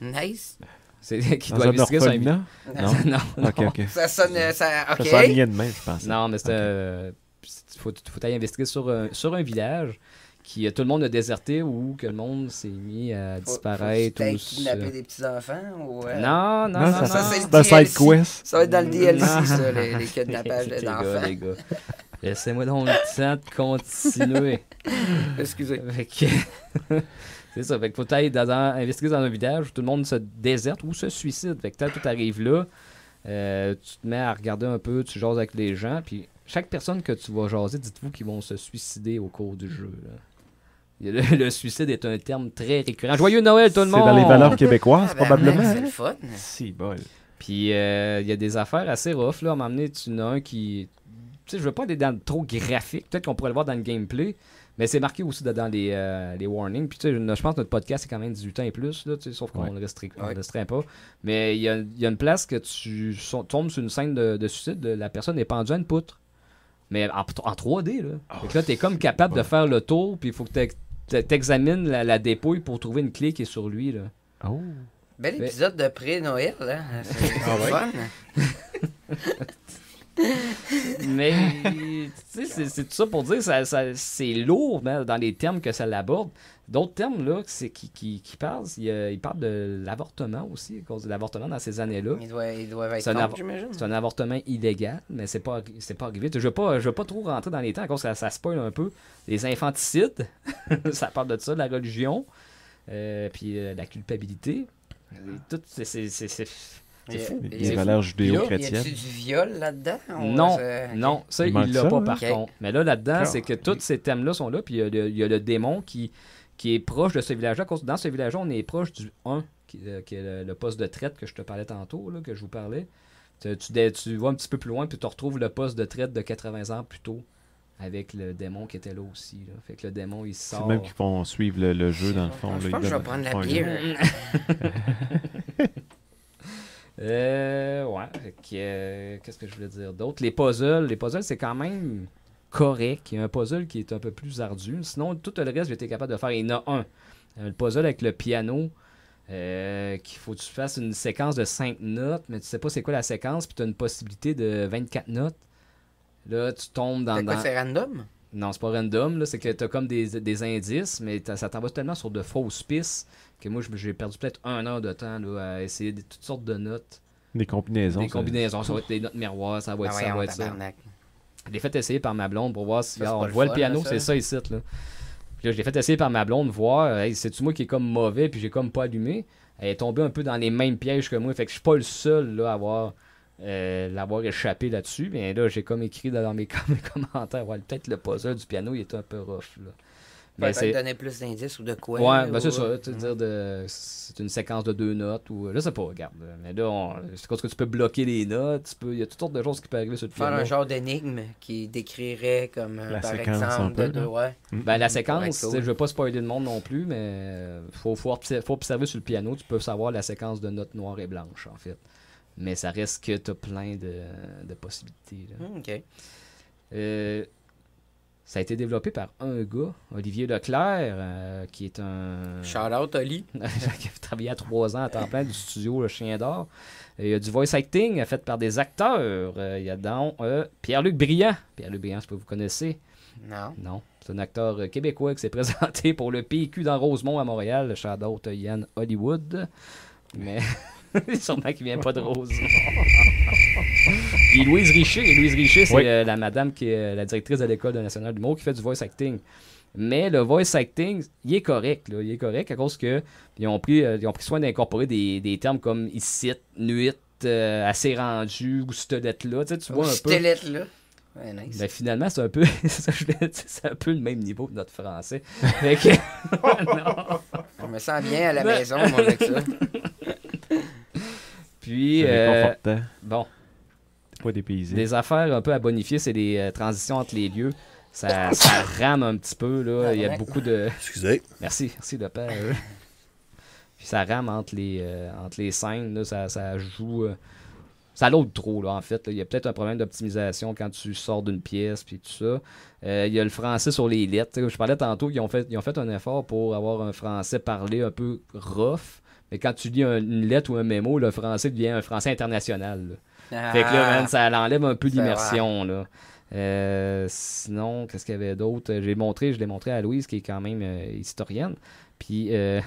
[SPEAKER 12] nice.
[SPEAKER 1] C'est qui
[SPEAKER 4] Dans
[SPEAKER 1] doit
[SPEAKER 4] un
[SPEAKER 1] investiguer sur un
[SPEAKER 4] orphelinat?
[SPEAKER 1] village.
[SPEAKER 4] Non?
[SPEAKER 1] non, non.
[SPEAKER 4] Ok, ok.
[SPEAKER 12] Ça sonne, euh, ça- Ça ok.
[SPEAKER 4] sonnait de même, je pense.
[SPEAKER 1] Non, mais c'est euh, c'est- faut, faut aller investiguer sur un, sur un village qui euh, tout le monde a déserté ou que le monde s'est mis à disparaître
[SPEAKER 12] T'as
[SPEAKER 1] ou
[SPEAKER 12] kidnappé
[SPEAKER 1] se-
[SPEAKER 12] des petits-enfants ou. euh,
[SPEAKER 1] Non, non, non, non.
[SPEAKER 12] c'est le
[SPEAKER 1] C'est un side
[SPEAKER 12] DLC.
[SPEAKER 1] quest.
[SPEAKER 12] Ça va être dans le DLC,
[SPEAKER 1] Non.
[SPEAKER 12] ça, les, les kidnappages
[SPEAKER 1] Les gars,
[SPEAKER 12] d'enfants.
[SPEAKER 1] les gars. Laissez-moi donc le temps de continuer.
[SPEAKER 12] Excusez.
[SPEAKER 1] Fait que- C'est ça. Fait que faut aller dans un- investiguer dans un village où tout le monde se déserte ou se suicide. Fait que tant que tu arrives là, euh, tu te mets à regarder un peu, tu jases avec les gens, puis chaque personne que tu vas jaser, dites-vous qu'ils vont se suicider au cours du jeu. là. Il y a Le, le suicide est un terme très récurrent. Joyeux Noël, tout le
[SPEAKER 4] C'est
[SPEAKER 1] monde!
[SPEAKER 4] dans les valeurs québécoises,
[SPEAKER 1] Ah, ben,
[SPEAKER 4] probablement.
[SPEAKER 1] mec, c'est le fun.
[SPEAKER 4] Si, bol.
[SPEAKER 1] Puis euh, il y a des affaires assez rough. Là. À un moment donné, tu en as un qui. Tu sais, je veux pas aller dans le trop graphique. Peut-être qu'on pourrait le voir dans le gameplay. Mais c'est marqué aussi dans les, euh, les warnings. Puis tu sais, je je pense que notre podcast est quand même 18 ans et plus. Là, tu sais, sauf qu'on
[SPEAKER 4] Ouais.
[SPEAKER 1] le restreint, on
[SPEAKER 4] Ouais.
[SPEAKER 1] le restreint pas. Mais il y a, il y a une place que tu so- tombes sur une scène de, de suicide. La personne est pendue à une poutre. Mais en, en 3D. Là.
[SPEAKER 4] Ah,
[SPEAKER 1] Fait que là, t'es comme capable de faire le tour. Puis il faut que t'ex- t'ex- t'examines la, la dépouille pour trouver une clé qui est sur lui. Là.
[SPEAKER 12] Bel
[SPEAKER 1] Mais-
[SPEAKER 12] épisode de pré-Noël, hein? C'est c'est
[SPEAKER 1] Ah ouais?
[SPEAKER 12] fun.
[SPEAKER 1] Mais tu sais, c'est- c'est tout ça pour dire ça, ça- c'est lourd hein, dans les termes que ça l'aborde. D'autres termes là, c'est qui, qui, qui parlent, il, euh, il parle de l'avortement aussi, à cause de l'avortement dans ces années-là.
[SPEAKER 12] Ils doivent, ils doivent être
[SPEAKER 1] C'est un,
[SPEAKER 12] contre,
[SPEAKER 1] avo-
[SPEAKER 12] j'imagine.
[SPEAKER 1] c'est un avortement illégal, mais c'est pas, arri- c'est pas arrivé. Je veux pas, je veux pas trop rentrer dans les temps, à cause que ça, ça spoil un peu. Les infanticides, ça parle de ça, de la religion, euh, puis euh, la culpabilité. Et Tout, c'est, c'est, c'est, c'est- c'est
[SPEAKER 12] Et-
[SPEAKER 1] fou.
[SPEAKER 12] et-
[SPEAKER 1] C'est fou.
[SPEAKER 4] valeurs
[SPEAKER 1] Puis là,
[SPEAKER 12] Y a-tu du viol là-dedans? ou
[SPEAKER 1] non,
[SPEAKER 2] euh,
[SPEAKER 12] c'est-
[SPEAKER 1] non,
[SPEAKER 12] ok.
[SPEAKER 1] ça, il
[SPEAKER 4] manque
[SPEAKER 1] l'a
[SPEAKER 4] ça,
[SPEAKER 1] pas
[SPEAKER 4] hein?
[SPEAKER 1] par
[SPEAKER 12] Ok.
[SPEAKER 1] contre. Mais là, là-dedans,
[SPEAKER 4] Ah,
[SPEAKER 1] c'est que tous ces thèmes-là sont là, puis il y a le, il y a le démon qui, qui est proche de ce village-là. Cause- Dans ce village-là, on est proche du 1, qui, euh, qui est le, le poste de traite que je te parlais tantôt, là, que je vous parlais. Tu, tu dé- tu vas un petit peu plus loin, puis tu retrouves le poste de traite de 80 ans plus tôt, avec le démon qui était là aussi. là. Fait que le démon, il
[SPEAKER 4] C'est
[SPEAKER 1] sort.
[SPEAKER 4] même qu'ils font suivre le, le jeu, dans le fond.
[SPEAKER 12] Je
[SPEAKER 4] là,
[SPEAKER 12] pense
[SPEAKER 4] ils
[SPEAKER 12] que je vais
[SPEAKER 4] donnent-
[SPEAKER 12] prendre la
[SPEAKER 4] font un
[SPEAKER 12] bière.
[SPEAKER 4] gars.
[SPEAKER 1] Euh, ouais. fait que, euh, Qu'est-ce que je voulais dire d'autre? Les puzzles. Les puzzles, c'est quand même correct. Il y a un puzzle qui est un peu plus ardu. Sinon, tout le reste, j'étais capable de faire. Il y en a un. Euh, Le puzzle avec le piano. euh, qu'il faut que tu fasses une séquence de 5 notes, mais tu sais pas c'est quoi la séquence, puis tu as une possibilité de 24 notes. Là, tu tombes dans.
[SPEAKER 12] Fait quoi,
[SPEAKER 1] dans-
[SPEAKER 12] c'est random?
[SPEAKER 1] non, c'est pas random, là, c'est que t'as comme des, des indices, mais t'as- ça t'en va tellement sur de fausses pistes que moi, je- j'ai perdu peut-être un heure de temps là, à essayer de- toutes sortes de notes.
[SPEAKER 4] Des combinaisons.
[SPEAKER 1] Des
[SPEAKER 4] ça-
[SPEAKER 1] combinaisons, ça va être des notes miroirs, ça va être
[SPEAKER 12] Ah
[SPEAKER 1] ça, ça
[SPEAKER 12] voyons,
[SPEAKER 1] va être ça.
[SPEAKER 12] tabarnak.
[SPEAKER 1] Je l'ai fait essayer par ma blonde pour voir si
[SPEAKER 12] Ça, c'est
[SPEAKER 1] ah,
[SPEAKER 12] pas
[SPEAKER 1] on
[SPEAKER 12] le
[SPEAKER 1] voit
[SPEAKER 12] fun,
[SPEAKER 1] le piano,
[SPEAKER 12] là, ça.
[SPEAKER 1] c'est ça ici. Là. Puis là, je l'ai fait essayer par ma blonde, voir, hey, c'est-tu moi qui est comme mauvais, puis j'ai comme pas allumé. Elle est tombée un peu dans les mêmes pièges que moi, fait que je suis pas le seul là, à avoir, euh, l'avoir échappé là-dessus. Mais là, j'ai comme écrit dans mes, com- mes commentaires, ouais, peut-être le puzzle du piano, il était un peu rough. là. Ben, c'est-
[SPEAKER 2] Peut-être donner plus d'indices ou de quoi.
[SPEAKER 1] Ouais,
[SPEAKER 2] ou- euh,
[SPEAKER 1] ben c'est ça. tu sais, dire de- c'est une séquence de deux notes ou. Je sais pas, regarde. Mais là, on- c'est parce que tu peux bloquer les notes. tu peux- Il y a toutes sortes de choses qui peuvent arriver sur le
[SPEAKER 2] Faire
[SPEAKER 1] film.
[SPEAKER 2] un genre d'énigme qui décrirait comme, euh,
[SPEAKER 1] La
[SPEAKER 2] par
[SPEAKER 1] séquence,
[SPEAKER 2] exemple,
[SPEAKER 1] un peu,
[SPEAKER 2] de,
[SPEAKER 1] là.
[SPEAKER 2] de- ouais.
[SPEAKER 1] Ben, la
[SPEAKER 2] Pour être
[SPEAKER 1] séquence, tu sais,
[SPEAKER 2] cool.
[SPEAKER 1] je veux pas spoiler le monde non plus, mais euh, faut, faut, obs- faut observer sur le piano, tu peux savoir la séquence de notes noires et blanches, en fait. Mais ça reste que t'as plein de, de possibilités. là.
[SPEAKER 2] Hmm, ok.
[SPEAKER 1] Euh, ça a été développé par un gars, Olivier Leclerc, euh, qui est un.
[SPEAKER 2] Shout out, Oli.
[SPEAKER 1] qui a travaillé à trois ans à temps plein du studio Le Chien d'Or. Et Il y a du voice acting fait par des acteurs. Euh, Il y a donc euh, Pierre-Luc Briand. Pierre-Luc Briand, je sais pas si vous connaissez.
[SPEAKER 2] Non.
[SPEAKER 1] Non. C'est un acteur euh, québécois qui s'est présenté pour le PQ dans Rosemont à Montréal. Le shout out à Yann Hollywood. Mais sûrement qu'il vient pas de Rosemont. Puis Louise Richer, et Louise Richer, c'est
[SPEAKER 4] Oui.
[SPEAKER 1] euh, la madame qui est euh, la directrice de l'école nationale d'humour qui fait du voice acting. Mais le voice acting, il est correct, là. Il est correct à cause que ils ont pris, euh, ils ont pris soin d'incorporer des, des termes comme ici, nuit, euh, assez rendu, ou stelette là. Tu, sais, tu vois un peu.
[SPEAKER 2] Stelette, Oh, là. Ouais, nice.
[SPEAKER 1] Ben, finalement, c'est un peu ça, je voulais dire, c'est un peu le même niveau que notre français. Fait que- Non.
[SPEAKER 2] Je me sens bien à la
[SPEAKER 1] Non.
[SPEAKER 2] maison, moi, avec ça.
[SPEAKER 1] Puis
[SPEAKER 4] C'est
[SPEAKER 1] euh,
[SPEAKER 4] réconfortant.
[SPEAKER 1] bon,
[SPEAKER 4] C'est pas dépaysé.
[SPEAKER 1] des affaires un peu à bonifier, c'est les euh, transitions entre les lieux. Ça, ça rame un petit peu là, il y a
[SPEAKER 2] ouais.
[SPEAKER 1] beaucoup de
[SPEAKER 3] Excusez.
[SPEAKER 1] Merci, merci de père. Puis ça rame entre les euh, entre les scènes là, ça, ça joue euh, ça l'aude trop, là, en fait. là. Il y a peut-être un problème d'optimisation quand tu sors d'une pièce, puis tout ça. Euh, il y a le français sur les lettres. Tu sais, Je parlais tantôt qu'ils ont fait, ils ont fait un effort pour avoir un français parlé un peu rough. Mais quand tu lis un- une lettre ou un mémo, le français devient un français international. là.
[SPEAKER 2] Ah.
[SPEAKER 1] fait que là, man, ça l'enlève un peu
[SPEAKER 2] C'est vrai.
[SPEAKER 1] l'immersion. là. Euh, sinon, qu'est-ce qu'il y avait d'autre? J'ai montré, je l'ai montré à Louise, qui est quand même euh, historienne. Puis, euh,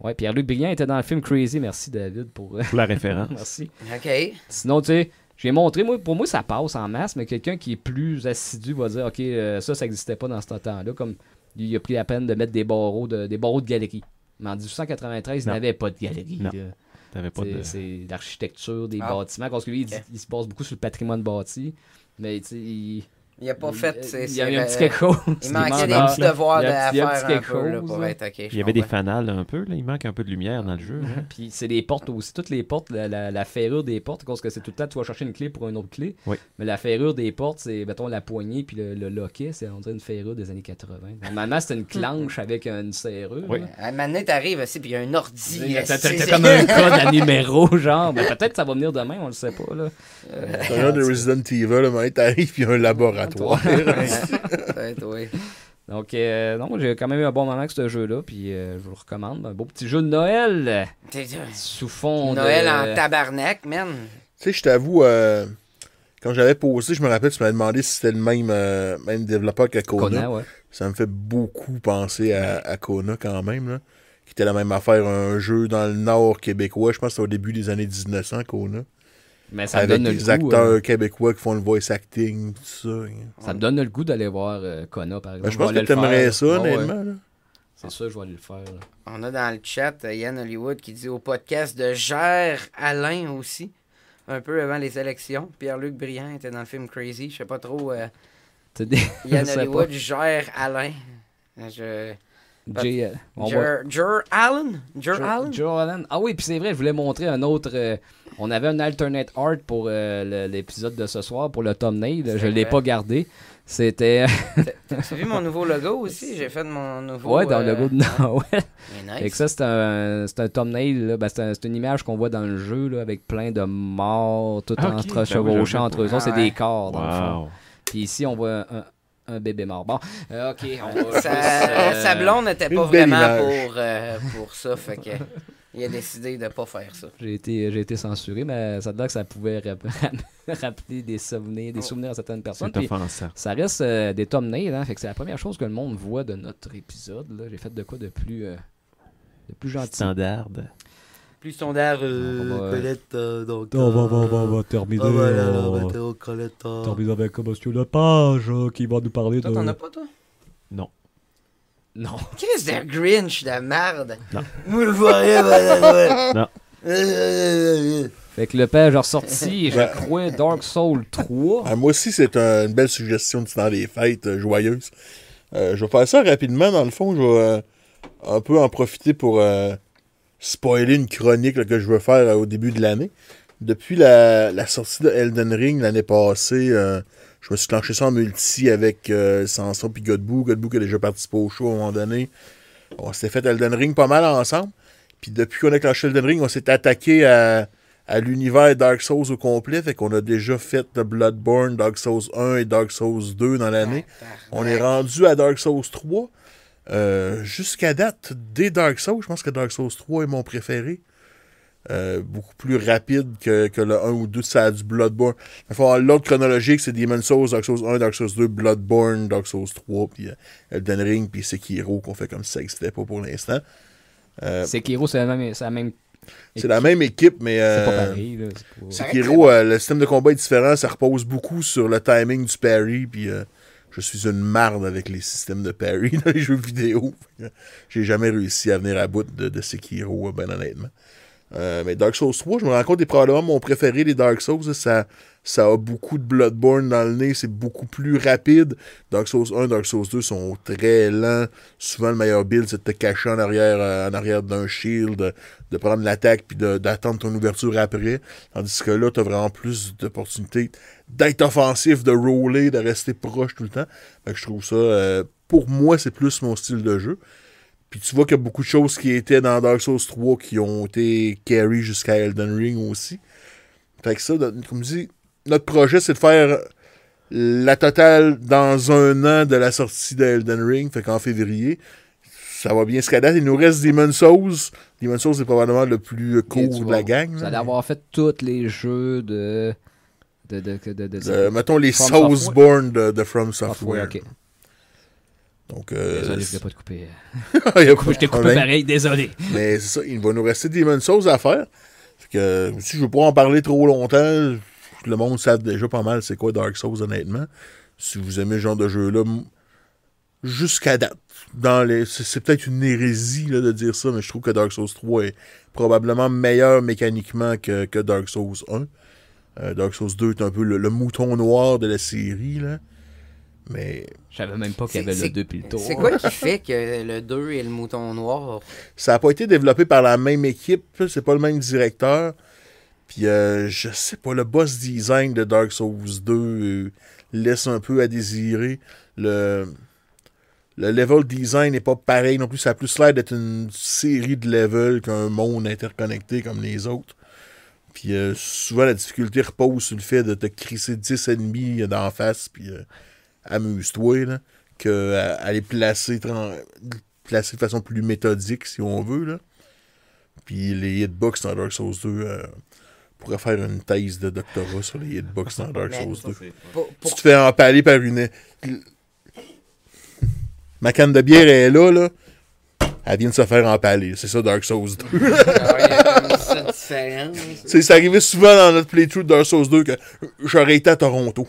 [SPEAKER 1] ouais, Pierre-Luc Briand était dans le film Crazy. Merci, David, pour, euh,
[SPEAKER 4] Pour la référence.
[SPEAKER 1] Merci.
[SPEAKER 2] Ah, OK.
[SPEAKER 1] Sinon, tu sais, j'ai montré, moi, pour moi, ça passe en masse, mais quelqu'un qui est plus assidu va dire, OK, euh, ça, ça n'existait pas dans ce temps-là. Comme lui, il a pris la peine de mettre des barreaux de, des barreaux de galerie. Mais en 1893, il
[SPEAKER 4] Non.
[SPEAKER 1] n'avait pas de galerie.
[SPEAKER 4] Non.
[SPEAKER 1] là.
[SPEAKER 4] T'avais pas
[SPEAKER 1] C'est-
[SPEAKER 4] de-
[SPEAKER 1] C'est l'architecture des
[SPEAKER 2] Ah.
[SPEAKER 1] bâtiments. Parce que lui, il, dit-
[SPEAKER 2] Ok.
[SPEAKER 1] il se base beaucoup sur le patrimoine bâti. Mais tu sais, il.
[SPEAKER 2] Il a pas fait ses-
[SPEAKER 1] Il y a eu
[SPEAKER 2] ses-
[SPEAKER 1] un petit quelque chose.
[SPEAKER 2] Il manquait des petits devoirs
[SPEAKER 1] Il y a un petit-
[SPEAKER 2] à
[SPEAKER 1] il y a un petit
[SPEAKER 2] faire un
[SPEAKER 1] quelque
[SPEAKER 2] peu, là,
[SPEAKER 1] chose,
[SPEAKER 2] pour
[SPEAKER 1] là.
[SPEAKER 2] être OK.
[SPEAKER 4] Il y avait des fanales un peu, là. Il manque un peu de lumière dans le jeu. hein.
[SPEAKER 1] Puis c'est les portes aussi, toutes les portes, la, la- la ferrure des portes, parce que c'est tout le temps, tu vas chercher une clé pour une autre clé.
[SPEAKER 4] Oui.
[SPEAKER 1] Mais la ferrure des portes, c'est, mettons, la poignée puis le, le loquet, c'est on dirait une ferrure des années 80. Normalement, c'est une clanche avec une serrure.
[SPEAKER 2] Oui.
[SPEAKER 1] là.
[SPEAKER 2] À un moment donné, t'arrives aussi, puis il y a un ordi. euh,
[SPEAKER 1] T'as- T'as
[SPEAKER 2] c'est-
[SPEAKER 1] t'as comme un code à numéro, genre. Mais peut-être que ça va venir demain, on le sait pas. Là. Euh,
[SPEAKER 3] C'est un genre de Resident Evil, là, mais t'arrives, puis il y a un laboratoire.
[SPEAKER 2] Peut-être, oui.
[SPEAKER 1] Donc, euh, non, moi, j'ai quand même eu un bon moment avec ce jeu-là, puis euh, je vous le recommande. Un beau petit jeu de Noël.
[SPEAKER 2] T'es sûr.
[SPEAKER 1] Sous fond de-
[SPEAKER 2] Noël en tabarnak, man.
[SPEAKER 3] Tu sais, je t'avoue, euh, quand j'avais posé, je me rappelle, tu m'avais demandé si c'était le même, euh, même développeur que Kona.
[SPEAKER 1] Kona, ouais.
[SPEAKER 3] Ça me fait beaucoup penser à, à Kona quand même, là, qui était la même affaire, un jeu dans le nord québécois. Je pense que c'était au début des années 1900, Kona.
[SPEAKER 1] Mais ça me
[SPEAKER 3] Avec
[SPEAKER 1] donne le
[SPEAKER 3] des
[SPEAKER 1] goût,
[SPEAKER 3] acteurs
[SPEAKER 1] euh,
[SPEAKER 3] québécois qui font le voice acting, tout ça.
[SPEAKER 1] Ça me donne le goût d'aller voir euh, Kona, par exemple.
[SPEAKER 3] Ben, je pense
[SPEAKER 1] vais
[SPEAKER 3] que
[SPEAKER 1] aller le
[SPEAKER 3] t'aimerais
[SPEAKER 1] faire. Ah,
[SPEAKER 3] ça,
[SPEAKER 1] Ouais, ouais.
[SPEAKER 3] honnêtement, là.
[SPEAKER 1] C'est sûr, je vais aller le faire. là.
[SPEAKER 2] On a dans le chat euh, Yann Hollywood qui dit au podcast de Gère Alain aussi, un peu avant les élections. Pierre-Luc Briand était dans le film Crazy. Je sais pas trop. euh,
[SPEAKER 1] C'est des-
[SPEAKER 2] Yann
[SPEAKER 1] je sais
[SPEAKER 2] Hollywood
[SPEAKER 1] pas.
[SPEAKER 2] gère Alain. Je...
[SPEAKER 1] Jay, euh, on
[SPEAKER 2] Jer, Jer Allen? Jer
[SPEAKER 1] Joe-
[SPEAKER 2] Allen?
[SPEAKER 1] Joe Allen. Ah oui, puis c'est vrai, je voulais montrer un autre. euh, on avait un alternate art pour euh, le- l'épisode de ce soir, pour le thumbnail. Je
[SPEAKER 2] C'est
[SPEAKER 1] ne l'ai
[SPEAKER 2] vrai.
[SPEAKER 1] pas gardé. C'était.
[SPEAKER 2] T'as vu mon nouveau logo aussi? J'ai fait mon nouveau.
[SPEAKER 1] Ouais, dans
[SPEAKER 2] euh,
[SPEAKER 1] le goût de Noël.
[SPEAKER 2] Il est nice.
[SPEAKER 1] Fait que ça, c'est un, c'est un thumbnail, là. Ben, c'est un- c'est une image qu'on voit dans le jeu, là, avec plein de morts, tout
[SPEAKER 4] Ah, ok.
[SPEAKER 1] entre
[SPEAKER 4] Ben oui,
[SPEAKER 1] chevauchants,
[SPEAKER 4] j'avais
[SPEAKER 1] entre
[SPEAKER 4] pas-
[SPEAKER 1] eux autres. C'est
[SPEAKER 4] Ah,
[SPEAKER 1] des
[SPEAKER 4] ouais.
[SPEAKER 1] corps, dans le
[SPEAKER 4] Wow.
[SPEAKER 1] fond. Puis ici, on voit un, un bébé mort. Bon, euh, ok, on va.
[SPEAKER 2] Sa,
[SPEAKER 1] juste, euh,
[SPEAKER 2] sa blonde n'était pas
[SPEAKER 1] une belle
[SPEAKER 2] vraiment
[SPEAKER 1] image.
[SPEAKER 2] pour, euh, pour ça, fait que il a décidé de pas faire ça.
[SPEAKER 1] J'ai été, j'ai été censuré, mais ça te dit que ça pouvait rap- rap- rappeler des souvenirs, des souvenirs à certaines personnes.
[SPEAKER 4] Oh. C'est
[SPEAKER 1] Puis
[SPEAKER 4] offensant.
[SPEAKER 1] Ça reste euh, des thumbnails, hein, fait que c'est la première chose que le monde voit de notre épisode. là. J'ai fait de quoi de plus, euh, de plus gentil.
[SPEAKER 4] Standard.
[SPEAKER 12] Plus standard,
[SPEAKER 1] On
[SPEAKER 12] euh,
[SPEAKER 1] va-
[SPEAKER 12] Colette, euh, donc.
[SPEAKER 8] Oh, On va, on va,
[SPEAKER 12] euh,
[SPEAKER 8] on va, on va terminer.
[SPEAKER 12] ah, voilà, là,
[SPEAKER 8] euh,
[SPEAKER 12] on va terminer, Colette, euh.
[SPEAKER 8] terminer avec Monsieur Lepage euh, qui va nous parler
[SPEAKER 2] Toi,
[SPEAKER 8] de.
[SPEAKER 2] t'en as pas, toi?
[SPEAKER 1] Non.
[SPEAKER 2] Qu'est-ce de Grinch de merde?
[SPEAKER 1] Non.
[SPEAKER 2] Vous le voyez,
[SPEAKER 12] ben,
[SPEAKER 2] madame?
[SPEAKER 1] Non. Fait que le page a ressorti, je
[SPEAKER 3] Ouais.
[SPEAKER 1] crois, Dark Souls 3.
[SPEAKER 3] Ah, moi aussi, c'est un- une belle suggestion du temps des fêtes euh, joyeuses. Euh, je vais faire ça rapidement, dans le fond. Je vais euh, un peu en profiter pour euh, spoiler une chronique là, que je veux faire euh, au début de l'année. Depuis la, la sortie de Elden Ring l'année passée, euh, je me suis clenché ça en multi avec euh, Sanson et Godbout. Godbout qui a déjà participé au show à un moment donné. On s'était fait Elden Ring pas mal ensemble. Puis depuis qu'on a clenché Elden Ring, on s'est attaqué à, à l'univers Dark Souls au complet. Fait qu'on a déjà fait le Bloodborne, Dark Souls 1 et Dark Souls 2 dans l'année. On est rendu à Dark Souls 3. Euh, Jusqu'à date, des Dark Souls, je pense que Dark Souls 3 est mon préféré. Euh, beaucoup plus rapide que, que le 1 ou 2, ça a du Bloodborne. Enfin, l'ordre chronologique, c'est Demon's Souls, Dark Souls 1, Dark Souls 2, Bloodborne, Dark Souls 3, puis euh, Elden Ring, puis Sekiro, qu'on fait comme si ça n'existait pas pour l'instant. Euh,
[SPEAKER 1] Sekiro, c'est la même. C'est la même,
[SPEAKER 3] c'est la même équipe, mais.
[SPEAKER 1] C'est pas
[SPEAKER 3] euh,
[SPEAKER 1] pareil, là, c'est pas-
[SPEAKER 3] Sekiro, euh, le système de combat est différent. Ça repose beaucoup sur le timing du parry. Puis euh, je suis une marde avec les systèmes de parry dans les jeux vidéo. Fait que J'ai jamais réussi à venir à bout de, de Sekiro, euh, ben honnêtement. Euh, mais Dark Souls 3, je me rends compte, est probablement mon préféré des Dark Souls. Ça, ça a beaucoup de Bloodborne dans le nez, c'est beaucoup plus rapide. Dark Souls 1, Dark Souls 2 sont très lents. Souvent, le meilleur build, c'est de te cacher en arrière, euh, en arrière d'un shield, de, de prendre l'attaque puis de- d'attendre ton ouverture après. Tandis que là, tu as vraiment plus d'opportunités d'être offensif, de rouler, de rester proche tout le temps. Fait que je trouve ça, euh, pour moi, c'est plus mon style de jeu. Puis tu vois qu'il y a beaucoup de choses qui étaient dans Dark Souls 3 qui ont été carry jusqu'à Elden Ring aussi. Fait que ça, notre- comme je dis, notre projet, c'est de faire la totale dans un an de la sortie de Elden Ring. Fait qu'en février, ça va bien jusqu'à date. Il nous reste Demon's Souls. Demon's Souls est probablement le plus court de la gang.
[SPEAKER 1] Vous
[SPEAKER 3] là.
[SPEAKER 1] allez avoir fait tous les jeux de. de, de, de, de- de-
[SPEAKER 3] Euh, mettons les
[SPEAKER 1] From Software.
[SPEAKER 3] Soulsborne de, de From Software.
[SPEAKER 1] Software, ok.
[SPEAKER 3] Donc, euh,
[SPEAKER 1] Désolé, je voulais
[SPEAKER 3] c'est-
[SPEAKER 1] pas te couper.
[SPEAKER 3] Il y
[SPEAKER 1] Je t'ai
[SPEAKER 3] a pas de
[SPEAKER 1] coupé
[SPEAKER 3] problème.
[SPEAKER 1] pareil, désolé.
[SPEAKER 3] Mais c'est ça, il va nous rester Demon's Souls à faire. Fait que, euh, si je veux pas en parler trop longtemps, le monde sait déjà pas mal c'est quoi Dark Souls, honnêtement. Si vous aimez ce genre de jeu-là, m- jusqu'à date, dans les, c'est, c'est peut-être une hérésie là, de dire ça, mais je trouve que Dark Souls 3 est probablement meilleur mécaniquement que, que Dark Souls 1. Euh, Dark Souls 2 est un peu le, le mouton noir de la série, là. Mais
[SPEAKER 1] Je savais même pas qu'il y avait
[SPEAKER 2] C'est-
[SPEAKER 1] le 2 puis le 3.
[SPEAKER 2] c'est
[SPEAKER 12] C'est quoi qui fait que le 2 et le mouton noir
[SPEAKER 3] Ça n'a pas été développé par la même équipe, c'est pas le même directeur. Puis euh, je sais pas, le boss design de Dark Souls 2 euh, laisse un peu à désirer. Le, le level design n'est pas pareil non plus. Ça a plus l'air d'être une série de levels qu'un monde interconnecté comme les autres. Puis euh, souvent, la difficulté repose sur le fait de te crisser 10 ennemis euh, d'en face, puis euh, amuse-toi, là, que à, à les placer, tran- placer de façon plus méthodique, si on veut. Là. Puis les hitbox dans Dark Souls 2, euh, on pourrait faire une thèse de doctorat sur les hitbox dans Dark
[SPEAKER 2] Mais-
[SPEAKER 3] Souls 2.
[SPEAKER 2] Ben, Pour-
[SPEAKER 3] Tu te fais empaler par une... Ma canne de bière est là, là. Elle vient de se faire empaler. C'est ça, Dark Souls 2. Tu sais, C'est arrivé souvent dans notre playthrough de Dark Souls 2 que j'aurais été à Toronto.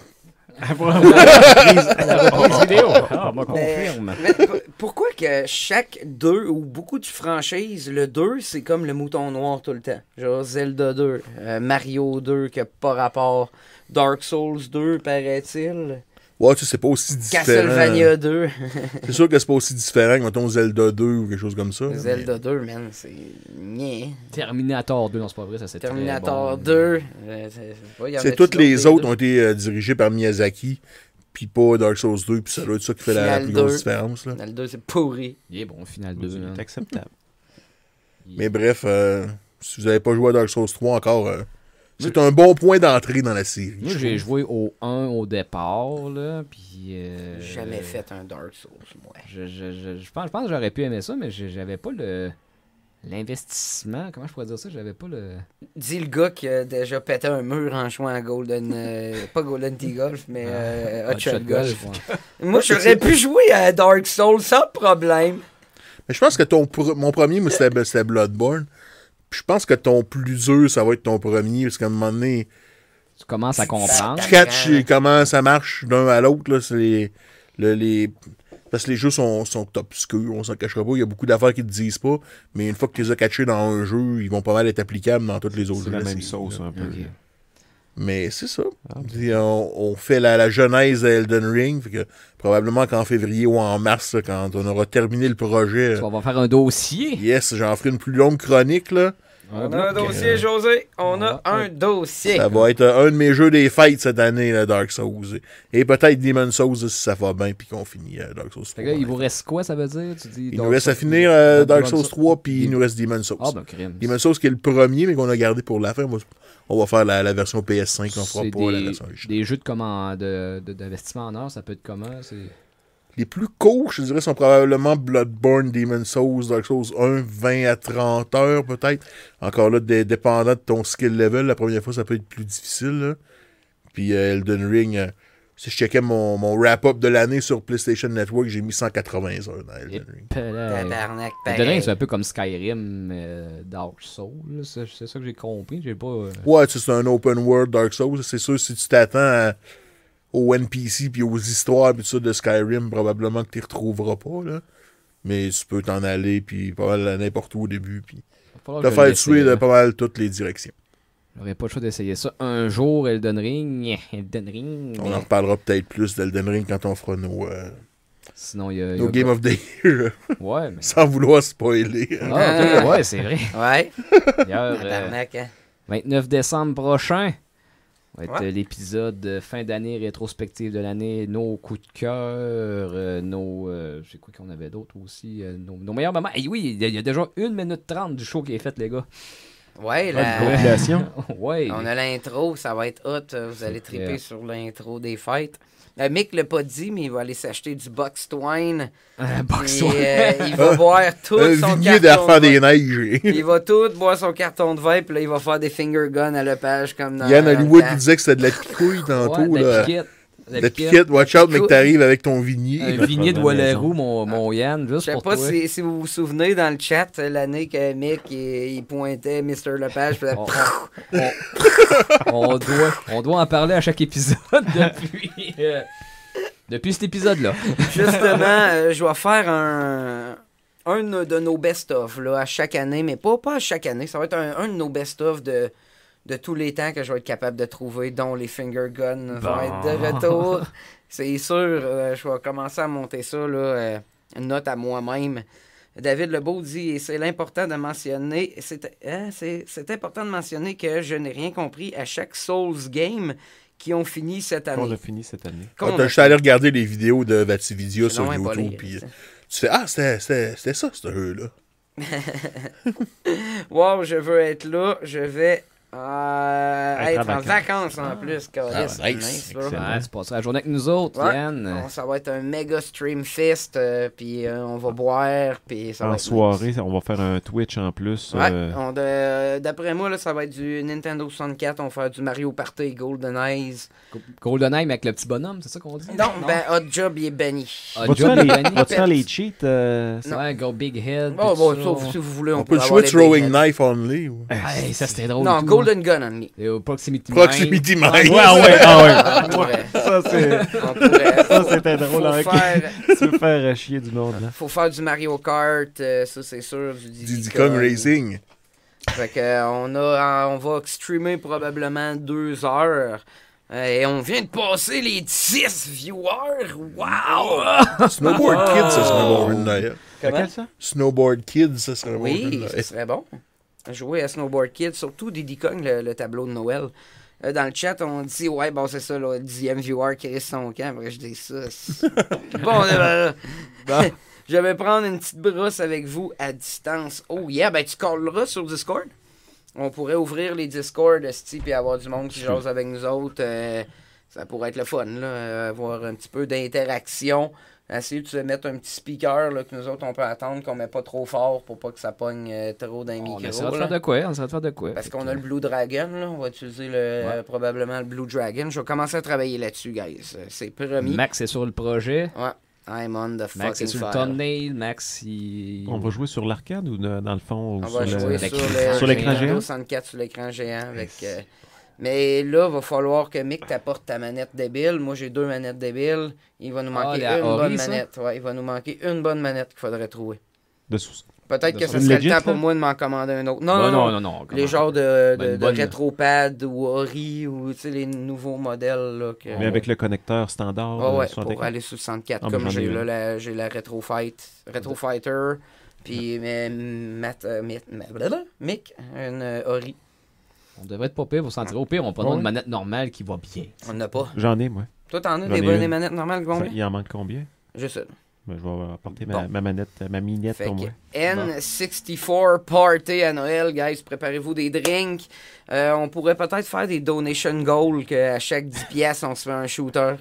[SPEAKER 4] Ah,
[SPEAKER 2] Mais- Ben, mais p- pourquoi que chaque deux ou beaucoup de franchises, le 2, c'est comme le mouton noir tout le temps? Genre Zelda 2, euh, Mario 2, que pas rapport. Dark Souls 2, paraît-il.
[SPEAKER 3] Ouais, tu sais, c'est pas aussi différent.
[SPEAKER 2] Castlevania 2.
[SPEAKER 3] c'est sûr que c'est pas aussi différent que, mettons, Zelda 2 ou quelque chose comme ça.
[SPEAKER 2] Zelda 2, man, c'est. Nyeh.
[SPEAKER 1] Terminator 2, non, c'est pas vrai, ça c'est très
[SPEAKER 2] Terminator
[SPEAKER 1] bon.
[SPEAKER 2] 2. euh, c'est- ouais, y en
[SPEAKER 3] C'est
[SPEAKER 2] a-tu
[SPEAKER 3] toutes
[SPEAKER 2] d'autres
[SPEAKER 3] les
[SPEAKER 2] des
[SPEAKER 3] autres
[SPEAKER 2] deux?
[SPEAKER 3] ont été euh, dirigées par Miyazaki, puis pas Dark Souls 2, puis ça doit être ça qui fait la, la
[SPEAKER 2] Final
[SPEAKER 3] plus grosse
[SPEAKER 2] 2.
[SPEAKER 3] différence. là.
[SPEAKER 2] Final 2, c'est pourri.
[SPEAKER 1] Il est bon, Final 2. hein.
[SPEAKER 4] C'est acceptable.
[SPEAKER 3] Mais bref, euh, si vous n'avez pas joué à Dark Souls 3 encore, euh, c'est un bon point d'entrée dans la série.
[SPEAKER 1] Moi,
[SPEAKER 3] je
[SPEAKER 1] j'ai
[SPEAKER 3] trouve.
[SPEAKER 1] joué au 1 au départ, là, puis... euh,
[SPEAKER 2] Jamais fait un Dark Souls, moi.
[SPEAKER 1] Je, je- je- je pense, je pense que j'aurais pu aimer ça, mais j'ai- j'avais pas le... L'investissement, comment je pourrais dire ça? J'avais pas le...
[SPEAKER 2] Dis le gars qui a déjà pété un mur en jouant à Golden. euh, pas Golden T-Golf, mais euh, Hot
[SPEAKER 1] Hot
[SPEAKER 2] Shot
[SPEAKER 1] Shot
[SPEAKER 2] Golf.
[SPEAKER 1] Golf,
[SPEAKER 2] Moi, j'aurais pu jouer à Dark Souls sans problème.
[SPEAKER 3] Mais je pense que ton pr- mon premier, moi, c'était c'était Bloodborne. Puis je pense que ton plus dur, ça va être ton premier, parce qu'à un moment donné,
[SPEAKER 1] Tu commences à
[SPEAKER 4] Ah,
[SPEAKER 1] comprendre.
[SPEAKER 3] tu catches comment ça marche d'un à l'autre. là, c'est les- le- les- Parce que les jeux sont, sont obscurs, on s'en cachera pas. Il y a beaucoup d'affaires qui te disent pas, mais une fois que tu les as catchés dans un jeu, ils vont pas mal être applicables dans tous les autres
[SPEAKER 4] C'est
[SPEAKER 3] jeux.
[SPEAKER 4] la
[SPEAKER 3] de
[SPEAKER 4] même
[SPEAKER 3] série,
[SPEAKER 4] sauce
[SPEAKER 3] là.
[SPEAKER 4] un peu.
[SPEAKER 1] Ok.
[SPEAKER 3] Mais c'est ça.
[SPEAKER 1] Ah, ben.
[SPEAKER 3] Puis on, on fait la, la genèse d'Elden Ring. Fait que probablement qu'en février ou en mars, là, quand on aura terminé le projet.
[SPEAKER 1] On va faire un dossier.
[SPEAKER 3] Yes, j'en ferai une plus longue chronique. Là.
[SPEAKER 2] On a un dossier, José. On a un dossier.
[SPEAKER 3] Ah, Ça va être euh, un de mes jeux des fêtes cette année, là, Dark Souls. Et peut-être Demon Souls si ça va bien, puis qu'on finit euh, Dark Souls 3.
[SPEAKER 1] Fait que là, il vous reste quoi, ça veut dire? Tu dis
[SPEAKER 3] Il
[SPEAKER 1] Dark
[SPEAKER 3] nous reste à
[SPEAKER 1] Souls-
[SPEAKER 3] finir euh, Dark Souls
[SPEAKER 1] Souls-
[SPEAKER 3] 3, puis il nous reste Demon Souls.
[SPEAKER 1] Ah, ben, crime.
[SPEAKER 3] Demon Souls qui est le premier, mais qu'on a gardé pour la fin. On va, on va faire la, la version PS5, on fera
[SPEAKER 1] C'est
[SPEAKER 3] pas la
[SPEAKER 1] des-
[SPEAKER 3] version
[SPEAKER 1] Des jeux de comment de- de- d'investissement en or, ça peut être comment? c'est-
[SPEAKER 3] Les plus courts, je dirais, sont probablement Bloodborne, Demon Souls, Dark Souls 1, 20 à 30 heures peut-être. Encore là, dé- dépendant de ton skill level, la première fois, ça peut être plus difficile. là. Puis euh, Elden Ring, euh, si je checkais mon, mon wrap-up de l'année sur PlayStation Network, j'ai mis 180 heures dans Elden Ring.
[SPEAKER 1] Tabarnak, Elden Ring, c'est un peu comme Skyrim, euh, Dark Souls. C'est c'est ça que j'ai compris. J'ai pas. euh,
[SPEAKER 3] Ouais, tu sais, c'est un open world Dark Souls. C'est sûr, si tu t'attends à- aux NPC puis aux histoires puis tout ça de Skyrim, probablement que tu retrouveras pas. Là. Mais tu peux t'en aller puis pas mal à n'importe où au début. Puis
[SPEAKER 1] falloir
[SPEAKER 2] Oh,
[SPEAKER 3] te
[SPEAKER 1] que je le
[SPEAKER 3] faire tuer de
[SPEAKER 2] hein.
[SPEAKER 1] l'essaye,
[SPEAKER 3] pas mal toutes les directions.
[SPEAKER 1] J'aurais pas le choix d'essayer ça. Un jour, Elden Ring. Elden Ring.
[SPEAKER 3] On en reparlera peut-être plus d'Elden Ring quand on fera nos, euh,
[SPEAKER 1] Sinon, il y a.
[SPEAKER 2] Ben,
[SPEAKER 1] il y
[SPEAKER 3] nos
[SPEAKER 1] a-
[SPEAKER 3] Game of the Year. euh,
[SPEAKER 1] Ouais, mais-
[SPEAKER 3] Sans vouloir spoiler. Euh,
[SPEAKER 1] Ah, ok, ouais, c'est vrai.
[SPEAKER 2] Ouais.
[SPEAKER 1] D'ailleurs, euh,
[SPEAKER 2] Tabarnak, hein.
[SPEAKER 1] 29 décembre prochain va être
[SPEAKER 2] Ouais.
[SPEAKER 1] euh, l'épisode euh, fin d'année rétrospective de l'année, nos coups de cœur, euh, nos. euh, je sais quoi qu'on avait d'autres aussi, euh, nos, nos meilleurs moments. Et oui, il y, a- il y a déjà 1 minute 30 du show qui est fait, les gars.
[SPEAKER 2] Ah, Ouais, la-
[SPEAKER 1] ouais.
[SPEAKER 2] On a l'intro, ça va être hot. euh, Vous allez triper
[SPEAKER 1] clair.
[SPEAKER 2] sur l'intro des fêtes. Euh, Mick l'a pas dit, mais il va aller s'acheter du Box Twine.
[SPEAKER 1] Box
[SPEAKER 2] Et,
[SPEAKER 1] Twine.
[SPEAKER 2] euh, il va boire tout
[SPEAKER 3] Un
[SPEAKER 2] son
[SPEAKER 3] vignier
[SPEAKER 2] carton.
[SPEAKER 3] d'affaires
[SPEAKER 2] de
[SPEAKER 3] des
[SPEAKER 2] vin.
[SPEAKER 3] neiges.
[SPEAKER 2] Il va tout boire son carton de vin, puis là, il va faire des finger guns à Lepage comme dans.
[SPEAKER 3] Yann
[SPEAKER 2] dans le
[SPEAKER 3] Hollywood
[SPEAKER 2] temps.
[SPEAKER 3] nous disait que c'était de la picouille tantôt.
[SPEAKER 2] Ouais, de la
[SPEAKER 3] là.
[SPEAKER 2] piquette, de la
[SPEAKER 3] De la
[SPEAKER 2] piquette.
[SPEAKER 3] piquette, watch out, mais que
[SPEAKER 2] Cool.
[SPEAKER 3] t'arrives avec ton Ah, vignier.
[SPEAKER 1] Un vignier de Wallaroo, mon, mon Yann, juste
[SPEAKER 2] Ah. Je sais
[SPEAKER 1] pour
[SPEAKER 2] pas
[SPEAKER 1] toi.
[SPEAKER 2] si, si vous vous souvenez dans le chat euh, l'année que Mick il, il pointait Mr. Lepage.
[SPEAKER 1] Oh.
[SPEAKER 2] puis là,
[SPEAKER 1] on, doit, on doit en parler à chaque épisode depuis, euh, depuis cet épisode-là.
[SPEAKER 2] Justement, euh, je vais faire un, un de nos best-of là, à chaque année, mais pas, pas à chaque année. Ça va être un, un de nos best-of de, de tous les temps que je vais être capable de trouver, dont les finger guns vont
[SPEAKER 6] Bon.
[SPEAKER 2] être de retour. C'est sûr, euh, je vais commencer à monter ça, là, euh, une note à moi-même. David Lebeau dit et c'est l'important de mentionner c'est hein, c'est- c'est important de mentionner que je n'ai rien compris à chaque Souls game qui ont fini cette année.
[SPEAKER 4] Qu'on a fini cette année.
[SPEAKER 2] Qu'on
[SPEAKER 3] Quand
[SPEAKER 2] a
[SPEAKER 3] je suis allé regarder les vidéos de Vatividia
[SPEAKER 2] C'est
[SPEAKER 3] sur
[SPEAKER 2] donc bien
[SPEAKER 3] YouTube,
[SPEAKER 2] pas
[SPEAKER 3] puis euh, tu fais Ah, c'était c'était- c'était ça, ce jeu-là.
[SPEAKER 2] wow, je veux être là, je vais euh,
[SPEAKER 1] Être
[SPEAKER 2] être,
[SPEAKER 1] en
[SPEAKER 2] en
[SPEAKER 1] vacances.
[SPEAKER 2] vacances en
[SPEAKER 1] Ah,
[SPEAKER 2] plus. câlisse,
[SPEAKER 1] nice.
[SPEAKER 2] mince, là.
[SPEAKER 1] Ouais, tu passeras la journée avec nous autres,
[SPEAKER 2] Ouais.
[SPEAKER 1] Yann.
[SPEAKER 2] Bon, ça va être un méga stream fest, euh, puis euh, on va boire, puis ça va
[SPEAKER 4] Ah. En
[SPEAKER 2] être
[SPEAKER 4] soirée, on va faire un Twitch en plus.
[SPEAKER 2] Ouais,
[SPEAKER 4] euh,
[SPEAKER 2] on de- euh, d'après moi, là, ça va être du Nintendo 64, on va faire du Mario Party, Golden Eyes.
[SPEAKER 1] GoldenEye, mais avec le petit bonhomme, c'est ça qu'on dit? Ah,
[SPEAKER 2] Non, Oh, ben Hot Job, il est banni.
[SPEAKER 4] Vas-tu faire les- vas-tu faire les cheats euh,
[SPEAKER 1] Non. Ouais, go big head. pis
[SPEAKER 2] Bon, Oh, bon,
[SPEAKER 1] tout
[SPEAKER 2] sauf
[SPEAKER 1] ça.
[SPEAKER 2] si vous voulez, on,
[SPEAKER 3] On peut le jouer Throwing Knife Only. ou-
[SPEAKER 1] Hey, ça c'était drôle.
[SPEAKER 2] Non,
[SPEAKER 1] et tout,
[SPEAKER 2] Golden Gun Only.
[SPEAKER 1] hein. Et au Proximity Mine.
[SPEAKER 3] Proximity Mine.
[SPEAKER 1] Ah,
[SPEAKER 4] ah
[SPEAKER 2] On pourrait.
[SPEAKER 4] Ça, c'est-
[SPEAKER 2] On pourrait.
[SPEAKER 4] ça, c'était drôle hein,
[SPEAKER 2] Faut
[SPEAKER 4] avec-
[SPEAKER 2] faire-
[SPEAKER 4] tu veux faire euh, chier du monde, là.
[SPEAKER 2] Faut faire du Mario Kart, euh, ça c'est sûr, du
[SPEAKER 3] Diddy
[SPEAKER 2] Diddy
[SPEAKER 3] Kong
[SPEAKER 2] Kong.
[SPEAKER 3] Racing.
[SPEAKER 2] Fait que, euh, on, a, euh, on va streamer probablement deux heures. Euh, Et on vient de passer les 10 viewers! Wow!
[SPEAKER 3] Snowboard Kids,
[SPEAKER 2] Oh.
[SPEAKER 3] ça serait bon, une Noël.
[SPEAKER 2] Comment?
[SPEAKER 3] Snowboard Kids, ça serait bon. une
[SPEAKER 2] Oui,
[SPEAKER 3] Noël.
[SPEAKER 2] ce serait bon. Jouer à Snowboard Kid, surtout Diddy Kong, le, le tableau de Noël. Euh, dans le chat, on dit Ouais, bon, c'est ça, le dixième viewer qui reste son camp. Après, je dis ça. c'est- bon, euh, on est là.
[SPEAKER 1] Bon.
[SPEAKER 2] Je vais prendre une petite brosse avec vous à distance. Oh, yeah, ben, tu colleras sur Discord. On pourrait ouvrir les Discord, Esti, puis avoir du monde qui jase avec nous autres. euh, ça pourrait être le fun, là, euh, avoir un petit peu d'interaction. Essayer de se mettre un petit speaker là, que nous autres, on peut attendre qu'on met pas trop fort pour pas que ça pogne euh, trop dans les
[SPEAKER 1] On
[SPEAKER 2] micros,
[SPEAKER 1] essaiera de
[SPEAKER 2] là.
[SPEAKER 1] faire de quoi, on essaiera de faire de quoi.
[SPEAKER 2] Parce qu'on a le Blue Dragon, là. on va utiliser le, euh, probablement le Blue Dragon. Je vais commencer à travailler là-dessus, guys. Euh, C'est promis.
[SPEAKER 1] Max est sur le projet.
[SPEAKER 2] Ouais, I'm on
[SPEAKER 1] Max
[SPEAKER 2] the
[SPEAKER 1] est
[SPEAKER 2] fucking
[SPEAKER 1] sur le
[SPEAKER 2] fire.
[SPEAKER 1] thumbnail. Max, il...
[SPEAKER 4] On va jouer sur l'arcade ou de- dans le fond ou
[SPEAKER 2] On
[SPEAKER 4] sur
[SPEAKER 2] va
[SPEAKER 4] le-
[SPEAKER 2] jouer sur,
[SPEAKER 4] l'écran-
[SPEAKER 2] le
[SPEAKER 4] sur l'écran
[SPEAKER 2] Nintendo
[SPEAKER 4] géant
[SPEAKER 2] 64 sur l'écran géant. Avec, euh, mais là, va falloir que Mick t'apporte ta manette débile. Moi, j'ai deux manettes débiles. Il va nous
[SPEAKER 1] Ah,
[SPEAKER 2] manquer
[SPEAKER 1] la
[SPEAKER 2] une
[SPEAKER 1] Ori,
[SPEAKER 2] bonne
[SPEAKER 1] ça?
[SPEAKER 2] manette. Ouais, il va nous manquer une bonne manette qu'il faudrait trouver.
[SPEAKER 4] de sous-
[SPEAKER 2] Peut-être
[SPEAKER 1] De
[SPEAKER 2] que
[SPEAKER 1] son-
[SPEAKER 2] ce
[SPEAKER 1] Une
[SPEAKER 2] serait
[SPEAKER 1] legit,
[SPEAKER 2] le temps pour
[SPEAKER 1] là?
[SPEAKER 2] moi de m'en commander un autre.
[SPEAKER 1] Bah non,
[SPEAKER 2] Non, non,
[SPEAKER 1] non, non,
[SPEAKER 2] Les
[SPEAKER 1] comment-
[SPEAKER 2] genres de,
[SPEAKER 1] Ben,
[SPEAKER 2] de,
[SPEAKER 1] une
[SPEAKER 2] de
[SPEAKER 1] bonne, là.
[SPEAKER 2] rétropad ou Ori ou tu sais, les nouveaux modèles. Là, que-
[SPEAKER 4] Mais avec le connecteur standard.
[SPEAKER 2] Ah
[SPEAKER 4] euh,
[SPEAKER 2] ouais,
[SPEAKER 4] sur la
[SPEAKER 2] pour
[SPEAKER 4] technique.
[SPEAKER 2] aller sur 64,
[SPEAKER 4] Ah, mais
[SPEAKER 2] comme
[SPEAKER 4] j'en ai
[SPEAKER 2] j'ai
[SPEAKER 4] une.
[SPEAKER 2] là, la, j'ai la Retro Fight, Retro Fighter, puis mais, Matt, euh, Mick- Matt- blablabla, Mick, une euh, Ori.
[SPEAKER 1] On devrait être pas pire pour s'en tirer. Au pire, on prend
[SPEAKER 4] Ouais.
[SPEAKER 1] une manette normale qui va bien.
[SPEAKER 2] On n'a pas.
[SPEAKER 4] J'en ai, moi.
[SPEAKER 2] Toi, t'en as
[SPEAKER 4] J'en
[SPEAKER 2] des
[SPEAKER 4] ai
[SPEAKER 2] bonnes
[SPEAKER 4] une.
[SPEAKER 2] manettes normales qui vont
[SPEAKER 4] Ça,
[SPEAKER 2] bien?
[SPEAKER 4] Il en manque combien
[SPEAKER 2] Juste une.
[SPEAKER 4] Ben, je vais apporter ma,
[SPEAKER 2] Bon.
[SPEAKER 4] ma manette, euh, ma minette
[SPEAKER 2] Fait
[SPEAKER 4] pour moi.
[SPEAKER 2] que N64 Party à Noël, guys, préparez-vous des drinks. Euh, on pourrait peut-être faire des donation goals qu'à chaque 10 pièces on se fait un shooter.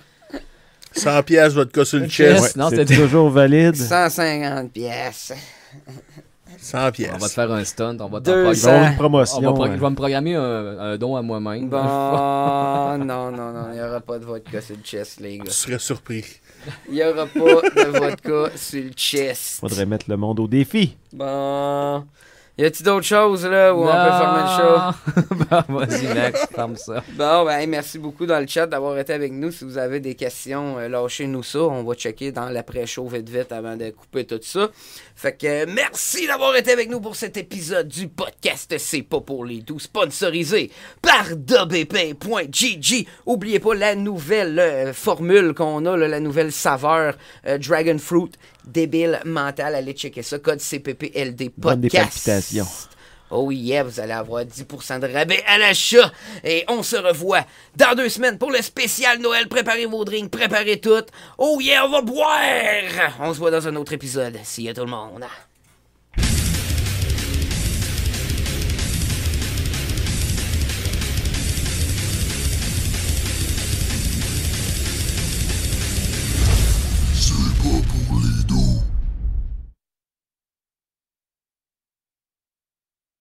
[SPEAKER 3] 100 pièces vodka sur le chest.
[SPEAKER 1] non,
[SPEAKER 4] c'est
[SPEAKER 1] c'était-
[SPEAKER 4] toujours valide.
[SPEAKER 2] 150 pièces.
[SPEAKER 3] 100 pièces.
[SPEAKER 1] On va te faire un stunt, on va te
[SPEAKER 2] 200.
[SPEAKER 1] programmer-
[SPEAKER 2] Une promotion,
[SPEAKER 1] on va pro-
[SPEAKER 4] hein.
[SPEAKER 2] ouais.
[SPEAKER 1] Je vais me programmer un, un don à moi-même.
[SPEAKER 2] Bon, non, non, non, il n'y aura pas de vodka sur le chest, les gars.
[SPEAKER 3] Tu serais surpris.
[SPEAKER 2] Il n'y aura pas de vodka sur le chest.
[SPEAKER 4] Faudrait mettre le monde au défi.
[SPEAKER 2] Bon. Y a-t-il d'autres choses, là, où on peut fermer le show?
[SPEAKER 1] Bah, vas-y, Max, ferme ça.
[SPEAKER 2] Bon, ben, hey, merci beaucoup dans le chat d'avoir été avec nous. Si vous avez des questions, euh, lâchez-nous ça. On va checker dans l'après-show vite vite avant de couper tout ça. Fait que euh, merci d'avoir été avec nous pour cet épisode du podcast C'est pas pour les doux, sponsorisé par dobépin.gg. Oubliez pas la nouvelle euh, formule qu'on a, là, la nouvelle saveur euh, Dragon Fruit débile mental. Allez checker ça. Code CPPLD
[SPEAKER 4] Donne des
[SPEAKER 2] podcast.
[SPEAKER 4] palpitations.
[SPEAKER 2] Oh yeah, vous allez avoir 10% de rabais à l'achat. Et on se revoit dans deux semaines pour le spécial Noël. Préparez vos drinks, préparez tout. Oh yeah, on va boire! On se voit dans un autre épisode. See ya tout le monde.